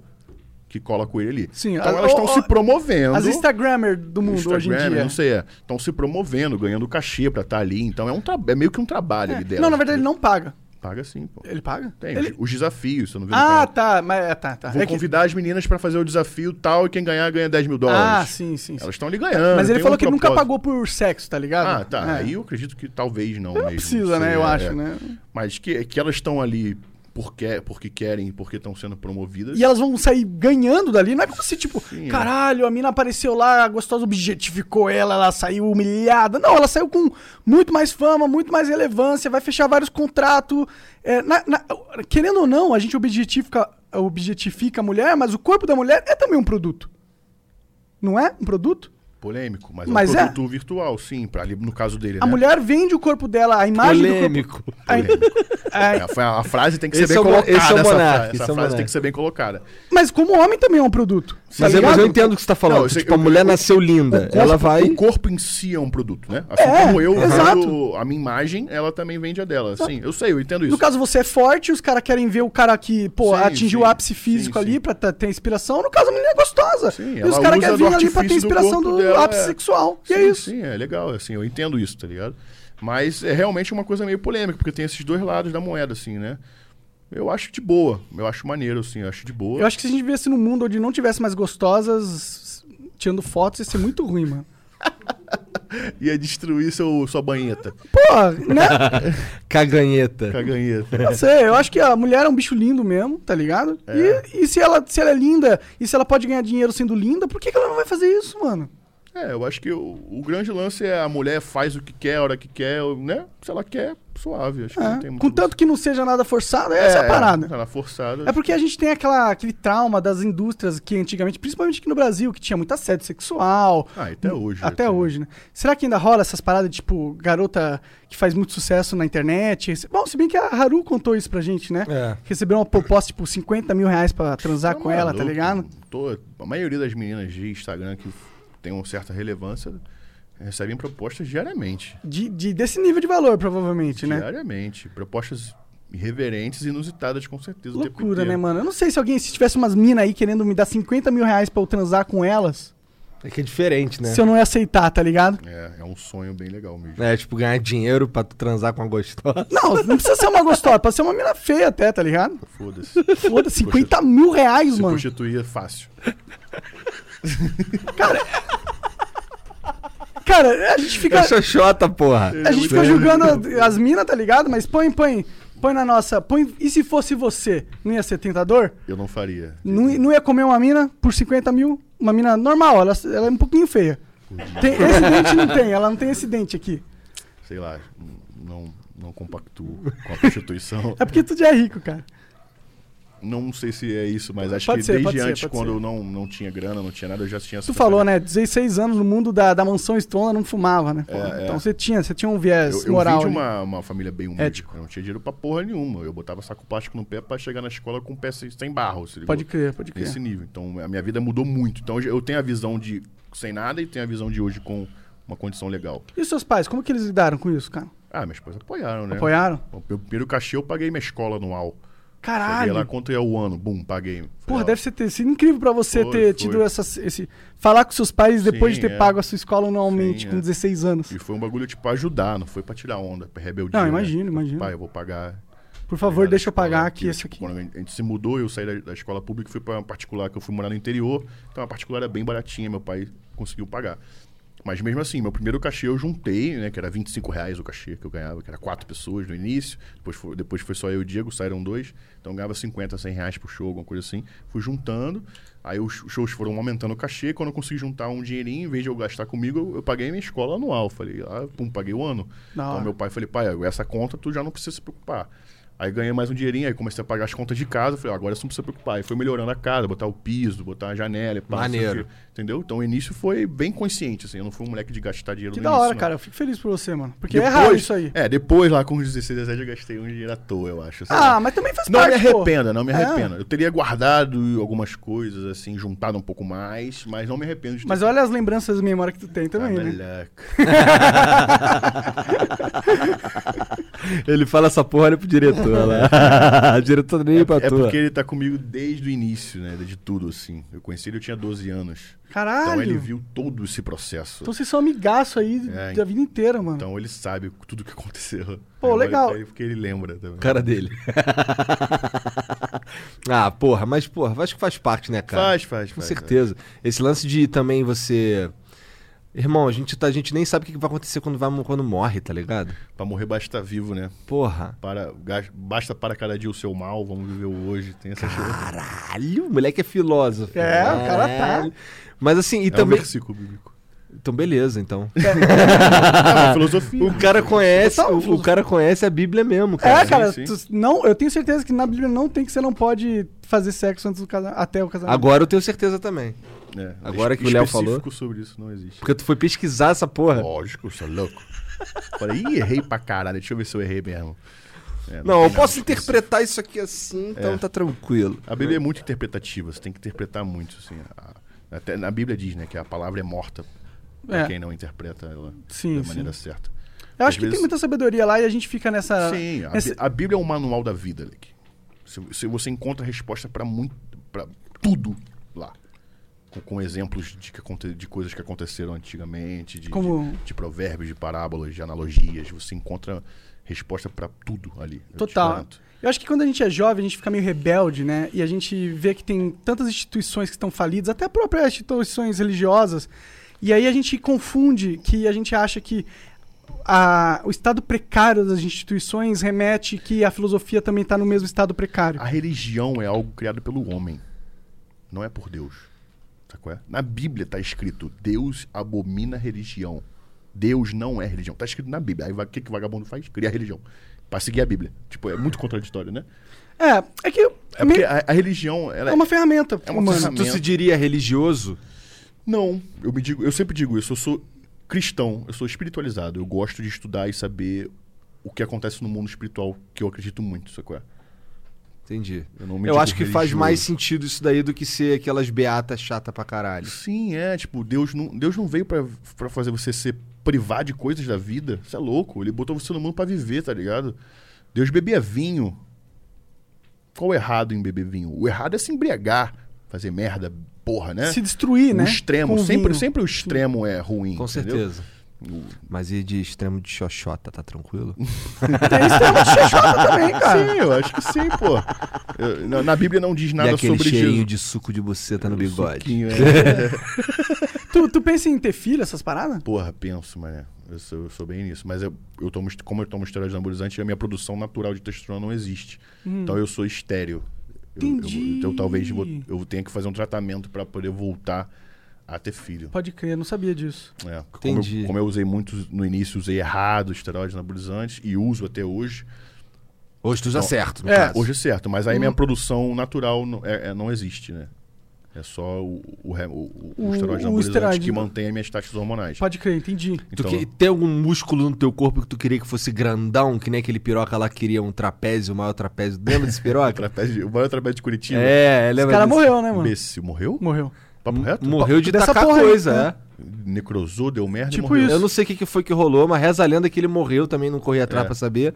C: que cola com ele ali.
A: Sim,
C: então
A: a-
C: elas estão
A: o-
C: se
A: o-
C: promovendo.
A: As Instagrammer do mundo hoje em
C: Instagram,
A: dia.
C: não sei, é. Estão se promovendo, ganhando cachê pra estar ali. Então é, um tra- é meio que um trabalho
A: É.
C: ali dela.
A: Não, na verdade ele não paga.
C: Paga sim, pô.
A: Ele paga?
C: né? Tem,
A: Ele-
C: os desafios, você não viu? no
A: Ah,
C: canal?
A: tá, mas é, tá, tá.
C: Vou
A: É que-
C: convidar as meninas pra fazer o desafio tal, e quem ganhar, ganha 10 mil
A: Ah,
C: dólares.
A: sim, sim. sim.
C: Elas estão ali ganhando.
A: Mas ele
C: tem
A: falou
C: um
A: que nunca
C: propósito.
A: pagou por sexo, tá ligado?
C: Ah, tá.
A: É.
C: Aí eu acredito que talvez não,
A: Não
C: mesmo.
A: precisa,
C: sei,
A: né? Eu
C: é,
A: acho,
C: é.
A: né?
C: Mas que, que elas estão ali porque, porque querem, porque estão sendo promovidas.
A: E elas vão sair ganhando dali. Não é como se, tipo,
C: Sim, é.
A: caralho, a mina apareceu lá, a gostosa objetificou ela, ela saiu humilhada. Não, ela saiu com muito mais fama, muito mais relevância, vai fechar vários contratos. É, na- na- querendo ou não, a gente objetifica, objetifica a mulher, mas o corpo da mulher é também um produto. Não é um produto?
C: Polêmico, mas,
A: Mas
C: é um
A: é?
C: produto virtual, sim, pra, ali, no caso dele,
A: A
C: né?
A: mulher vende o corpo dela, a imagem do
B: Polêmico.
A: corpo. A, im- a-
C: É, foi- a, frase tem que ser
B: Esse
C: bem
B: é o mo-
C: colocada.
B: esse é o
C: essa fra-
B: monarca,
C: essa
B: esse é o
C: frase
B: monarca.
C: tem que ser bem colocada.
A: É, mas como homem também é um produto. tá
B: Mas, eu- mas eu
A: ligado?
B: entendo o que você tá falando.
C: Não, isso-
B: tipo, a mulher nasceu linda.
C: corpo-
B: ela vai.
C: O corpo em si é um produto, né? Assim
A: É,
C: como eu
A: exato.
C: vendo a minha imagem, ela também vende a dela. Sim, eu sei, eu entendo isso.
A: No caso, você é forte, os caras querem ver o cara que, pô,
C: Sim,
A: atingiu o
C: sim.
A: ápice físico
C: Sim,
A: ali
C: sim.
A: pra tá, ter- ter inspiração. No caso, a menina é gostosa.
C: Sim,
A: e
C: ela
A: os caras
C: usa
A: querem
C: do
A: vir ali pra ter
C: artifício do
A: inspiração do,
C: corpo dela,
A: ápice
C: é.
A: sexual. E
C: sim,
A: é isso.
C: Sim, é legal, assim, eu entendo isso, tá ligado? Mas é realmente uma coisa meio polêmica, porque tem esses dois lados da moeda, assim, né? Eu acho de boa, eu acho maneiro, assim, eu acho de boa.
A: Eu acho que se a gente vivesse num mundo onde não tivesse mais gostosas tirando fotos, ia ser muito ruim, mano.
C: Ia é destruir seu, sua banheta,
A: Pô, né?
B: Caganheta.
C: caganheta.
A: Não sei, eu acho que a mulher é um bicho lindo mesmo, tá ligado? E, e se, ela, se ela é linda, e se ela pode ganhar dinheiro sendo linda, por que, que ela não vai fazer isso, mano?
C: é, eu acho que o, o grande lance é a mulher faz o que quer, a hora que quer, né? Se ela quer, suave. Acho que não
A: É,
C: tem muito
A: com tanto que não seja nada forçado, essa é a parada.
C: Ela forçada.
A: É porque a gente tem aquela, aquele trauma das indústrias que antigamente, principalmente aqui no Brasil, que tinha muito assédio sexual.
C: Ah, até hoje.
A: Até hoje, né? Será que ainda rola essas paradas, tipo, garota que faz muito sucesso na internet? Bom, se bem que a Haru contou isso pra gente, né?
B: É.
A: Recebeu uma proposta, tipo, 50 mil reais pra transar
C: Tá
A: com ela, tá
C: maluco.
A: ligado?
C: Tô- a maioria das meninas de Instagram que tem uma certa relevância recebem propostas diariamente.
A: De, de- desse nível de valor, provavelmente, né?
C: Diariamente. Propostas irreverentes e inusitadas, com certeza. o tempo
A: Loucura, né,
C: inteiro.
A: mano? Eu não sei se alguém, se tivesse umas minas aí querendo me dar 50 mil reais pra eu transar com elas,
B: É que é diferente, né?
A: se eu não ia aceitar, tá ligado?
C: É, é um sonho bem legal mesmo.
B: É, tipo, ganhar dinheiro pra tu transar com uma gostosa.
A: Não, não precisa ser uma gostosa, pode ser uma mina feia até, tá ligado?
C: Foda-se.
A: Foda, 50 mil reais,
C: Se
A: mano.
C: prostituir é fácil.
A: Cara, é a gente fica.
B: É xoxota, porra.
C: é
A: A gente fica julgando as minas, tá ligado? Mas põe, põe. Põe na nossa. Põe. E se fosse você? Não ia ser tentador?
C: Eu não faria.
A: Não, i- não ia comer uma mina por 50 mil? Uma mina normal, ela, ela é um pouquinho feia. Tem- esse dente não tem, ela não tem esse dente aqui.
C: Sei lá, não, não compactuo com a prostituição.
A: É porque tu já é rico, cara.
C: Não sei se é isso, mas acho
A: Pode
C: que
A: ser, pode
C: desde
A: ser,
C: antes,
A: pode
C: quando
A: ser.
C: eu não, não tinha grana, não tinha nada, eu já tinha
A: Tu falou, né? 16 anos no mundo da, da mansão Stronda não fumava, né?
C: É,
A: então
C: é.
A: você tinha, você tinha um viés
C: Eu, eu vim
A: moral.
C: de
A: ali.
C: uma, uma família bem humilde.
A: Ético.
C: Eu não tinha dinheiro pra porra nenhuma. Eu botava saco plástico no pé pra chegar na escola com o pé sem sem barro. se ligou?
A: Pode crer, pode crer.
C: Nesse nível. Então, a minha vida mudou muito. Então, eu tenho a visão de sem nada e tenho a visão de hoje com uma condição legal.
A: E os seus pais, como que eles lidaram com isso, cara?
C: Ah, meus pais apoiaram, né?
A: Apoiaram?
C: O meu primeiro cachê eu paguei minha escola anual. Cheguei
A: Caralho!
C: lá, quanto é o ano? Bum, paguei. Falei,
A: Porra,
C: ó,
A: deve ser ter sido incrível pra você
C: Foi,
A: ter
C: foi.
A: tido essa, esse. Falar com seus pais depois
C: Sim,
A: de ter
C: é.
A: pago a sua escola anualmente
C: Sim,
A: com
C: é.
A: 16 anos.
C: E foi um bagulho, tipo, pra ajudar, não foi pra tirar onda, pra rebeldia.
A: Não,
C: né?
A: imagino, imagino.
C: Pai, eu vou pagar.
A: Por favor,
C: Tá ligado?
A: deixa eu pagar
C: Escola
A: aqui esse
C: tipo,
A: aqui.
C: Quando a gente se mudou, eu saí da, da escola pública e fui pra uma particular, que eu fui morar no interior. Então, a particular era bem baratinha, meu pai conseguiu pagar. Mas mesmo assim, meu primeiro cachê eu juntei, né? Que era 25 reais o cachê que eu ganhava, que era quatro pessoas no início. Depois foi, depois foi só eu e o Diego, saíram dois. Então eu ganhava 50, 100 reais pro show, alguma coisa assim. Fui juntando. Aí os shows foram aumentando o cachê. Quando eu consegui juntar um dinheirinho, em vez de eu gastar comigo, eu, eu paguei minha escola anual. Falei, ah, pum, paguei o ano.
A: Da hora.
C: então meu pai falei, pai, essa conta tu já não precisa se preocupar. Aí ganhei mais um dinheirinho, aí comecei a pagar as contas de casa. Falei, ah, agora você não precisa se preocupar. Aí foi melhorando a casa, botar o piso, botar a janela, e pá, não sei o
B: Maneiro.
C: quê. Entendeu? Então o início foi bem consciente, assim. Eu não fui um moleque de gastar dinheiro
A: Que
C: no
A: da
C: início,
A: hora,
C: não.
A: cara. Eu fico feliz por você, mano. Porque
C: né? Depois-
A: é raro isso aí.
C: É, depois lá com os 16, 17 eu gastei um dinheiro à toa, eu acho. sei
A: Ah,
C: lá.
A: mas também faz
C: Não me
A: parte. pô.
C: arrependa, não me
A: É.
C: arrependa. Eu teria guardado algumas coisas, assim, juntado um pouco mais, mas não me arrependo de ter
A: Mas olha as lembranças de memória que tu tem
C: Ah,
A: também, né?
C: Caraca.
B: Ele fala essa porra, olha pro diretor lá. diretor nem pra
C: É
B: tua.
C: porque ele tá comigo desde o início, né? De tudo, assim. Eu conheci ele, eu tinha 12 anos.
A: Caralho.
C: Então ele
A: Então,
C: viu todo esse processo.
A: vocês são amigaço aí
C: É,
A: da vida inteira, mano.
C: Então ele sabe tudo que aconteceu.
A: Pô,
C: Eu olho
A: legal.
C: pra ele Porque ele lembra também.
B: Cara dele. ah, porra, mas porra, acho que faz parte, né, cara?
C: Faz, faz,
B: Com
C: faz,
B: certeza. Esse lance de também você. Irmão, a gente, tá, a gente nem sabe o que que vai acontecer quando, vai, quando morre, tá ligado?
C: faz. Pra morrer basta estar vivo, né?
B: Porra.
C: Para, gas- basta para cada dia o seu mal, vamos viver o hoje. Tem essa
B: Caralho, o moleque é filósofo.
A: É, o cara tá.
B: Caralho. Mas assim, e
C: É um
B: também.
C: versículo bíblico.
B: Então, beleza, então.
C: É uma filosofia.
B: Ah, O cara conhece, o, o cara conhece a Bíblia mesmo, cara.
A: é, cara,
C: sim.
A: tu- não, eu tenho certeza que na Bíblia não tem que você não pode fazer sexo antes do casa, até o casamento.
B: Agora eu tenho certeza também.
C: É,
B: Agora
C: es-
B: que o Léo falou.
C: específico sobre isso não existe.
B: Porque tu foi pesquisar essa porra.
C: Lógico, sou louco. Falei, ih, errei pra caralho. Deixa eu ver se eu errei mesmo. É,
B: Não,
C: tem
B: eu
C: nada
B: posso
C: disso.
B: interpretar isso aqui assim, então tá tranquilo.
C: A Bíblia é muito interpretativa, você tem que interpretar muito, assim. A- até na Bíblia diz, né, que a palavra é morta pra
A: É.
C: quem não interpreta ela
A: Sim,
C: da maneira certa.
A: eu
C: às
A: acho que tem
C: vezes-
A: muita ah, sabedoria lá e a gente fica nessa.
C: Sim, a, Bí-
A: nesse-
C: a Bíblia é um manual da vida, Leque. Se, se você encontra resposta pra muito, para tudo lá. Com, com exemplos de, que aconte- de coisas que aconteceram antigamente, de,
A: Como-
C: de, de provérbios, de parábolas, de analogias. Você encontra resposta pra tudo ali. eu te
A: Total.
C: garanto.
A: Eu acho que quando a gente é jovem, a gente fica meio rebelde, né? E a gente vê que tem tantas instituições que estão falidas, até próprias instituições religiosas. E aí a gente confunde que a gente acha que a- o estado precário das instituições remete que a filosofia também está no mesmo estado precário.
C: A religião é algo criado pelo homem, não é por Deus. Sabe qual é? Na Bíblia está escrito: Deus abomina a religião. Deus não é religião. Tá escrito na Bíblia. Aí vai- o que, que o vagabundo faz? Cria religião. Pra seguir a Bíblia. Tipo, é muito contraditório, né?
A: É, é que
C: É
A: é, meio-
C: porque a, a religião, ela
A: é uma ferramenta
C: é uma
A: humana.
C: ferramenta.
B: Tu se diria religioso?
C: Não, eu me digo, eu sempre digo isso, eu sou cristão, eu sou espiritualizado, eu gosto de estudar e saber o que acontece no mundo espiritual, que eu acredito muito, sabe qual é?
B: Entendi.
C: Eu
B: Eu,
C: não me digo
B: acho que faz
C: religioso.
B: mais sentido isso daí do que ser aquelas beatas chata pra caralho.
C: Sim, é, tipo, Deus não, Deus não veio pra, pra fazer você se privar de coisas da vida. Você é louco. Ele botou você no mundo pra viver, tá ligado? Deus bebia vinho. Qual o errado em beber vinho? O errado é se embriagar, fazer merda, porra, né?
A: Se destruir,
C: o
A: né?
C: extremo,
A: Com o
C: sempre,
A: vinho.
C: sempre o extremo é ruim.
B: Com
C: entendeu?
B: certeza. Mas e de extremo de xoxota, tá tranquilo?
A: Tem É, extremo de xoxota também, cara.
C: Sim, eu acho que sim, pô. Eu- na, na Bíblia não diz nada
B: e aquele
C: sobre
B: cheirinho
C: Jesus.
B: de suco de buceta no bigode.
C: Suquinho, é.
A: Tu, tu pensa em ter filho, essas paradas?
C: Porra, penso, mané. Eu sou, eu sou bem nisso. Mas eu, eu tomo, est- como eu tomo esteroides anabolizantes, a minha produção natural de testosterona não existe. Então eu sou estéreo. Eu- eu-
A: Entendi.
C: então talvez vou- eu tenha que fazer um tratamento pra poder voltar a ter filho.
A: Pode crer, não sabia disso.
C: É, como,
B: Entendi.
C: eu, como eu usei muito no início, usei errado esteroides anabolizantes e uso até hoje.
B: Hoje tu já certo, no
C: É,
B: caso.
C: hoje é certo, mas aí minha produção natural não, é- é- não existe, né? É só o, o, re- o, o,
A: O-
C: o esteroide
A: o
C: anabolizante
A: esteroide.
C: que mantém as minhas taxas hormonais.
A: Pode crer, entendi.
B: Tu
C: Então,
B: que- tem algum músculo no teu corpo que tu queria que fosse grandão, que nem aquele piroca lá que queria um trapézio, o maior trapézio. Lembra desse piroca?
C: trapézio- o maior trapézio de Curitiba.
B: é,
A: Esse
B: lembra
A: cara
B: desse?
A: morreu, né, mano?
C: Imbecil, morreu?
A: Morreu.
C: Papo reto?
B: Morreu É, de
A: Dessa
B: tacar
A: porra aí,
B: coisa,
A: né?
B: é.
C: Necrosou, deu merda
A: Tipo
C: e morreu.
A: isso.
B: Eu não sei o que, que foi que rolou, mas reza a lenda que ele morreu também, não corri atrás
C: É.
B: pra saber.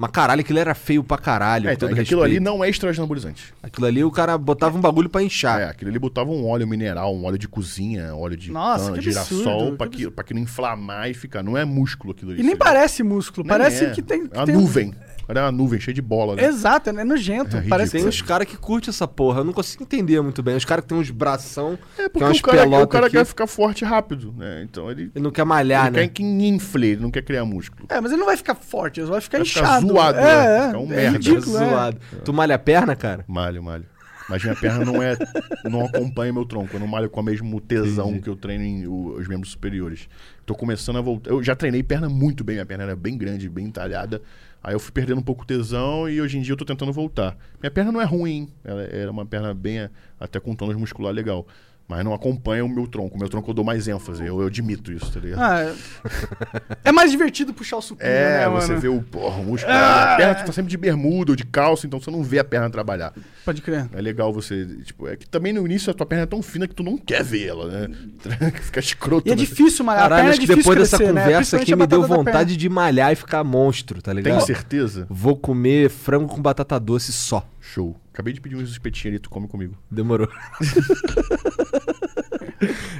B: Mas caralho, aquilo era feio pra caralho.
C: É,
B: com
C: então,
B: todo
C: aquilo ali
B: respeito.
C: não é esteroide anabolizante.
B: Aquilo ali o cara botava um bagulho pra
A: Tá.
B: inchar.
C: É, aquilo ali botava um óleo mineral, um óleo de cozinha, óleo de
A: Nossa,
C: cana,
A: que absurdo,
C: girassol, pra
A: que
C: que, pra que não inflamar e ficar. Não é músculo aquilo ali.
A: E nem
C: seria-
A: parece músculo,
C: Nem
A: parece
C: é.
A: que tem. Que
C: É uma
A: tem- um
C: nuvem. Era uma nuvem cheia de bola, né?
A: Exato, é nojento.
C: É
A: parece
B: Tem
A: que
C: ridículo.
B: uns caras que curte essa porra. Eu não consigo entender muito bem. Os caras que tem uns bração,
C: É
B: tem
C: porque
B: umas
C: o cara, o
B: pelotas
C: cara
B: aqui.
C: quer ficar forte rápido, né? Então ele,
B: Ele não quer malhar,
C: ele
B: né?
C: quer que infle, ele não quer criar músculo.
A: É, mas ele não vai ficar forte, ele vai ficar
C: Vai ficar
A: inchado.
C: zoado, né?
A: é, é,
C: Ficar um
A: é
C: merda.
A: ridículo, é.
B: Zoado. Tu malha a perna, cara?
C: Malho, malho. Mas minha perna não é. não acompanha meu tronco. Eu não malho com o mesmo tesão que eu treino em o- os membros superiores. Tô começando a voltar. Eu já treinei perna muito bem, minha perna era bem grande, bem talhada. Aí eu fui perdendo um pouco o tesão e hoje em dia eu tô tentando voltar. Minha perna não é ruim, ela era uma perna bem. até com um tônus muscular legal. Mas não acompanha o meu tronco. O meu tronco eu dou mais ênfase. Eu, eu admito isso, tá ligado?
A: Ah, é. É mais divertido puxar o supino,
C: É,
A: né,
C: você
A: mano?
C: vê o, porra, o músculo. A perna tu tá sempre de bermuda ou de calça, então você não vê a perna trabalhar.
A: Pode crer.
C: É legal você. Tipo, é que também no início a tua perna é tão fina que tu não quer ver ela, né? Fica escroto.
A: E é
C: né?
A: difícil, mano. a
B: Caralho,
A: perna é
B: acho que
A: difícil
B: depois dessa
A: crescer, né?
B: conversa aqui me
A: Principalmente a
B: deu
A: batata da
B: vontade de malhar e ficar monstro, tá
C: Tem
A: né?
B: ligado?
C: certeza?
B: Vou comer frango com batata doce só.
C: Show. Acabei de pedir uns espetinhos ali, tu come comigo.
B: Demorou.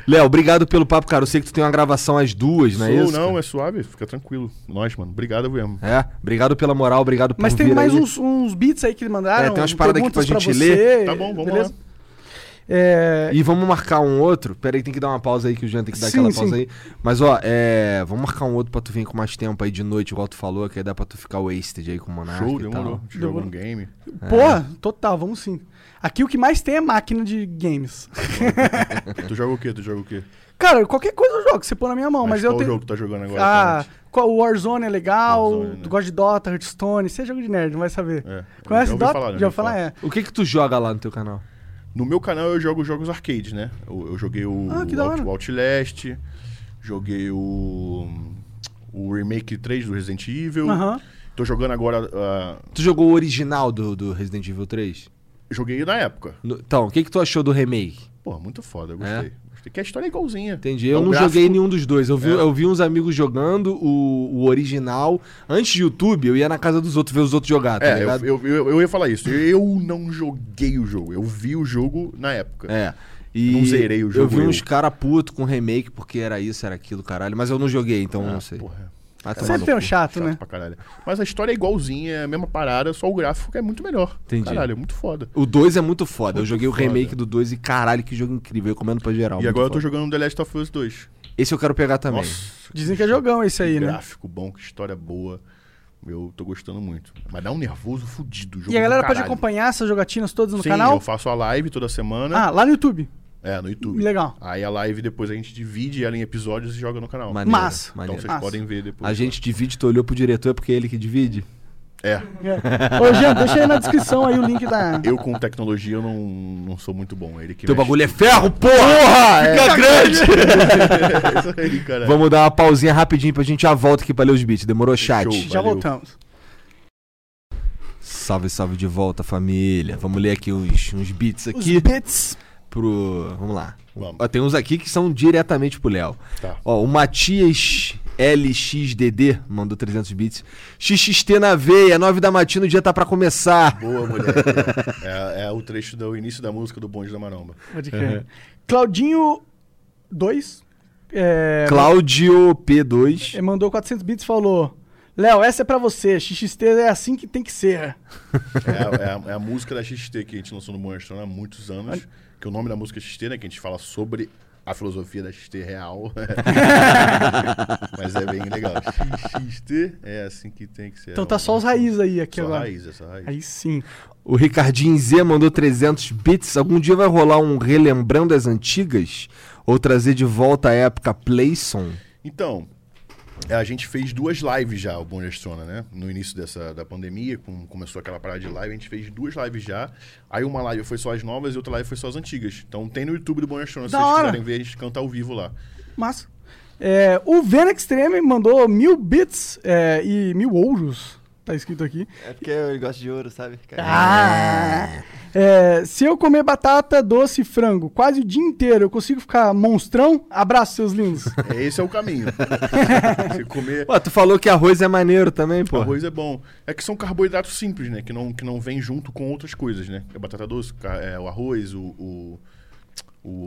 B: Léo, obrigado pelo papo, cara. Eu sei que tu tem uma gravação às duas, não é
C: Sou,
B: isso?
C: não,
B: cara?
C: é suave, fica tranquilo. Nós, mano. Obrigado mesmo.
B: é. Obrigado pela moral, obrigado por
A: Mas tem
B: vir
A: mais um
B: aí.
A: uns, uns beats aí que mandaram.
B: É, tem umas paradas aqui pra
A: perguntas
B: gente
A: você,
B: ler.
C: Tá bom, vamos
A: beleza?
C: lá.
A: É,
B: E vamos marcar um outro. Peraí, tem que dar uma pausa aí, que o Jean tem que dar
A: Sim,
B: aquela pausa
A: sim.
B: aí. Mas, ó, é. Vamos marcar um outro pra tu vir com mais tempo aí de noite, igual tu falou, que aí dá pra tu ficar wasted aí com o
A: Ah,
B: Monarca
C: Show,
B: e
C: demorou.
B: tal.
C: Te joga um game.
A: Porra, total, vamos sim. Aqui o que mais tem é máquina de games.
C: tu joga o quê? Tu joga o quê?
A: Cara, qualquer coisa eu jogo, você pôr na minha mão, mas, eu
C: qual
A: tenho.
C: jogo que tu tá jogando agora?
A: Ah,
C: atualmente?
A: qual- o Warzone é legal,
C: Warzone, né?
A: tu gosta de Dota, Hearthstone, você é jogo de nerd, não vai saber.
C: É,
A: Conhece
C: já ouvi
A: Dota?
C: falar, né?
A: já
C: Já
A: ouvi falar,
C: ouvi
A: é.
B: O que que tu joga lá no teu canal?
C: No meu canal eu jogo jogos arcade, né? Eu, eu joguei o,
A: Ah, que da
C: Out-
A: hora.
C: o Outlast, joguei o, o Remake 3 do Resident Evil.
A: Aham.
C: Tô jogando agora. ah,
B: Tu jogou o original do, do Resident Evil 3?
C: joguei na época.
B: No- então, o que que tu achou do remake?
C: Pô, muito foda, eu gostei. gostei. Que a história é igualzinha.
B: Entendi. Eu
C: É, o
B: não
C: gráfico- É.
B: joguei nenhum dos dois. Eu vi, eu vi uns amigos jogando o, o original. Antes do YouTube, eu ia na casa dos outros ver os outros jogar, tá
C: É,
B: ligado?
C: eu, eu, eu, eu ia falar isso. Eu não joguei o jogo. Eu vi o jogo na época.
B: É. E
C: Não zerei o
B: Eu
C: jogo,
B: vi uns
C: eu.
B: cara puto com remake, porque era isso, era aquilo, caralho. Mas eu não joguei, então eu não sei. Ah, tá
C: Ah, Porra, é
B: Vai tomar
A: Sempre
B: no
A: tem um
B: cu.
A: chato,
C: chato
A: né?
C: pra caralho. Mas a história é igualzinha, é a mesma parada, só o gráfico é muito melhor.
B: Entendi.
C: Caralho, é muito foda.
B: O 2 é muito foda. eu joguei o
C: foda.
B: remake do 2 e caralho, que jogo incrível. Eu recomendo pra
A: É
B: geral.
C: E agora eu tô jogando The Last of Us 2.
B: jogando. Esse eu quero pegar também.
A: Dizem que é jogão esse aí,
C: Que
A: né?
C: gráfico bom, que história boa. Eu tô gostando muito. Mas dá um nervoso fudido. o Jogo
A: E a galera
C: do
A: pode
C: caralho.
A: acompanhar essas jogatinas todas no
C: Sim,
A: canal?
C: eu né? faço a live toda semana.
A: Ah, lá no YouTube.
C: É, no YouTube.
A: Legal.
C: Aí a live depois a gente divide ela em episódios e joga no canal.
B: Maneiro,
A: Massa.
C: Então
B: maneiro.
C: vocês
A: Massa.
C: podem ver depois.
B: A gente divide, tu olhou pro diretor, é porque é ele que divide?
C: É.
A: É. Ô, Jean, deixa aí na descrição aí o link da.
C: Eu com tecnologia eu não, não sou muito bom. Ele que
B: Teu
C: mexe.
B: bagulho é ferro, porra! Fica grande!
C: é isso aí, cara.
B: Vamos dar uma pausinha rapidinho pra gente já volta aqui pra ler os beats. Demorou, chat?
C: Show.
A: Já
C: Valeu.
A: voltamos.
B: Salve, salve de volta, família. Vamos ler aqui uns, uns beats
A: Os
B: aqui
A: bits.
B: pro... Vamos lá.
C: Vamos.
B: Ó, tem uns aqui que são diretamente pro Léo.
C: Tá.
B: Ó, o Matias LXDD mandou 300 bits. XXT na veia, 9 da matina, o dia tá pra começar.
C: Boa, mulher. É, é o trecho do início da música do Bonde da Maromba.
A: Pode crer. Claudinho 2. é,
C: né?
B: Cláudio P2.
A: Ele mandou 400 bits e falou: Léo, essa é pra você. XXT é assim que tem que ser.
C: É, a- é a, é a música da XT que a gente lançou no Monstrão há muitos anos. Que o nome da música é XT, né? Que a gente fala sobre a filosofia da XT real. Mas é bem legal. XT é assim que tem que ser.
A: Então tá só os raízes aí aqui
C: Só
A: agora.
C: raiz, é só raiz.
A: Aí sim.
B: O Ricardinho Z mandou 300 bits. Algum dia vai rolar um relembrando as antigas? Ou trazer de volta a época Playson?
C: Então, é, a gente fez duas lives já, o Bondestrona, né? No início dessa, da pandemia, com- começou aquela parada de live, a gente fez duas lives já. Aí uma live foi só as novas e outra live foi só as antigas. Então tem no YouTube do Bondestrona, se
A: Da
C: vocês
A: hora.
C: quiserem ver a gente cantar ao vivo lá.
A: Mas. é, o Venom Extreme mandou mil bits é, e mil ouros. Tá escrito aqui.
D: É porque ele gosta de ouro, sabe?
A: Ah! É, se eu comer batata, doce e frango quase o dia inteiro, eu consigo ficar monstrão? Abraço, seus lindos.
C: É, Esse é o caminho. Se comer
B: Pô, tu falou que arroz é maneiro também, pô.
C: arroz é bom. É que são carboidratos simples, né? Que não, que não vem junto com outras coisas, né? A batata doce, ca- é, o arroz, o, o,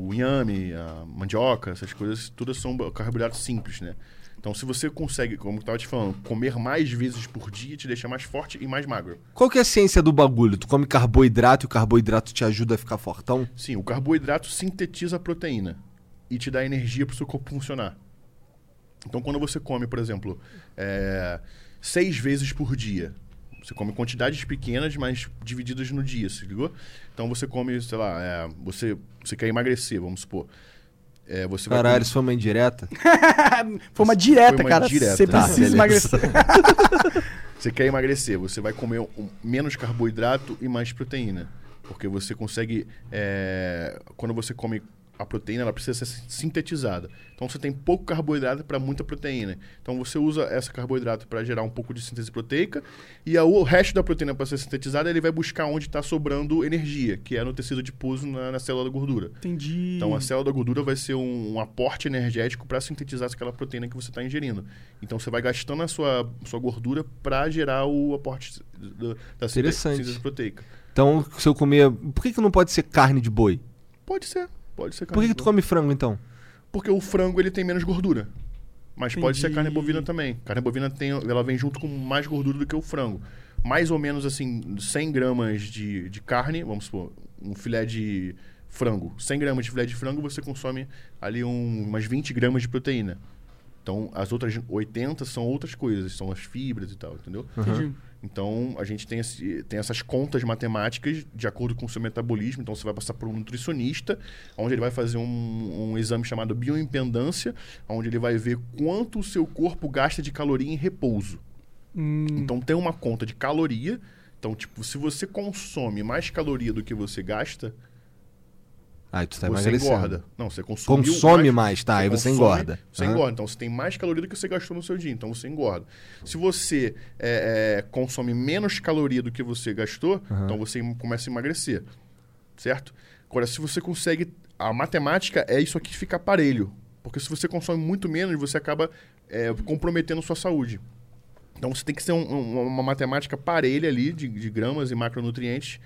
C: o inhame, a mandioca, essas coisas, todas são ba- carboidratos simples, né? Então, se você consegue, como eu tava te falando, comer mais vezes por dia, te deixa mais forte e mais magro.
B: Qual que é a ciência do bagulho? Tu come carboidrato e o carboidrato te ajuda a ficar fortão?
C: Sim, o carboidrato sintetiza a proteína e te dá energia para o seu corpo funcionar. Então, quando você come, por exemplo, é, seis vezes por dia, você come quantidades pequenas, mas divididas no dia, se ligou? Então, você come, sei lá, é, você, você quer emagrecer, vamos supor. É, você vai
B: Caralho, isso foi uma indireta.
A: Foi uma direta,
C: Foi uma
A: cara.
C: direta.
A: Você
C: Tá,
A: precisa
B: beleza.
A: emagrecer.
C: Você quer emagrecer, você vai comer um- menos carboidrato e mais proteína. Porque você consegue. é, quando você come a proteína, ela precisa ser sintetizada. Então você tem pouco carboidrato para muita proteína. Então você usa esse carboidrato para gerar um pouco de síntese proteica. E a- o resto da proteína para ser sintetizada, ele vai buscar onde está sobrando energia, que é no tecido adiposo, na, na célula da gordura.
A: Entendi.
C: Então
B: Hum.
C: a célula da gordura vai ser um, um aporte energético para sintetizar aquela proteína que você está ingerindo. Então você vai gastando a sua, sua gordura para gerar o aporte da, da sinte-
B: Interessante.
C: síntese proteica.
B: Então, se eu comer. Por que, que não pode ser carne de boi?
C: Pode ser, pode ser
B: Por
C: carne.
B: que, que tu
C: bovina.
B: come frango então?
C: Porque o frango ele tem menos gordura. Mas pode ser
A: Entendi.
C: carne bovina também. Carne bovina tem, ela vem junto com mais gordura do que o frango. Mais ou menos assim, 100 gramas de, de carne, vamos supor, um filé de frango. 100 gramas de filé de frango, você consome ali um- umas 20 gramas de proteína. Então, as outras 80 são outras coisas, são as fibras e tal, entendeu?
A: Entendi.
C: Então, a gente tem, esse- tem essas contas matemáticas de acordo com o seu metabolismo. Então, você vai passar por um nutricionista, onde ele vai fazer um, um exame chamado bioimpedância, onde ele vai ver quanto o seu corpo gasta de caloria em repouso.
A: Hum,
C: Então, tem uma conta de caloria. Então, tipo, se você consome mais caloria do que você gasta,
B: Ah, tu tá
C: você
B: emagrecendo.
C: engorda. Não, você consumiu
B: Consome mais, tá? Aí você
C: consome,
B: engorda.
C: Você
B: Aham.
C: engorda. Então você tem mais caloria do que você gastou no seu dia, então você engorda. Se você é, é, consome menos caloria do que você gastou, então você em- começa a emagrecer. Certo? Agora, se você consegue. A matemática é isso aqui fica parelho. Porque se você consome muito menos, você acaba é, comprometendo sua saúde. Então você tem que ser um- um- uma matemática parelha ali de, de gramas e macronutrientes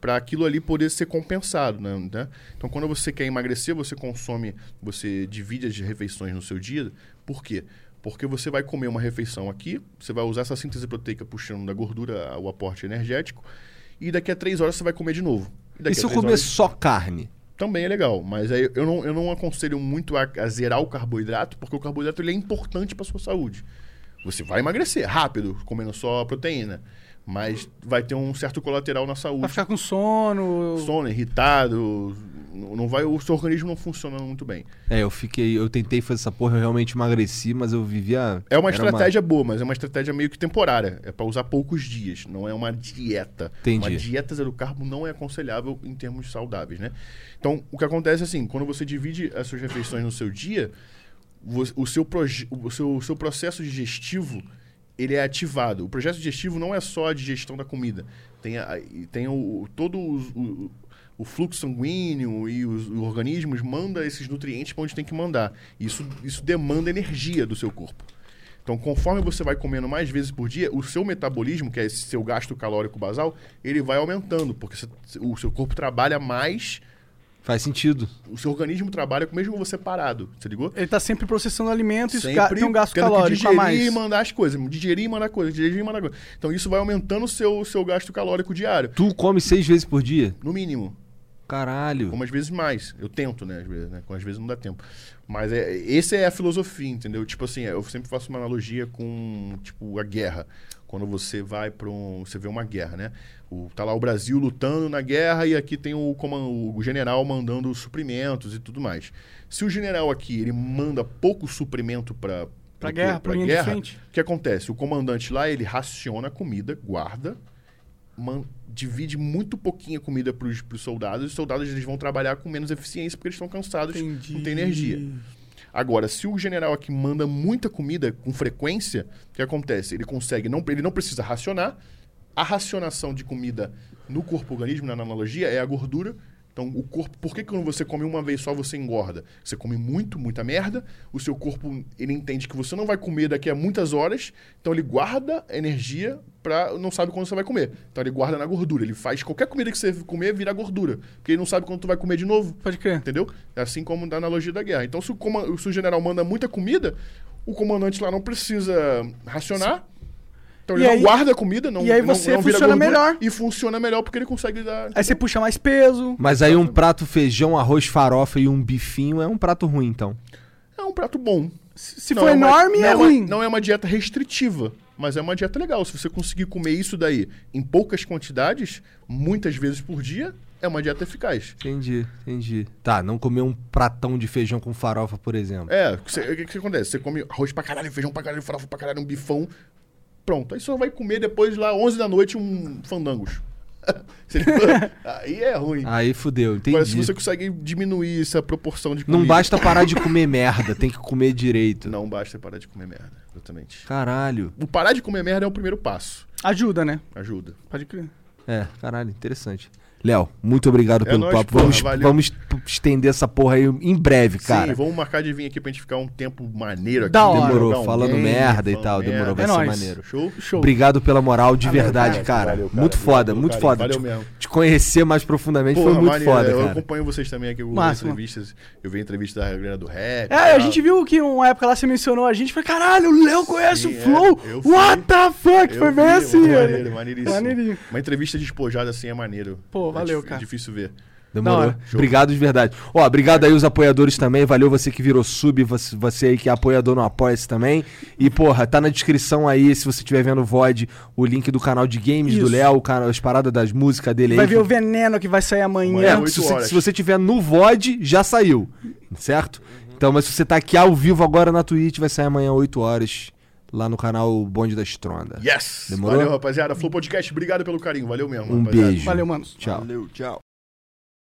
C: para aquilo ali poder ser compensado, né? né? Então quando você quer emagrecer, você consome, você divide as refeições no seu dia. Por quê? Porque você vai comer uma refeição aqui, você vai usar essa síntese proteica puxando da gordura o aporte energético e daqui a três horas você vai comer de novo. daqui
B: E
C: a
B: se eu
C: três
B: comer
C: horas-
B: só carne?
C: também é legal, mas aí eu não, eu não aconselho muito a, a zerar o carboidrato, porque o carboidrato ele é importante para sua saúde. Você vai emagrecer rápido, comendo só proteína, mas vai ter um certo colateral na
A: vai
C: saúde.
A: ficar com sono.
C: Sono, irritado, n- não vai, o seu organismo não funciona muito bem.
B: É, eu fiquei. Eu tentei fazer essa porra, eu realmente emagreci, mas eu vivia.
C: É uma
B: era
C: estratégia boa, mas é uma estratégia meio que temporária. É para usar poucos dias, não é uma dieta.
B: Entendi.
C: Uma dieta zero carbo não é aconselhável em termos saudáveis, né? Então, o que acontece é assim, quando você divide as suas refeições no seu dia, vo- o seu, proje- o seu, o seu processo digestivo ele é ativado. O processo digestivo não é só a digestão da comida. Tem, a- e tem o, todo os- o, o fluxo sanguíneo e os, os organismos manda esses nutrientes para onde tem que mandar. Isso, isso demanda energia do seu corpo. Então, conforme você vai comendo mais vezes por dia, o seu metabolismo, que é esse seu gasto calórico basal, ele vai aumentando, porque você- o seu corpo trabalha mais
B: Faz sentido.
C: O seu organismo trabalha com mesmo você parado, você ligou?
A: Ele tá sempre processando alimento e isso ca-
C: Sempre
A: tem um gasto
C: tendo que
A: calórico a
C: digerir
A: mais.
C: e mandar as coisas, digerir e mandar coisa, digerir e mandar coisa. Então isso vai aumentando o seu, seu gasto calórico diário,
B: Tu come seis vezes por dia?
C: no mínimo.
B: Caralho.
C: Algumas vezes mais. Eu tento, né? Às vezes, né? Às vezes não dá tempo. Mas é, essa é a filosofia, entendeu? Tipo assim, eu sempre faço uma analogia com, tipo, a guerra. Quando você vai para um... Você vê uma guerra, né? O, tá lá o Brasil lutando na guerra e aqui tem o, coman- o general mandando os suprimentos e tudo mais. Se o general aqui, ele manda pouco suprimento para...
A: Pra guerra, pra um linha de frente.
C: O que acontece? O comandante lá, ele raciona a comida, guarda, man- divide muito pouquinha comida para os soldados. Os soldados eles vão trabalhar com menos eficiência porque eles estão cansados, não tem energia. Agora, se o general aqui manda muita comida com frequência, o que acontece? Ele consegue, não, ele não precisa racionar. A racionação de comida no corpo organismo, na analogia, é a gordura. Então, o corpo, por que que quando você come uma vez só você engorda? Você come muito, muita merda, o seu corpo, ele entende que você não vai comer daqui a muitas horas, então ele guarda a energia pra não sabe quando você vai comer. Então ele guarda na gordura, ele faz qualquer comida que você comer virar gordura, porque ele não sabe quando tu vai comer de novo.
A: Pode crer.
C: Entendeu? Assim como da analogia da guerra. Então, se o, coma- se o general manda muita comida, o comandante lá não precisa racionar. Então, ele
A: E
C: não
A: aí-
C: guarda a comida, não
A: e aí
C: não-
A: você
C: não vira
A: funciona
C: gordura,
A: melhor. É.
C: E funciona melhor porque ele consegue dar.
A: Aí você puxa mais peso.
B: Mas aí um prato feijão, arroz, farofa e um bifinho é um prato ruim, então.
C: É um prato bom.
A: Se se
C: Não
A: for
C: uma-
A: enorme,
C: não
A: é
C: uma-
A: ruim.
C: não é uma dieta restritiva, mas é uma dieta legal. Se você conseguir comer isso daí em poucas quantidades, muitas vezes por dia, é uma dieta eficaz.
B: Entendi, entendi. Tá, não comer um pratão de feijão com farofa, por exemplo.
C: É, o que, cê- o que que acontece? Você come arroz pra caralho, feijão pra caralho, farofa pra caralho, um bifão. Pronto. Aí só vai comer depois lá 11 da noite um fandangos. Se ele- Aí é ruim.
B: Aí fudeu, Ah, entendi.
C: Agora, se você consegue diminuir essa proporção de comida...
B: Não basta parar de comer merda, tem que comer direito.
C: Não basta parar de comer merda, exatamente.
B: Caralho.
C: O parar de comer merda é o primeiro passo.
A: Ajuda, né?
C: Ajuda.
A: Pode crer.
B: É, caralho, interessante. Léo, muito obrigado
C: É
B: pelo
C: nóis,
B: papo.
C: porra,
B: vamos,
C: valeu.
B: vamos p- estender essa porra aí em breve, cara.
C: Sim, vamos marcar de vir aqui pra gente ficar um tempo maneiro aqui.
A: Da hora.
B: Demorou,
C: jogar um
B: falando
C: game,
B: merda e
C: falando
B: tal, demorou, vai
A: É
B: ser
A: nóis.
B: maneiro.
C: Show?
A: Show.
B: Obrigado pela moral, de verdade,
C: cara.
B: cara.
C: Valeu, cara.
B: Muito
C: Obrigado
B: foda,
C: pelo
B: muito
C: carinho.
B: foda.
C: Valeu
B: te,
C: mesmo.
B: te conhecer mais profundamente
C: Porra,
B: foi muito
C: maneiro,
B: foda,
C: Eu
B: cara.
C: acompanho vocês também aqui com as
A: Máximo.
C: entrevistas. Eu vi a entrevista da galera do rap. e
A: É, a
C: tal.
A: gente viu que uma época lá você mencionou a gente. Foi caralho, o Léo conhece
C: Sim,
A: o
C: é,
A: Flow.
C: eu fui.
A: What the fuck?
C: Eu
A: Foi
C: vi,
A: bem
C: mano,
A: assim,
C: Maneiro,
A: velho.
C: maneiríssimo.
A: Maneirinho.
C: Uma entrevista despojada assim é maneiro.
A: Pô,
C: É
A: valeu,
C: dif-
A: cara.
C: Difícil ver.
A: Da
B: Demorou.
A: hora.
B: Obrigado de verdade. Ó, obrigado aí os apoiadores também. Valeu você que virou sub, você, você aí que é apoiador no Apoia-se também. E, porra, tá na descrição aí, se você estiver vendo o VOD, o link do canal de games do
A: Isso.
B: Léo, o canal- as paradas das músicas dele aí.
A: Vai
B: que-
A: ver o veneno que vai sair
B: É,
A: amanhã.
C: Oito
B: se, você,
C: horas.
B: se você tiver no VOD, já saiu, certo? Então, mas se você tá aqui ao vivo agora na Twitch, vai sair amanhã 8 horas, lá no canal Bonde da Estronda.
C: Yes!
B: Demorou?
C: Valeu, rapaziada. Flow Podcast, obrigado pelo carinho. Valeu mesmo,
B: Um
C: rapaziada.
B: beijo.
A: Valeu, manos.
B: Tchau.
D: Valeu, tchau.